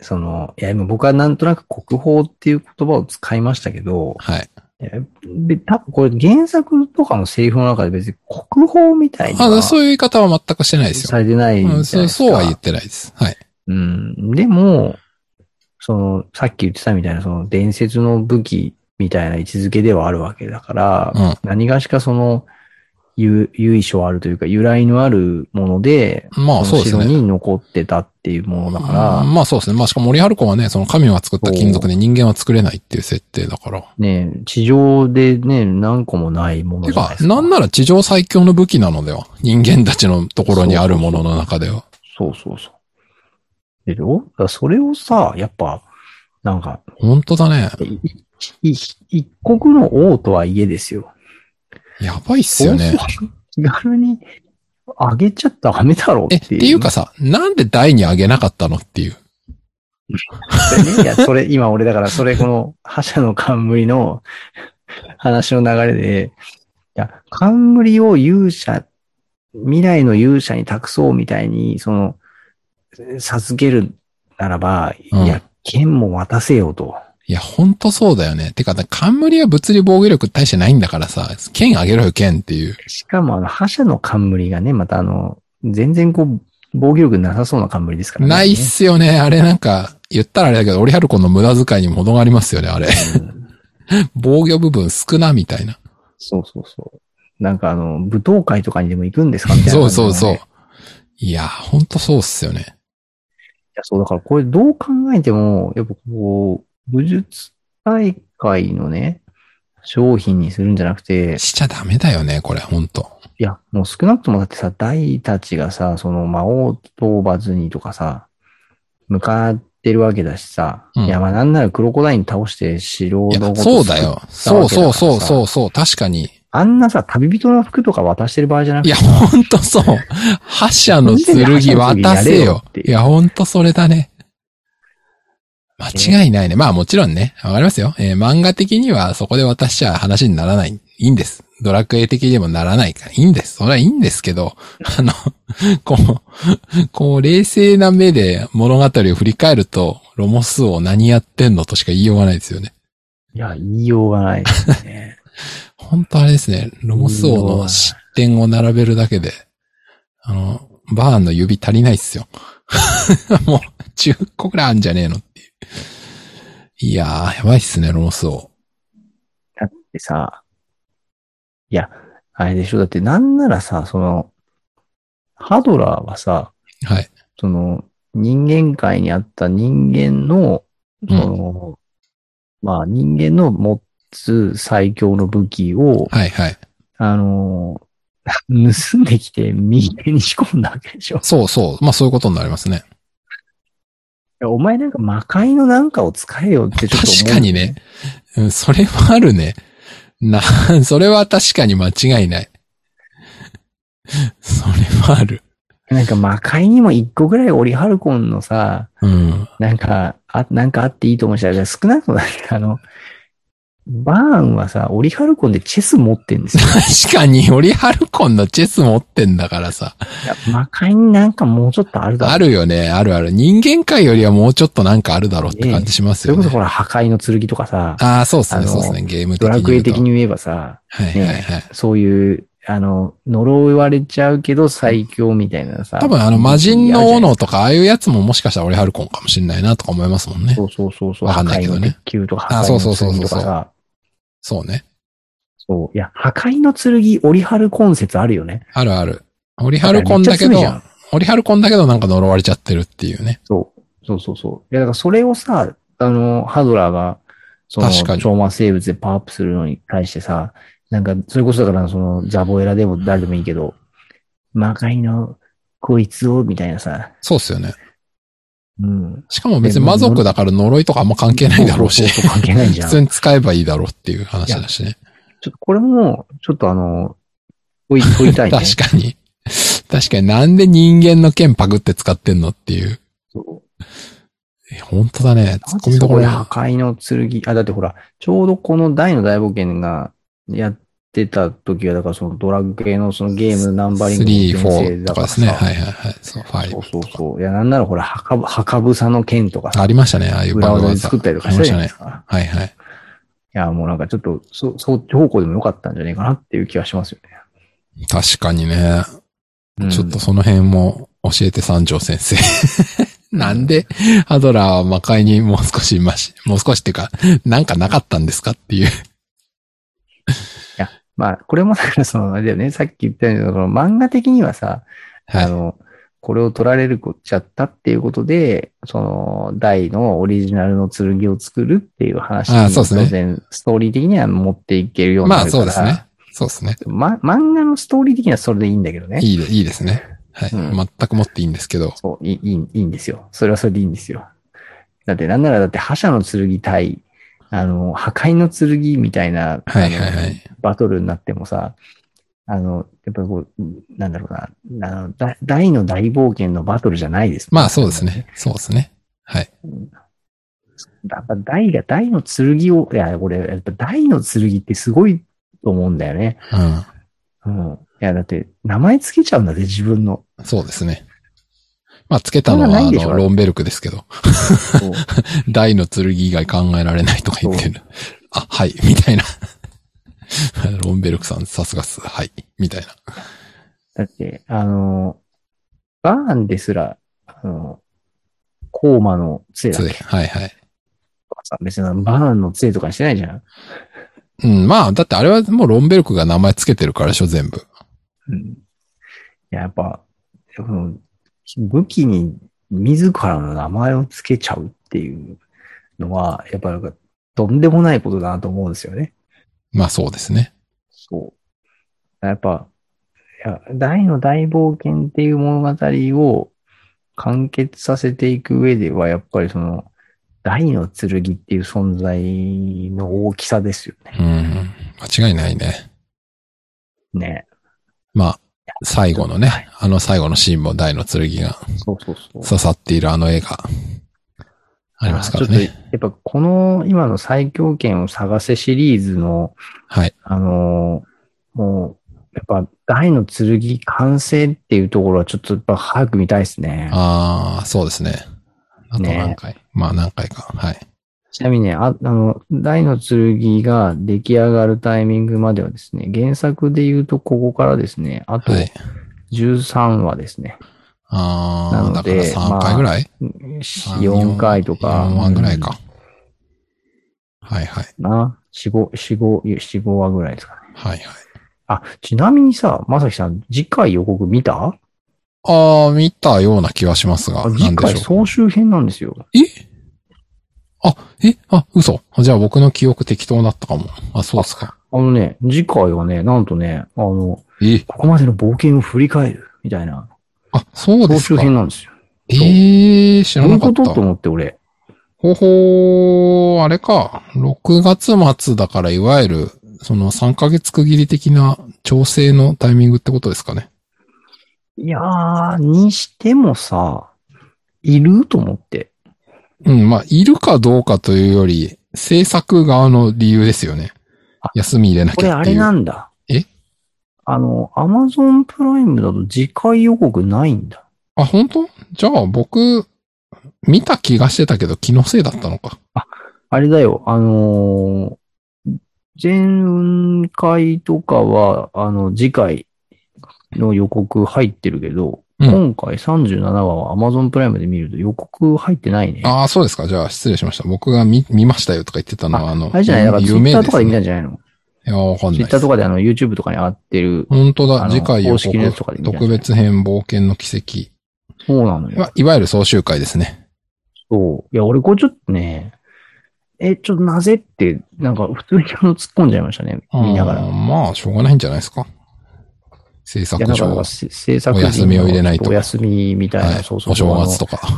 Speaker 2: その、いや、今僕はなんとなく国宝っていう言葉を使いましたけど、
Speaker 1: はい。
Speaker 2: いやで多分これ原作とかのセリフの中で別に国宝みたいに
Speaker 1: あ
Speaker 2: は
Speaker 1: のそういう言い方は全くしてないですよ。
Speaker 2: されてないじゃな
Speaker 1: う
Speaker 2: い
Speaker 1: ん、
Speaker 2: ですか。
Speaker 1: そうそうは言ってないです。はい。
Speaker 2: うん。でも、その、さっき言ってたみたいな、その伝説の武器みたいな位置づけではあるわけだから、
Speaker 1: うん
Speaker 2: 何がしかその、由由緒あるというか、由来のあるもので、
Speaker 1: まあそ
Speaker 2: その
Speaker 1: うです
Speaker 2: 城
Speaker 1: ね。
Speaker 2: に残ってたっていうものだから、
Speaker 1: うんまあそうですね。まあしかも森春子はね、その神は作った金属で人間は作れないっていう設定だから。
Speaker 2: ね、地上でね、何個もないもの
Speaker 1: て
Speaker 2: じゃない
Speaker 1: か
Speaker 2: で、すか。
Speaker 1: なんなら地上最強の武器なのでは。人間たちのところにあるものの中では。
Speaker 2: そうそうそう。でしょだからそれをさ、やっぱ、なんか、
Speaker 1: 本当だね。
Speaker 2: いい一国の王とはいえですよ。
Speaker 1: やばいっすよね。
Speaker 2: そうそう。気軽にあげちゃダメだろう
Speaker 1: え、
Speaker 2: っ
Speaker 1: ってて
Speaker 2: いう。
Speaker 1: いうかさ、なんで台にあげなかったのっていう。
Speaker 2: ね、いや、それ、今俺だから、それこの、覇者の冠の話の流れで、いや、冠を勇者、未来の勇者に託そうみたいに、その、授けるならば、
Speaker 1: うん
Speaker 2: いや、剣も渡せよと。
Speaker 1: いや、ほんとそうだよね。てか、冠は物理防御力大してないんだからさ、剣あげろよ、剣っていう。
Speaker 2: しかも、あの、覇者の冠がね、またあの、全然こう、防御力なさそうな冠ですからね。
Speaker 1: ないっすよね。あれなんか、言ったらあれだけど、オリハルコンの無駄遣いにも程がありますよね、あ
Speaker 2: *laughs*
Speaker 1: れ。
Speaker 2: うん
Speaker 1: 防御部分少なみたいな。
Speaker 2: そうそうそう。なんかあの、舞踏会とかにでも行くんですかみたいな、
Speaker 1: そうそうそう
Speaker 2: い。
Speaker 1: いや、ほんとそうっすよね。
Speaker 2: や、そう、だからこれどう考えても、やっぱこう、武術大会のね、商品にするんじゃなくて、
Speaker 1: しちゃダメだよね、これ、ほんと。
Speaker 2: いや、もう少なくともだってさ、大たちがさ、その魔王討伐にとかさ、向かってるわけだしさ、
Speaker 1: うん
Speaker 2: いや、まあなんならクロコダイン倒して城の
Speaker 1: い
Speaker 2: ご
Speaker 1: や、
Speaker 2: と
Speaker 1: そうだよ。そうそうそう
Speaker 2: さ
Speaker 1: そうそう、確かに。
Speaker 2: あんなさ、旅人の服とか渡してる場合じゃな
Speaker 1: い
Speaker 2: くて
Speaker 1: や、ほんとそう。覇者の剣渡せよ。いや、ほんとそれだね。間違いないね。まあもちろんね、わかりますよ。えー漫画的にはそこで渡しちゃ話にならない。いいんです。ドラクエ的でもならないから、いいんです。それはいいんですけど、あの、 *laughs* こう、こう、冷静な目で物語を振り返ると、ロモスを何やってんのとしか言いようがないですよね。
Speaker 2: いや、言いようがないですね。
Speaker 1: *laughs* 本当あれですね、ロモス王の失点を並べるだけで、あの、バーンの指足りないっすよ。 *laughs* もう、10個くらいあんじゃねえのっていう。いやー、やばいっすね、ロモス王。
Speaker 2: だってさ、いや、あれでしょ。だってなんならさ、その、ハドラーはさ、
Speaker 1: はい。
Speaker 2: その、人間界にあった人間の、その、まあ人間の持つ最強の武器を、
Speaker 1: はいはい。
Speaker 2: あの、 *laughs* 盗んできて右手に仕込んだわけでしょ。い
Speaker 1: そうそう。まあそういうことになりますね。
Speaker 2: やお前なんか魔界のなんかを使えよってちょっと思う。
Speaker 1: 確かにね。うん、それはあるね。な、 *laughs* それは確かに間違い *laughs* ない。それはある。
Speaker 2: なんか魔界にも一個ぐらいオリハルコンのさ、
Speaker 1: うん。
Speaker 2: なんか、あ、なんかあっていいと思うし、じゃあ少なくともだってあの、バーンはさ、オリハルコンでチェス持って
Speaker 1: *laughs*
Speaker 2: んですよ。
Speaker 1: 確かに、オリハルコンのチェス持ってんだからさ。
Speaker 2: いや魔界になんかもうちょっとあるだろう。
Speaker 1: あるよね、あるある。人間界よりはもうちょっとなんかあるだろうって感じします
Speaker 2: それ
Speaker 1: よ
Speaker 2: こ
Speaker 1: ね
Speaker 2: そ。ほら、破壊の剣とかさ、
Speaker 1: ああ、そうです
Speaker 2: あ
Speaker 1: ね、
Speaker 2: の
Speaker 1: そうですね、ゲーム的に言う
Speaker 2: ド
Speaker 1: と。
Speaker 2: ラクエ的に言えばさ、
Speaker 1: はい
Speaker 2: ね
Speaker 1: はいはい。
Speaker 2: そういう、あの、呪われちゃうけど最強みたいなさ。
Speaker 1: 多分あの、魔人の
Speaker 2: あるじゃない
Speaker 1: 斧とか、ああいうやつももしかしたらオリハルコンかもしれないなとか思いますもんね。
Speaker 2: そうそうそうそう。
Speaker 1: わか
Speaker 2: 破
Speaker 1: んないけ
Speaker 2: 壊
Speaker 1: ど
Speaker 2: の
Speaker 1: ね
Speaker 2: 鉄球とか、破
Speaker 1: あ
Speaker 2: 壊
Speaker 1: そうそうそう
Speaker 2: の
Speaker 1: そう
Speaker 2: 剣とかさ。
Speaker 1: そうね。
Speaker 2: そう。いや、破壊の剣、オリハルコン説あるよね。
Speaker 1: あるある。オリハルコンだけ
Speaker 2: めっ
Speaker 1: ど
Speaker 2: ちゃ強いじゃ、ん
Speaker 1: オリハルコンだけどなんか呪われちゃってるっていうね。
Speaker 2: そう。そうそうそう。いや、だからそれをさ、あの、ハドラーが、その、
Speaker 1: 確かに
Speaker 2: 超魔生物でパワーアップするのに対してさ、なんか、それこそだから、その、ザボエラでも誰でもいいけど、魔界のこいつを、みたいなさ、
Speaker 1: そうっすよね。
Speaker 2: うん。
Speaker 1: しかも別に魔族だから呪いとかあんま関係ないだろうし
Speaker 2: そう、そうそう関係ないじ
Speaker 1: *laughs* 普
Speaker 2: ゃん。ち
Speaker 1: 通
Speaker 2: ょっ
Speaker 1: に使えばいいだろうっていう話だしね。
Speaker 2: と、これも、ちょっとあの、追い、追いたい、ね。
Speaker 1: *laughs* 確かに。確かになんで人間の剣パクって使ってんのっていう。
Speaker 2: そう
Speaker 1: え、本当だね。突っ込みどころ
Speaker 2: これ
Speaker 1: だ
Speaker 2: 破壊の剣。あ、だってほら、ちょうどこの大の大冒険がやっってた時は、だからそのドラッグ系のそのゲームナンバリングの
Speaker 1: 3、
Speaker 2: 編成
Speaker 1: 4とかですね。
Speaker 2: だから
Speaker 1: は
Speaker 2: さ
Speaker 1: いはいはい。そう、5
Speaker 2: そ
Speaker 1: と
Speaker 2: うそう
Speaker 1: か。
Speaker 2: そう。いや、なんならほら、はかぶ、はかぶさの剣とかさ
Speaker 1: あ、りましたね、ああいう
Speaker 2: 裏
Speaker 1: バグ
Speaker 2: 技で
Speaker 1: 技。
Speaker 2: 作ったりとか
Speaker 1: あり
Speaker 2: した
Speaker 1: ま
Speaker 2: じ
Speaker 1: し
Speaker 2: ゃ
Speaker 1: た
Speaker 2: ないで
Speaker 1: ね
Speaker 2: す。か。
Speaker 1: はいはい。
Speaker 2: いや、もうなんかちょっと、そ、そっち方向でもよかったんじゃないかなっていう気がしますよね。
Speaker 1: 確かにね。
Speaker 2: うん
Speaker 1: ちょっとその辺も教えて三条先生。
Speaker 2: *laughs*
Speaker 1: なんで、ハドラーは魔界にもう少しまし、もう少しっていうか、なんかなかったんですかっていう。
Speaker 2: まあ、これもだからその、あれだよね、さっき言ったように、その漫画的にはさ、
Speaker 1: はい
Speaker 2: あの、これを取られるこっちゃったっていうことで、その、大のオリジナルの剣を作るっていう話に
Speaker 1: あそうですね
Speaker 2: 当然、ストーリー的には持っていけるように
Speaker 1: ま
Speaker 2: な
Speaker 1: あ
Speaker 2: るか
Speaker 1: そう
Speaker 2: ら。
Speaker 1: ですね。そうですね。
Speaker 2: ま、漫画のストーリー的にはそれでいいんだけどね。
Speaker 1: いいで、いいですね。はい。
Speaker 2: うん
Speaker 1: 全く持っていいんですけど。
Speaker 2: そう、いい、いいいいんですよ。それはそれでいいんですよ。だって、なんならだって、覇者の剣対、あの、破壊の剣みたいな、あの
Speaker 1: はいはいはい
Speaker 2: バトルになってもさ、あの、やっぱりこう、なんだろうな、あの、だ大の大冒険のバトルじゃないですもん
Speaker 1: まあそうです。ね。そうですね。はい。
Speaker 2: やっぱ大が大の剣を、いや、これ、やっぱ大の剣ってすごいと思うんだよね。
Speaker 1: う
Speaker 2: うん。いや、だって、名前つけちゃうんだぜ、自分の。
Speaker 1: ん。そうですね。まあつけたの
Speaker 2: そんな
Speaker 1: は、
Speaker 2: ない
Speaker 1: あ
Speaker 2: でしょ
Speaker 1: の、ロンベルクですけど、 *laughs*
Speaker 2: そう
Speaker 1: 大の剣以外考えられないとか言ってる。 *laughs* あ、はい、みたいな。 *laughs* ロンベルクさん、さすがっす。はい、みたいな。
Speaker 2: だって、あの、バーンですら、あの、コーマの杖だっ
Speaker 1: つい
Speaker 2: け
Speaker 1: はいはい。
Speaker 2: とかさ、別にバーンの杖とかにしてないじゃん。
Speaker 1: うん、まあ、だってあれはもうロンベルクが名前つけてるからでしょ、全部。
Speaker 2: うん。いや、やっぱ、その武器に自らの名前をつけちゃうっていうのは、やっぱりとんでもないことだなと思うんですよね。
Speaker 1: まあそうですね。
Speaker 2: そう。やっぱ、いや大の大冒険っていう物語を完結させていく上では、やっぱりその、大の剣っていう存在の大きさですよね。
Speaker 1: うん。間違いないね。
Speaker 2: ね。
Speaker 1: まあ、最後のね、あの最後のシーンも大の剣が
Speaker 2: そうそうそう。
Speaker 1: 刺さっているあの絵がありますから
Speaker 2: あーちょっ
Speaker 1: ね。
Speaker 2: と、やっぱこの今の最強剣を探せシリーズの、
Speaker 1: はい。
Speaker 2: あのーもう、やっぱ大の剣完成っていうところはちょっとやっぱ早く見たいですね。
Speaker 1: ああ、そうですね。あと
Speaker 2: ね
Speaker 1: 何回、まあ何回か。はい。
Speaker 2: ちなみにね、ああの、大の剣が出来上がるタイミングまではですね、原作で言うとここからですね、あと
Speaker 1: はい。
Speaker 2: 13話ですね。
Speaker 1: ああ、
Speaker 2: なの
Speaker 1: だか
Speaker 2: で
Speaker 1: ら3回ぐらい、三
Speaker 2: 4回とか。
Speaker 1: 4話ぐらいか。はいはい。
Speaker 2: うん。な、4、5、4、5、4、5話ぐらいですかね。
Speaker 1: はいはい。
Speaker 2: あ、ちなみにさ、まさきさん、次回予告見た
Speaker 1: ああ、見たような気はしますが、
Speaker 2: あ
Speaker 1: な
Speaker 2: 次
Speaker 1: んで
Speaker 2: 回
Speaker 1: しょう。
Speaker 2: 総集編なんですよ。
Speaker 1: えあ、えあ、嘘。じゃあ僕の記憶適当だったかも。あ、そうですか。
Speaker 2: あのね、次回はね、なんとね、あの、
Speaker 1: え
Speaker 2: ここまでの冒険を振り返る、みたいな、
Speaker 1: あ、そう
Speaker 2: 総
Speaker 1: です
Speaker 2: 集
Speaker 1: か。
Speaker 2: 編なんですよ。
Speaker 1: ええー、知
Speaker 2: ど
Speaker 1: ら
Speaker 2: うい
Speaker 1: な
Speaker 2: う
Speaker 1: か
Speaker 2: こ
Speaker 1: っ
Speaker 2: と
Speaker 1: た。
Speaker 2: と思って、俺。
Speaker 1: ほほー、あれか。6月末だから、いわゆる、その3ヶ月区切り的な調整のタイミングってことですかね。
Speaker 2: いやー、にしてもさ、いると思って。
Speaker 1: うん、まあ、いるかどうかというより、制作側の理由ですよね
Speaker 2: あ。
Speaker 1: 休み入れな
Speaker 2: こ
Speaker 1: き
Speaker 2: れ
Speaker 1: ゃ
Speaker 2: あ
Speaker 1: ってい
Speaker 2: れ
Speaker 1: う。
Speaker 2: なんだ。
Speaker 1: え
Speaker 2: あの、アマゾンプライムだと次回予告ないんだ。
Speaker 1: あ、本当？じゃあ僕、見た気がしてたけど気のせいだったのか。
Speaker 2: あれだよ、あのー前回とかは、あの、次回の予告入ってるけど、
Speaker 1: うん
Speaker 2: 今回37話は Amazon プライムで見ると予告入ってないね。
Speaker 1: ああ、そうですか。じゃあ、失礼しました。僕が見、見ましたよとか言ってたのは、あの、
Speaker 2: あれじゃないだから
Speaker 1: 夢
Speaker 2: Twitter とかで見
Speaker 1: ね。
Speaker 2: たんじゃないの、
Speaker 1: いや、わかんないです。
Speaker 2: ?Twitter とかであの、YouTube とかに上がってる、
Speaker 1: 本当
Speaker 2: あ
Speaker 1: だ。
Speaker 2: の
Speaker 1: 次回予
Speaker 2: 公式のやつとかで
Speaker 1: 告、
Speaker 2: 見たんじゃ
Speaker 1: 特
Speaker 2: ない
Speaker 1: 別編冒険の奇跡。
Speaker 2: そうなのよ。
Speaker 1: まあいわゆる総集会ですね。
Speaker 2: そう。いや、俺これちょっとね、え、ちょっとなぜって、なんか普通にあの突っ込んじゃいましたね。見ながら。
Speaker 1: あー
Speaker 2: い
Speaker 1: まあ、しょうがないんじゃないですか。制作
Speaker 2: や、なん
Speaker 1: 上
Speaker 2: か
Speaker 1: は
Speaker 2: せ制作
Speaker 1: お休みを入れないと
Speaker 2: お休みみたいな、
Speaker 1: い。
Speaker 2: そうそう
Speaker 1: お正月
Speaker 2: と。
Speaker 1: とか。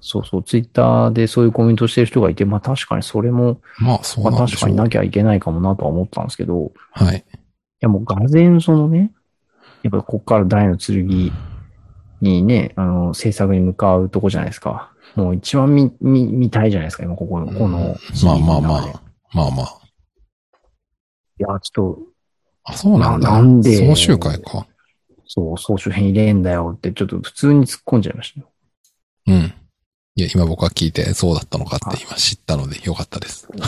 Speaker 2: そうそう、ツイッターでそういうコメントしてる人がいて、まあ確かにそれも、
Speaker 1: まあ、そう
Speaker 2: ま
Speaker 1: な
Speaker 2: あ
Speaker 1: んで
Speaker 2: 確
Speaker 1: しょ
Speaker 2: かに
Speaker 1: う。
Speaker 2: なきゃいけないかもなとは思ったんですけど、い
Speaker 1: はい。
Speaker 2: やもうがぜんそのね、やっぱこっから大の剣にね、あの、制作に向かうとこじゃないですか。もう一番見、見、見たいじゃないですか、今ここの、このシリーズ
Speaker 1: まあまあ
Speaker 2: の中で。
Speaker 1: まあ。まあまあ。
Speaker 2: いや、ちょっと、
Speaker 1: あ、そうなんだ。
Speaker 2: なんで
Speaker 1: 総集会か。
Speaker 2: そう、総集編入れんだよって、ちょっと普通に突っ込んじゃいましたよ。
Speaker 1: うん。いや、今僕は聞いてそうだったのかって今知ったのでよかったです。
Speaker 2: い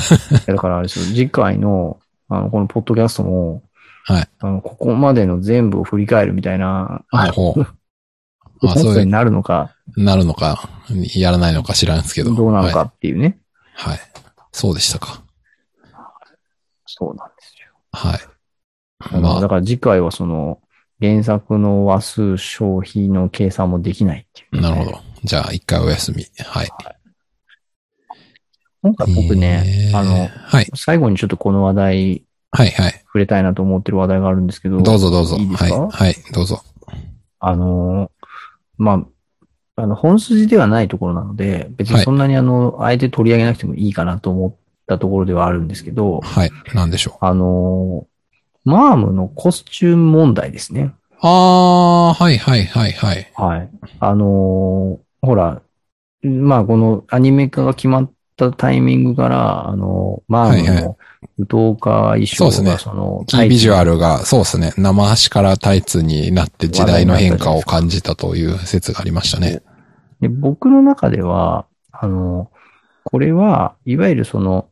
Speaker 2: やだからあれですよ、 *laughs* 次回の、あの、このポッドキャストも、
Speaker 1: はい。
Speaker 2: あの、ここまでの全部を振り返るみたいな、あ
Speaker 1: ほ
Speaker 2: *laughs*
Speaker 1: う。ま
Speaker 2: の、
Speaker 1: あ、
Speaker 2: 本
Speaker 1: そう
Speaker 2: 当
Speaker 1: い
Speaker 2: に
Speaker 1: う、
Speaker 2: なるのか、
Speaker 1: なるのか、やらないのか知らんすけど。
Speaker 2: どうなのかっていうね。
Speaker 1: はい。はい。そうでしたか。
Speaker 2: そうなんですよ。
Speaker 1: はい。
Speaker 2: あの
Speaker 1: ま
Speaker 2: だ
Speaker 1: あ、
Speaker 2: から次回はその、原作の話数消費の計算もできないっていう、
Speaker 1: なるほ。ど。じゃあ、一回お休み。はい。
Speaker 2: 今回僕ね
Speaker 1: え、ー
Speaker 2: あの、
Speaker 1: はい。
Speaker 2: 最後にちょっとこの話題、
Speaker 1: はい、はい。
Speaker 2: 触れたいなと思ってる話題があるんですけど、
Speaker 1: どうぞどうぞ。
Speaker 2: いいです
Speaker 1: はい。
Speaker 2: か
Speaker 1: はい、どうぞ。
Speaker 2: あのー、まあ、あの、本筋ではないところなので、別にそんなにあの、あえて取り上げなくてもいいかなと思ったところではあるんですけど、
Speaker 1: はい。なんでしょ
Speaker 2: あのー、マームのコスチューム問題ですね。
Speaker 1: う。あー、はい、はい、はい、はい。
Speaker 2: はい。あのーほら、まあ、このアニメ化が決まったタイミングから、あのーマー
Speaker 1: は
Speaker 2: ム
Speaker 1: いは
Speaker 2: の武闘家衣装
Speaker 1: そうですね
Speaker 2: がその、
Speaker 1: キービジュア
Speaker 2: ル。
Speaker 1: ルが、そうですね。生足からタイツになって時代の変化を感じたという説がありましたね。
Speaker 2: で、僕の中では、あのーこれは、いわゆるその、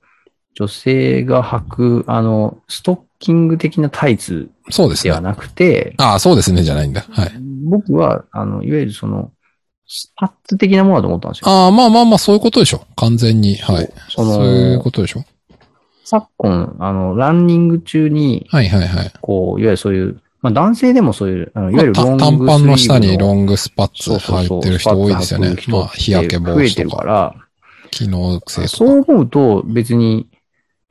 Speaker 2: 女性が履く、あの、ストッキング的なタイツ
Speaker 1: そうです
Speaker 2: で
Speaker 1: ね
Speaker 2: は。なくて、
Speaker 1: ああ、そうですね、じゃないんだ。はい。
Speaker 2: 僕は、あの、いわゆるその、スパッツ的なものだと思ったんですよ。
Speaker 1: ああ、まあまあまあ、そういうことでしょ。完全に。はい。
Speaker 2: そ
Speaker 1: そう
Speaker 2: の
Speaker 1: いうことでしょ。
Speaker 2: 昨今、あの、ランニング中に、
Speaker 1: はいはいはい。
Speaker 2: こう、いわゆるそういう、まあ男性でもそういう、あのい
Speaker 1: ま
Speaker 2: わゆ
Speaker 1: あ
Speaker 2: る
Speaker 1: た
Speaker 2: ロングスリー
Speaker 1: 短
Speaker 2: ブ
Speaker 1: パンの下にロ
Speaker 2: ン
Speaker 1: ングスパッツ履いてる人多いですよね。まあ、日焼け防
Speaker 2: 増えて
Speaker 1: 止
Speaker 2: る
Speaker 1: と
Speaker 2: か
Speaker 1: か、
Speaker 2: ら、
Speaker 1: 機能性
Speaker 2: そ
Speaker 1: と
Speaker 2: う思うと別に、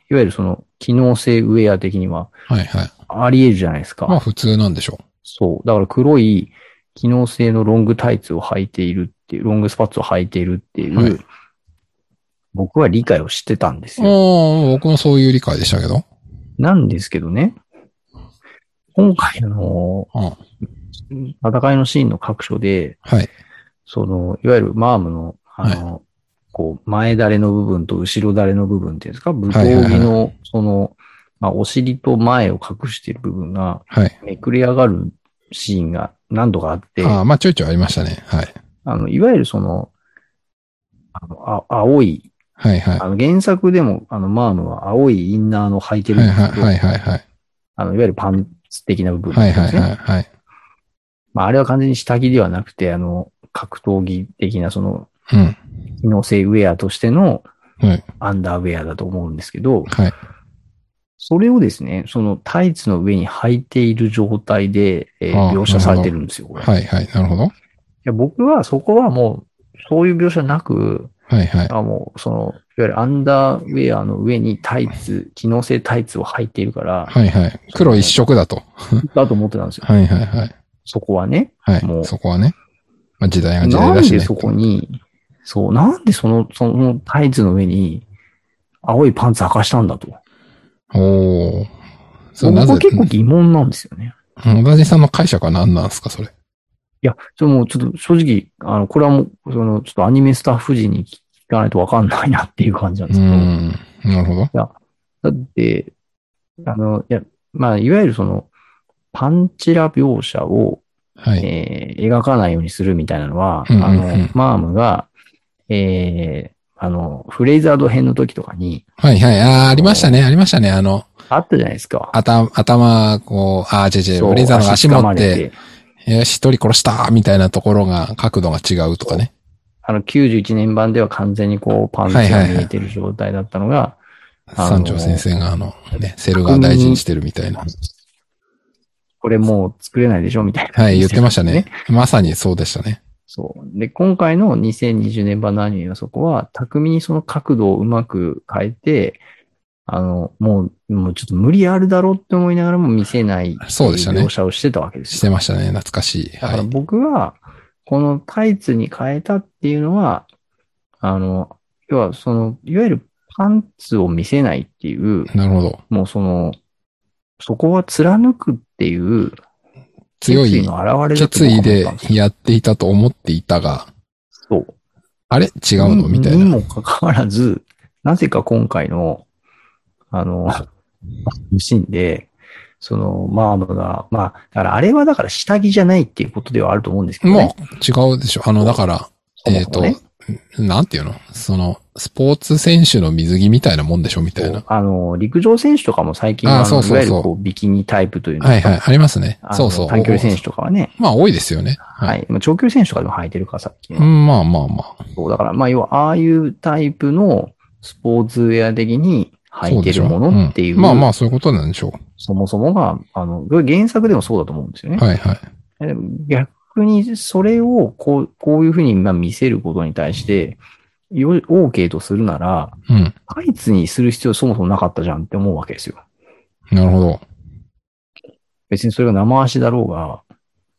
Speaker 2: いわゆるその、機能性ウェア的には
Speaker 1: か。はいはい。
Speaker 2: あり得るじゃないですか。
Speaker 1: まあ、普通なんでしょ
Speaker 2: そう。だから黒い機能性のロングタイツを履いているっていう、ロングスパッツを履いているっていう、
Speaker 1: はい
Speaker 2: 僕は理解をしてたんです
Speaker 1: う。
Speaker 2: よ。
Speaker 1: うん、僕もそういう理解でしたけど。
Speaker 2: なんですけどね、今回の
Speaker 1: うん。
Speaker 2: 戦いのシーンの各所で、
Speaker 1: はい。
Speaker 2: その、いわゆるマームの、あの、こう、前だれの部分と後ろだれの部分っていうんですか、武闘
Speaker 1: はいは
Speaker 2: 技
Speaker 1: いは
Speaker 2: の、その、まあ、お尻と前を隠している部分が
Speaker 1: はい。
Speaker 2: めくれ上がるシーンが何度かあって、
Speaker 1: あ
Speaker 2: あ
Speaker 1: あ、まあ、ちょいちょいありましたね。はい。
Speaker 2: の、いわゆるその、あの、あ青い、
Speaker 1: はいはい。
Speaker 2: あの、原作でも、あの、マームは青いインナーの履いてる
Speaker 1: は
Speaker 2: ん
Speaker 1: い
Speaker 2: ですけど、
Speaker 1: はいはいはい。
Speaker 2: あの、いわゆるパンツ的な部分です
Speaker 1: は
Speaker 2: ね。
Speaker 1: いはいはいはい。
Speaker 2: まあ、あれは完全に下着ではなくて、あの、格闘技的な、その、
Speaker 1: うん。
Speaker 2: 機能性ウェアとしての、
Speaker 1: はい。
Speaker 2: アンダーウェアだと思うんですけど、
Speaker 1: はい。
Speaker 2: それをですね、そのタイツの上に履いている状態で、えー
Speaker 1: ああ
Speaker 2: 描写されてるんですよ、これい
Speaker 1: はいはい。なるほど。
Speaker 2: や僕はそこはもう、そういう描写なく、
Speaker 1: はいはい。
Speaker 2: あもう、その、いわゆるアンダーウェアの上にタイツ、機能性タイツを履いているから、
Speaker 1: はいはい。黒一色だと。
Speaker 2: だと思ってたんですよ。
Speaker 1: はいはいはい。
Speaker 2: そこはね。
Speaker 1: は
Speaker 2: もう
Speaker 1: い。そこはね。まあ、時代が時代
Speaker 2: な
Speaker 1: だ
Speaker 2: ん
Speaker 1: しね。
Speaker 2: でそこに、そう、なんでその、そのタイツの上に、青いパンツ履かしたんだと。
Speaker 1: おお。それ
Speaker 2: 僕
Speaker 1: なぜ、
Speaker 2: は結構疑問なんですよね。
Speaker 1: 小田さんの解釈は何なんですか、それ。
Speaker 2: いや、でもちょっと正直、あの、これはもう、その、ちょっとアニメスタッフ時に聞かないとわかんないなっていう感じなん
Speaker 1: う
Speaker 2: ですけど、
Speaker 1: ん。なるほど。
Speaker 2: だって、あの、いや、まあ、いわゆるその、パンチラ描写を、
Speaker 1: はい。
Speaker 2: えー描かないようにするみたいなのは、
Speaker 1: うんうんうん
Speaker 2: あの、マームが、えーあの、フレイザード編の時とかに、
Speaker 1: はいはい。ああ、ありましたね、ありましたね。あの、
Speaker 2: あったじゃないですか。
Speaker 1: 頭、頭、こう、ああ、違う違う、
Speaker 2: そう
Speaker 1: ブレイザーの足持
Speaker 2: 掴ま
Speaker 1: っ
Speaker 2: れ
Speaker 1: て、よし、一人殺したみたいなところが、角度が違うとかね。
Speaker 2: あの、91年版では完全にこう、パンチが見えてる状態だったのが、あの
Speaker 1: 三条先生が、あの、ね、セルが大事にしてるみたいな。
Speaker 2: これもう作れないでしょみたいな。
Speaker 1: はい、言ってましたね。。まさにそうでしたね。
Speaker 2: そう。で、今回の2020年版のアニメはそこは、巧みにその角度をうまく変えて、あの、もう、もうちょっと無理あるだろうって思いながらも見せない
Speaker 1: そうでしたね
Speaker 2: 描写をしてたわけです
Speaker 1: し
Speaker 2: よ。
Speaker 1: てましたね、懐かしい。
Speaker 2: だ
Speaker 1: は
Speaker 2: から
Speaker 1: い。
Speaker 2: 僕は、このタイツに変えたっていうのは、あの、要はその、いわゆるパンツを見せないっていう、
Speaker 1: なるほど。
Speaker 2: もうその、そこは貫くっていう、
Speaker 1: 強
Speaker 2: 決意
Speaker 1: い
Speaker 2: の表れだと
Speaker 1: 決
Speaker 2: 僕は
Speaker 1: 意
Speaker 2: 思っ
Speaker 1: で
Speaker 2: たんですよ
Speaker 1: やっていたと思っていたが、
Speaker 2: そう。
Speaker 1: あれ違うのみたい
Speaker 2: に
Speaker 1: な。
Speaker 2: もかかわらず、なぜか今回の、あの、シーンで、その、マームが、まあ、だからあれはだから下着じゃないっていうことではあると思うんですけどね
Speaker 1: も。う違うでしょ。あの、だから、
Speaker 2: そも
Speaker 1: えっ、
Speaker 2: そもね
Speaker 1: と、なんていうのその、スポーツ選手の水着みたいなもんでしょみたいな。
Speaker 2: あの、陸上選手とかも最近は
Speaker 1: あ
Speaker 2: あ
Speaker 1: ー
Speaker 2: の
Speaker 1: そうそうそう
Speaker 2: いわゆるこうビキニタイプというの
Speaker 1: はいはい、ありますね
Speaker 2: あ。の
Speaker 1: そうそう。
Speaker 2: 短距離選手とかはね、
Speaker 1: まあ多いですよね。は
Speaker 2: はい。まあ長距離選手とかでも履いてるからさっき
Speaker 1: う
Speaker 2: の。
Speaker 1: ん、まあまあまあ。
Speaker 2: そうだから、まあ、要は、ああいうタイプのスポーツウェア的に履
Speaker 1: そ
Speaker 2: いうて
Speaker 1: でし
Speaker 2: る
Speaker 1: ょ
Speaker 2: ものっていう、
Speaker 1: んまあまあ、そういうことなんでしょ
Speaker 2: そもそもが、あの、原作でもそうだと思うんですよ
Speaker 1: う。
Speaker 2: ね。
Speaker 1: はいはい。
Speaker 2: でも逆にそれをこう、こういうふうにまあ見せることに対して、よ、OK とするなら、
Speaker 1: うん。
Speaker 2: タイツにする必要そもそもなかったじゃんって思うわけですよ。
Speaker 1: なるほど。
Speaker 2: 別にそれが生足だろうが、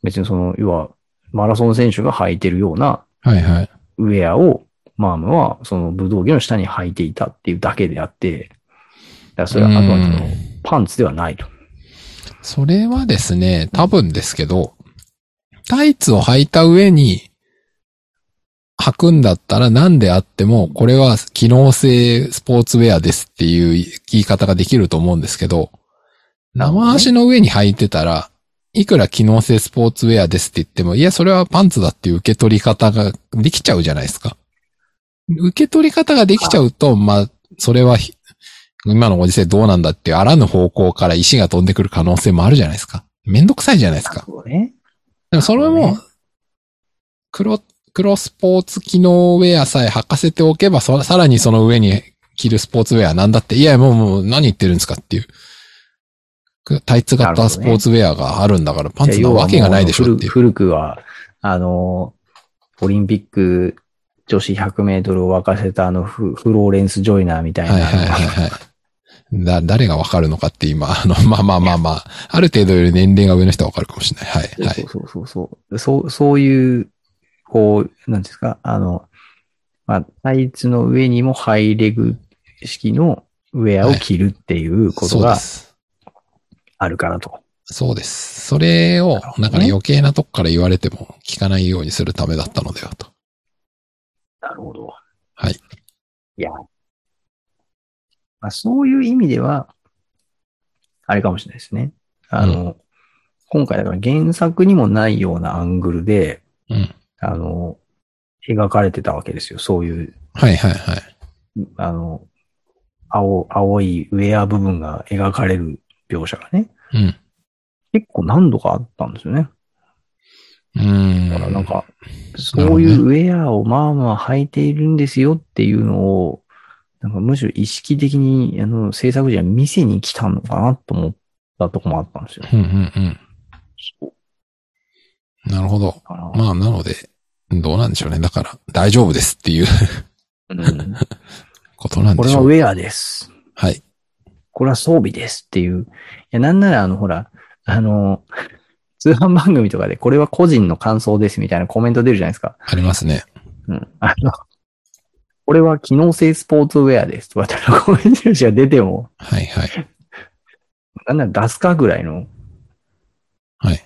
Speaker 2: 別にその、要は、マラソン選手が履いてるような
Speaker 1: はいはい。
Speaker 2: ウェアを、マームは、その武道着の下に履いていたっていうだけであって、だからそれはあくまで
Speaker 1: う
Speaker 2: のパンツではないと。
Speaker 1: それはですね、多分ですけど、タイツを履いた上に、履くんだったら何であっても、これは機能性スポーツウェアですっていう言い方ができると思うんですけど、生足の上に履いてたら、いくら機能性スポーツウェアですって言っても、いや、それはパンツだっていう受け取り方ができちゃうじゃないですか。受け取り方ができちゃうと、まあ、それはひ、今のご時世どうなんだっていうあらぬ方向から石が飛んでくる可能性もあるじゃないですか。めんどくさいじゃないですか。
Speaker 2: そうね。
Speaker 1: でもそれも、黒、黒スポーツ機能ウェアさえ履かせておけば、そさらにその上に着るスポーツウェアなんだって、いや、もう、もう何言ってるんですかっていう。くタイツ
Speaker 2: なるほど
Speaker 1: 型
Speaker 2: ね
Speaker 1: スポーツウェアがあるんだから、パンツなわけがないでしょっていう。
Speaker 2: 古くは、あの、オリンピック女子100メートルを沸かせたあのフ、フローレンス・ジョイナーみたいな。
Speaker 1: はいはいはいはい。だ、誰がわかるのかって今、あの、 *laughs* まあまあまあまあ、ある程度より年齢が上の人はわかるかもしれない。はい、はい。
Speaker 2: そうそうそうそう。そう、そういう、こう、なんていうんですか、あの、まあ、タイツの上にもハイレグ式のウェアを着るっていうこと
Speaker 1: そうで
Speaker 2: が
Speaker 1: す。
Speaker 2: あるからと。
Speaker 1: そうです。それを、なんかね
Speaker 2: ね
Speaker 1: 余計なとこから言われても聞かないようにするためだったのではと。
Speaker 2: なるほど。
Speaker 1: はい
Speaker 2: いや。まあ、そういう意味では、あれかもしれないですね。あの、今回だから原作にもないようなアングルで、
Speaker 1: うん。
Speaker 2: あの、描かれてたわけですよ。そういう、
Speaker 1: はいはいはい。
Speaker 2: あの、青、青いウェア部分が描かれる描写がね、
Speaker 1: うん。
Speaker 2: 結構何度かあったんですよね。
Speaker 1: うーん。
Speaker 2: だからなんか、そういうウェアをまあまあ履いているんですよっていうのを、なんかむしろ意識的に、あの、制作時は見せに来たのかなと思ったとこもあったんですよ。
Speaker 1: うんうんうん。
Speaker 2: そう
Speaker 1: なるほど。
Speaker 2: かな。
Speaker 1: まあ、なので、どうなんでしょうね。だから、大丈夫ですっていう *laughs*
Speaker 2: うん、
Speaker 1: ことなん
Speaker 2: こ
Speaker 1: で
Speaker 2: れ
Speaker 1: し
Speaker 2: は
Speaker 1: ょ
Speaker 2: ウ
Speaker 1: う。
Speaker 2: ェアです。
Speaker 1: はい。
Speaker 2: これは装備ですっていう。いや、なんならあの、ほら、あの、 *laughs* 通販番組とかでこれは個人の感想ですみたいなコメント出るじゃないですか。
Speaker 1: ありますね。
Speaker 2: うん。あの、これは機能性スポーツウェアですとかってコメントが出ても、
Speaker 1: はいはい。
Speaker 2: なんなら出すかぐらいの、
Speaker 1: はい。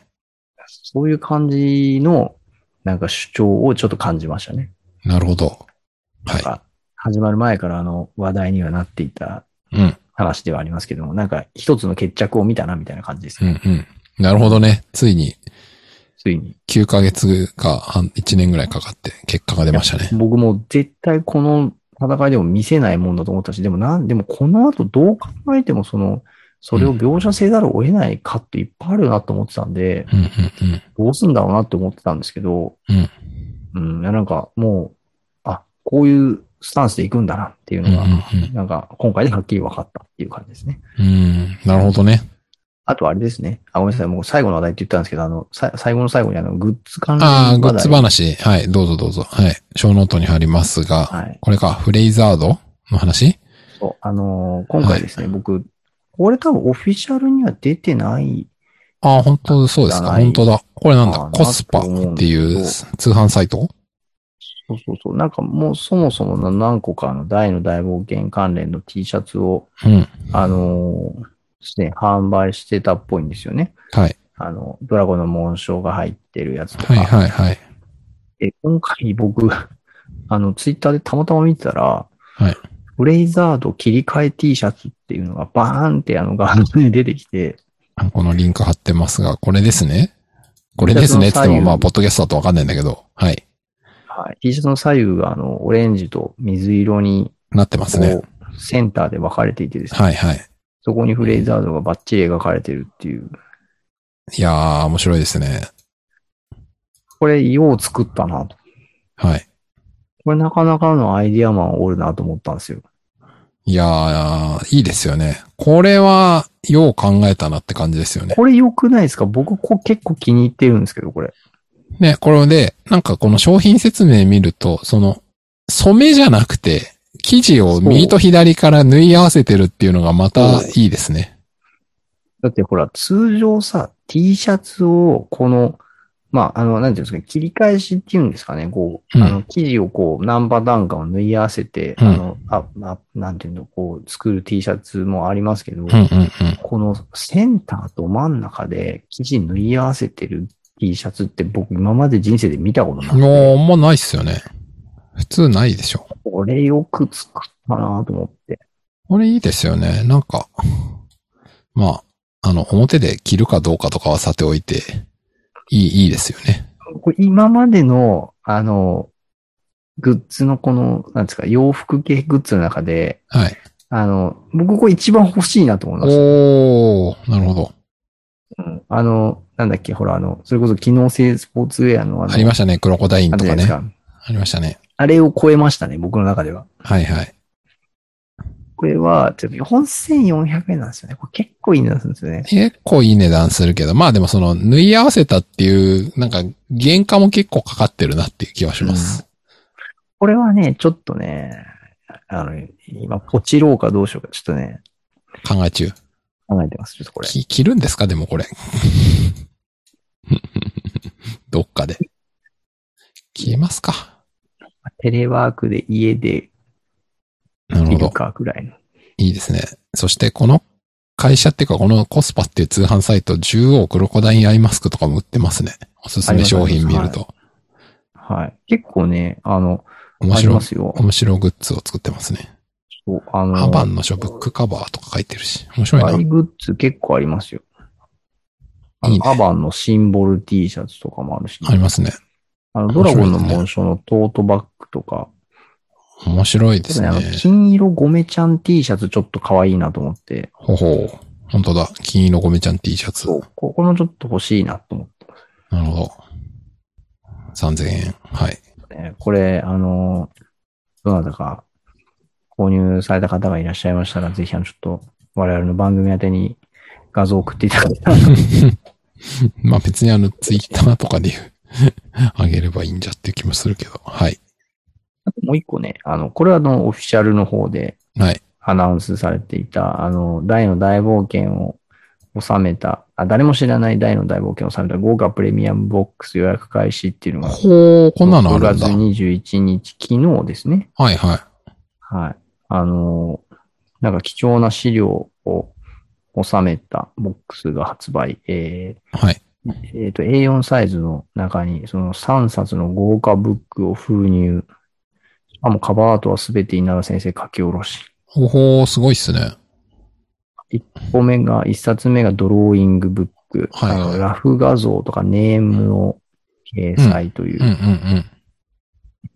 Speaker 2: そういう感じの、なんか主張をちょっと感じましたね。
Speaker 1: なるほど。は
Speaker 2: あ始まる前からあの話題にはなっていた
Speaker 1: い。うん。
Speaker 2: 話ではありますけども、なんか一つの決着を見たなみたいな感じです
Speaker 1: うん
Speaker 2: ね。
Speaker 1: うん。なるほどね。ついに
Speaker 2: ついに。
Speaker 1: 9ヶ月か半1年ぐらいかかって結果が出ましたね。
Speaker 2: 僕も絶対この戦いでも見せないもんだと思ったし、でもなん、でもこの後どう考えてもその、それを描写せざるを得ないかっていっぱいあるなと思ってたんで、
Speaker 1: うんうんうん。
Speaker 2: どうすんだろうなって思ってたんですけど、
Speaker 1: うん。
Speaker 2: うん、いやなんかもう、あ、こういうスタンスで行くんだなっていう
Speaker 1: うんう
Speaker 2: のが、
Speaker 1: んうん。
Speaker 2: なんか今回ではっきり分かったっていう感じですね。
Speaker 1: うん、なるほどね。
Speaker 2: あとあれですね。あ、ごめんなさい。もう最後の話題って言ったんですけど、あの、さ最後の最後にあの、グッズ関連
Speaker 1: ああ、グ
Speaker 2: 話題
Speaker 1: ッズ話。はい、どうぞどうぞ。はい、小ノートに貼りますが、
Speaker 2: はい。
Speaker 1: これか、フレイザードの話
Speaker 2: そう。あのー今回ですね、僕、これ多分オフィシャルには出てない。
Speaker 1: ああ、本当そうです
Speaker 2: じ
Speaker 1: か。
Speaker 2: ゃない
Speaker 1: 本当だ。これなんだ
Speaker 2: あー、
Speaker 1: コスパ
Speaker 2: なと思うん
Speaker 1: っ
Speaker 2: だ
Speaker 1: て
Speaker 2: けど
Speaker 1: いう通販サイト
Speaker 2: そうそうそう。なんかもうそもそもの何個かあの、大の大冒険関連の T シャツを、
Speaker 1: うん。
Speaker 2: あのーすでに販売してたっぽいんですよね。
Speaker 1: はい。
Speaker 2: あの、ドラゴンの紋章が入ってるやつとか。
Speaker 1: はいはいはい。
Speaker 2: で、今回僕、 *laughs* あの、ツイッターでたまたま見てたら、
Speaker 1: はい
Speaker 2: フレイザード切り替え T シャツっていうのがバーンってあの画面に出てきて、
Speaker 1: このリンク貼ってますが、これですね。これですねって言っても、まあ、ポッドキャストだとわかんないんだけど、はい。
Speaker 2: はい。T シャツの左右が、あの、オレンジと水色に、
Speaker 1: なってますね
Speaker 2: こ。うセンターで分かれていてですね、
Speaker 1: はいはい。
Speaker 2: そこにフレイザードがバッチリ描かれてるっていう。
Speaker 1: いやー、面白いですね。
Speaker 2: これ、よう作ったなと。
Speaker 1: はい。
Speaker 2: これなかなかのアイディアマンおるなと思ったんですよ。
Speaker 1: いやー、いいですよね。これは、よう考えたなって感じですよね。
Speaker 2: これ良くないですか僕こ結構気に入ってるんですけど、これ。
Speaker 1: ね、これで、なんかこの商品説明見ると、その、染めじゃなくて、生地を右と左から縫い合わせてるっていうのがまたいいですね。
Speaker 2: だってほら、通常さ、T シャツを、この、まあ、あの、なんていうんですかね、切り返しっていうんですかね、こう、
Speaker 1: うん
Speaker 2: あの、生地をこう、何パターンかを縫い合わせて、
Speaker 1: うん
Speaker 2: あの、あ、あ、なんていうの、こう、作る T シャツもありますけど、
Speaker 1: うんうんうん。
Speaker 2: このセンターと真ん中で生地縫い合わせてる T シャツって僕今まで人生で見たことなくて、
Speaker 1: もう、あんまないっすよね。普通ないでしょ。
Speaker 2: これよく作ったなと思って。
Speaker 1: これいいですよね。なんか、まあ、あの、表で着るかどうかとかはさておいて、いい、いいですよね。
Speaker 2: これ今までの、あの、グッズのこの、なんですか、洋服系グッズの中で、
Speaker 1: はい。
Speaker 2: あの、僕これ一番欲しいなと思いました。
Speaker 1: おー、なるほど。
Speaker 2: うんあの、なんだっけ、ほら、あの、それこそ機能性スポーツウェアのあの、
Speaker 1: ありましたね。クロコダイン
Speaker 2: あった
Speaker 1: と
Speaker 2: じゃ
Speaker 1: か
Speaker 2: ないで
Speaker 1: ね。
Speaker 2: すか。
Speaker 1: ありましたね。
Speaker 2: あれを超えましたね、僕の中では。
Speaker 1: はいはい。
Speaker 2: これは、ちょっと4400円なんですよね。これ結構いい値段するんですよね。
Speaker 1: 結構いい値段するけど、まあでもその縫い合わせたっていう、なんか原価も結構かかってるなっていう気はします。
Speaker 2: これはね、ちょっとね、あの、今、ポチろうかどうしようか、ちょっとね、
Speaker 1: 考え中。
Speaker 2: 考えてます、ちょっとこれ。
Speaker 1: き着るんですかでもこれ。 *laughs* どっかで。着ますか。
Speaker 2: テレワークで家で
Speaker 1: なる
Speaker 2: い
Speaker 1: ほ
Speaker 2: る
Speaker 1: ど。
Speaker 2: か、ぐらいの。
Speaker 1: いいですね。そしてこの会社っていうかこのコスパっていう通販サイト中央クロコダインアイマスクとかも売ってますね。おすすめ商品見ると。
Speaker 2: はい。結構ね、あの、
Speaker 1: 面
Speaker 2: あり
Speaker 1: 白
Speaker 2: ま
Speaker 1: い、
Speaker 2: すよ。
Speaker 1: 面白いグッズを作ってますね。
Speaker 2: そうあの、
Speaker 1: アバンの書ブックカバーとか書いてるし。面白いな
Speaker 2: ア。イグッズ結構ありますよ。あの
Speaker 1: いいね
Speaker 2: アバンのシンボル T シャツとかもあるし、
Speaker 1: ありますね。
Speaker 2: あのドラゴンの
Speaker 1: 面白いですね
Speaker 2: 紋章のトートバッグとか、
Speaker 1: 面白いですね
Speaker 2: あ。の金色ゴメちゃん T シャツちょっと可愛いなと思って、
Speaker 1: ほほう。本当だ。金色ゴメちゃん T シャツ。
Speaker 2: そう、ここのちょっと欲しいなと思って
Speaker 1: なるほど。3000円。はい。 *laughs*
Speaker 2: ね、これ、あの、どなたか購入された方がいらっしゃいましたら、ぜひ、あの、ちょっと、我々の番組宛てに画像を送っていただけたら、 *laughs*
Speaker 1: まあ別にあの、ツイッターとかで言う *laughs* あげればいいんじゃっていう気もするけど。はい。
Speaker 2: もう一個ね、あの、これはあの、オフィシャルの方で
Speaker 1: はい。
Speaker 2: アナウンスされていた、あの、大の大冒険を収めた、あ、誰も知らない大の大冒険を収めた豪華プレミアムボックス予約開始っていうのが、
Speaker 1: ほう、こんなのあるんだ。
Speaker 2: 6月21日、昨日ですね。
Speaker 1: はいは
Speaker 2: はい。あのーなんか貴重な資料を収めたボックスが発売。え
Speaker 1: い。はい。
Speaker 2: ーえーと、A4 サイズの中に、その3冊の豪華ブックを封入。あ、もうカバーアートはすべて稲田先生書き下ろし。
Speaker 1: ほほう、すごいっすね。
Speaker 2: 1個目が、1冊目がドローイングブック。
Speaker 1: はいはい
Speaker 2: あのラフ画像とかネームの掲載という。
Speaker 1: うんうん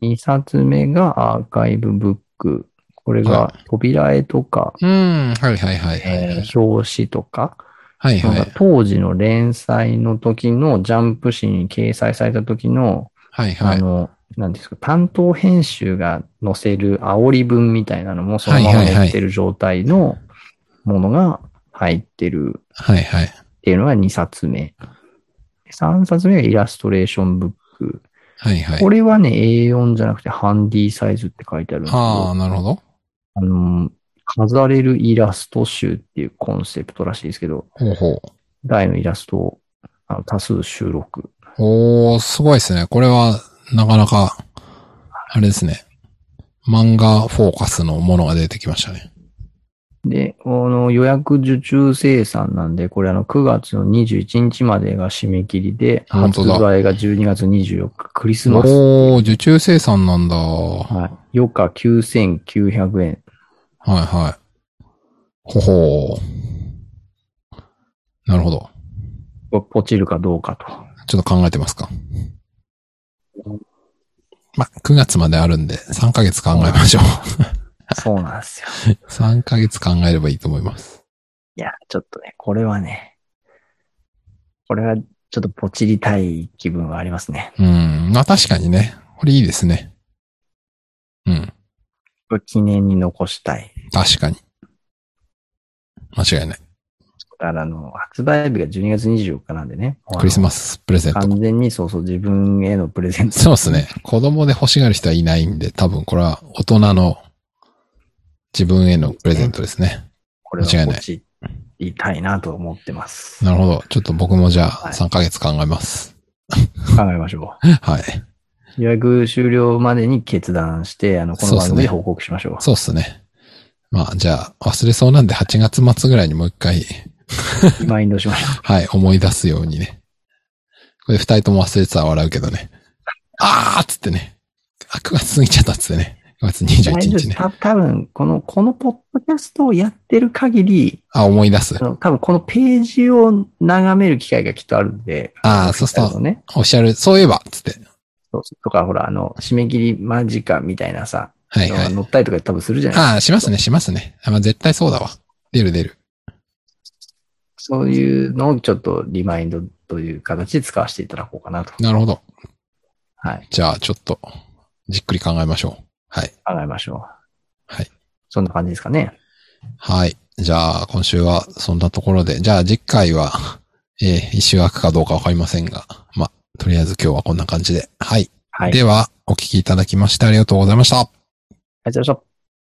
Speaker 1: うん。
Speaker 2: 2冊目がアーカイブブック。これが扉絵とか、
Speaker 1: うん、はいはいはいはいは
Speaker 2: え
Speaker 1: い。
Speaker 2: ー表紙とか、
Speaker 1: はいは
Speaker 2: なんか
Speaker 1: い。
Speaker 2: 当時の連載の時のジャンプ誌に掲載された時の、
Speaker 1: はいは
Speaker 2: あ
Speaker 1: い。
Speaker 2: の、なんですか、担当編集が載せる煽り文みたいなのもそのま
Speaker 1: は
Speaker 2: ま
Speaker 1: いはいはい
Speaker 2: 載ってる状態のものが入ってる
Speaker 1: はいはい。
Speaker 2: っていうのが2冊目。3冊目がイラストレーションブック。
Speaker 1: はいはい
Speaker 2: こ。れはね、A4 じゃなくてハンディサイズって書いてあるんですけど、
Speaker 1: ああ、なるほど。
Speaker 2: あの、飾れるイラスト集っていうコンセプトらしいですけど、
Speaker 1: ほうほう。
Speaker 2: 台のイラストをあの多数収録。
Speaker 1: おー、すごいですね。これは、なかなか、あれですね。漫画フォーカスのものが出てきましたね。
Speaker 2: で、この予約受注生産なんで、これあの9月の21日までが締め切りで、
Speaker 1: 本
Speaker 2: 発
Speaker 1: 当だ
Speaker 2: 売が12月24日、クリスマス。
Speaker 1: おー、受注生産なんだ。は
Speaker 2: はい。余価9900円。
Speaker 1: いはい。ほほー。なるほど。
Speaker 2: ポチるかどうかと。
Speaker 1: ちょっと考えてますか。ま、9月まであるんで、3ヶ月考えましょう。
Speaker 2: *laughs* そうなんですよ。
Speaker 1: 3ヶ月考えればいいと思います。
Speaker 2: いや、ちょっとね、これはね、これはちょっとポチりたい気分はありますね。
Speaker 1: うん。まあ確かにね。これいいですね。うん。
Speaker 2: 記念に残したい。
Speaker 1: 確かに。間違いない。
Speaker 2: だからあの、発売日が12月24日なんでね。
Speaker 1: クリスマスプレゼント。
Speaker 2: 完全にそうそう自分へのプレゼント。
Speaker 1: そうですね。子供で欲しがる人はいないんで、多分これは大人の自分へのプレゼントですね。
Speaker 2: これは
Speaker 1: 間違いない
Speaker 2: ポチりたいなと思ってます。
Speaker 1: なるほど。ちょっと僕もじゃ
Speaker 2: は
Speaker 1: あ
Speaker 2: い
Speaker 1: 3ヶ月考えます。
Speaker 2: 考えましょ
Speaker 1: はい。
Speaker 2: う。予約終了までに決断して、あの、この番組で報告しましょう。
Speaker 1: そうっすね。まあじゃあ忘れそうなんで8月末ぐらいにもう一回、
Speaker 2: リマインドしましょ
Speaker 1: はい、思い出すようにね。これ二人とも忘れてたら笑うけどね。あーっつってね。あ、9月過ぎちゃったっつってね。9月
Speaker 2: う。大丈
Speaker 1: 21
Speaker 2: 夫
Speaker 1: 日
Speaker 2: です
Speaker 1: ね。
Speaker 2: た多分この、このポッドキャストをやってる限り、
Speaker 1: あ、思い出す
Speaker 2: あ。の多分このページを眺める機会がきっとあるんで。
Speaker 1: あーそうすると
Speaker 2: うね。
Speaker 1: おっしゃる、そういえばっつって。
Speaker 2: そうとか、ほら、あの、締め切り間近みたいなさ、
Speaker 1: はいはい。
Speaker 2: 乗ったりとか多分するじゃないですか。
Speaker 1: ああ、しますね、しますね。あまあ、絶対そうだわ。出る出る。
Speaker 2: そういうのをちょっとリマインドという形で使わせていただこうかなと。
Speaker 1: なるほど。
Speaker 2: はい。
Speaker 1: じゃあ、ちょっと、じっくり考えましょう。はい。
Speaker 2: 考えましょう。
Speaker 1: はい。
Speaker 2: そんな感じですかね。
Speaker 1: はい。じゃあ、今週はそんなところで。じゃあ、次回は、 *laughs* えー一週空くかどうかわかりませんが、まあ、とりあえず今日はこんな感じで。はい。
Speaker 2: はい。あり
Speaker 1: では、お聞きいただきましてありがとうございました。
Speaker 2: がとうございました。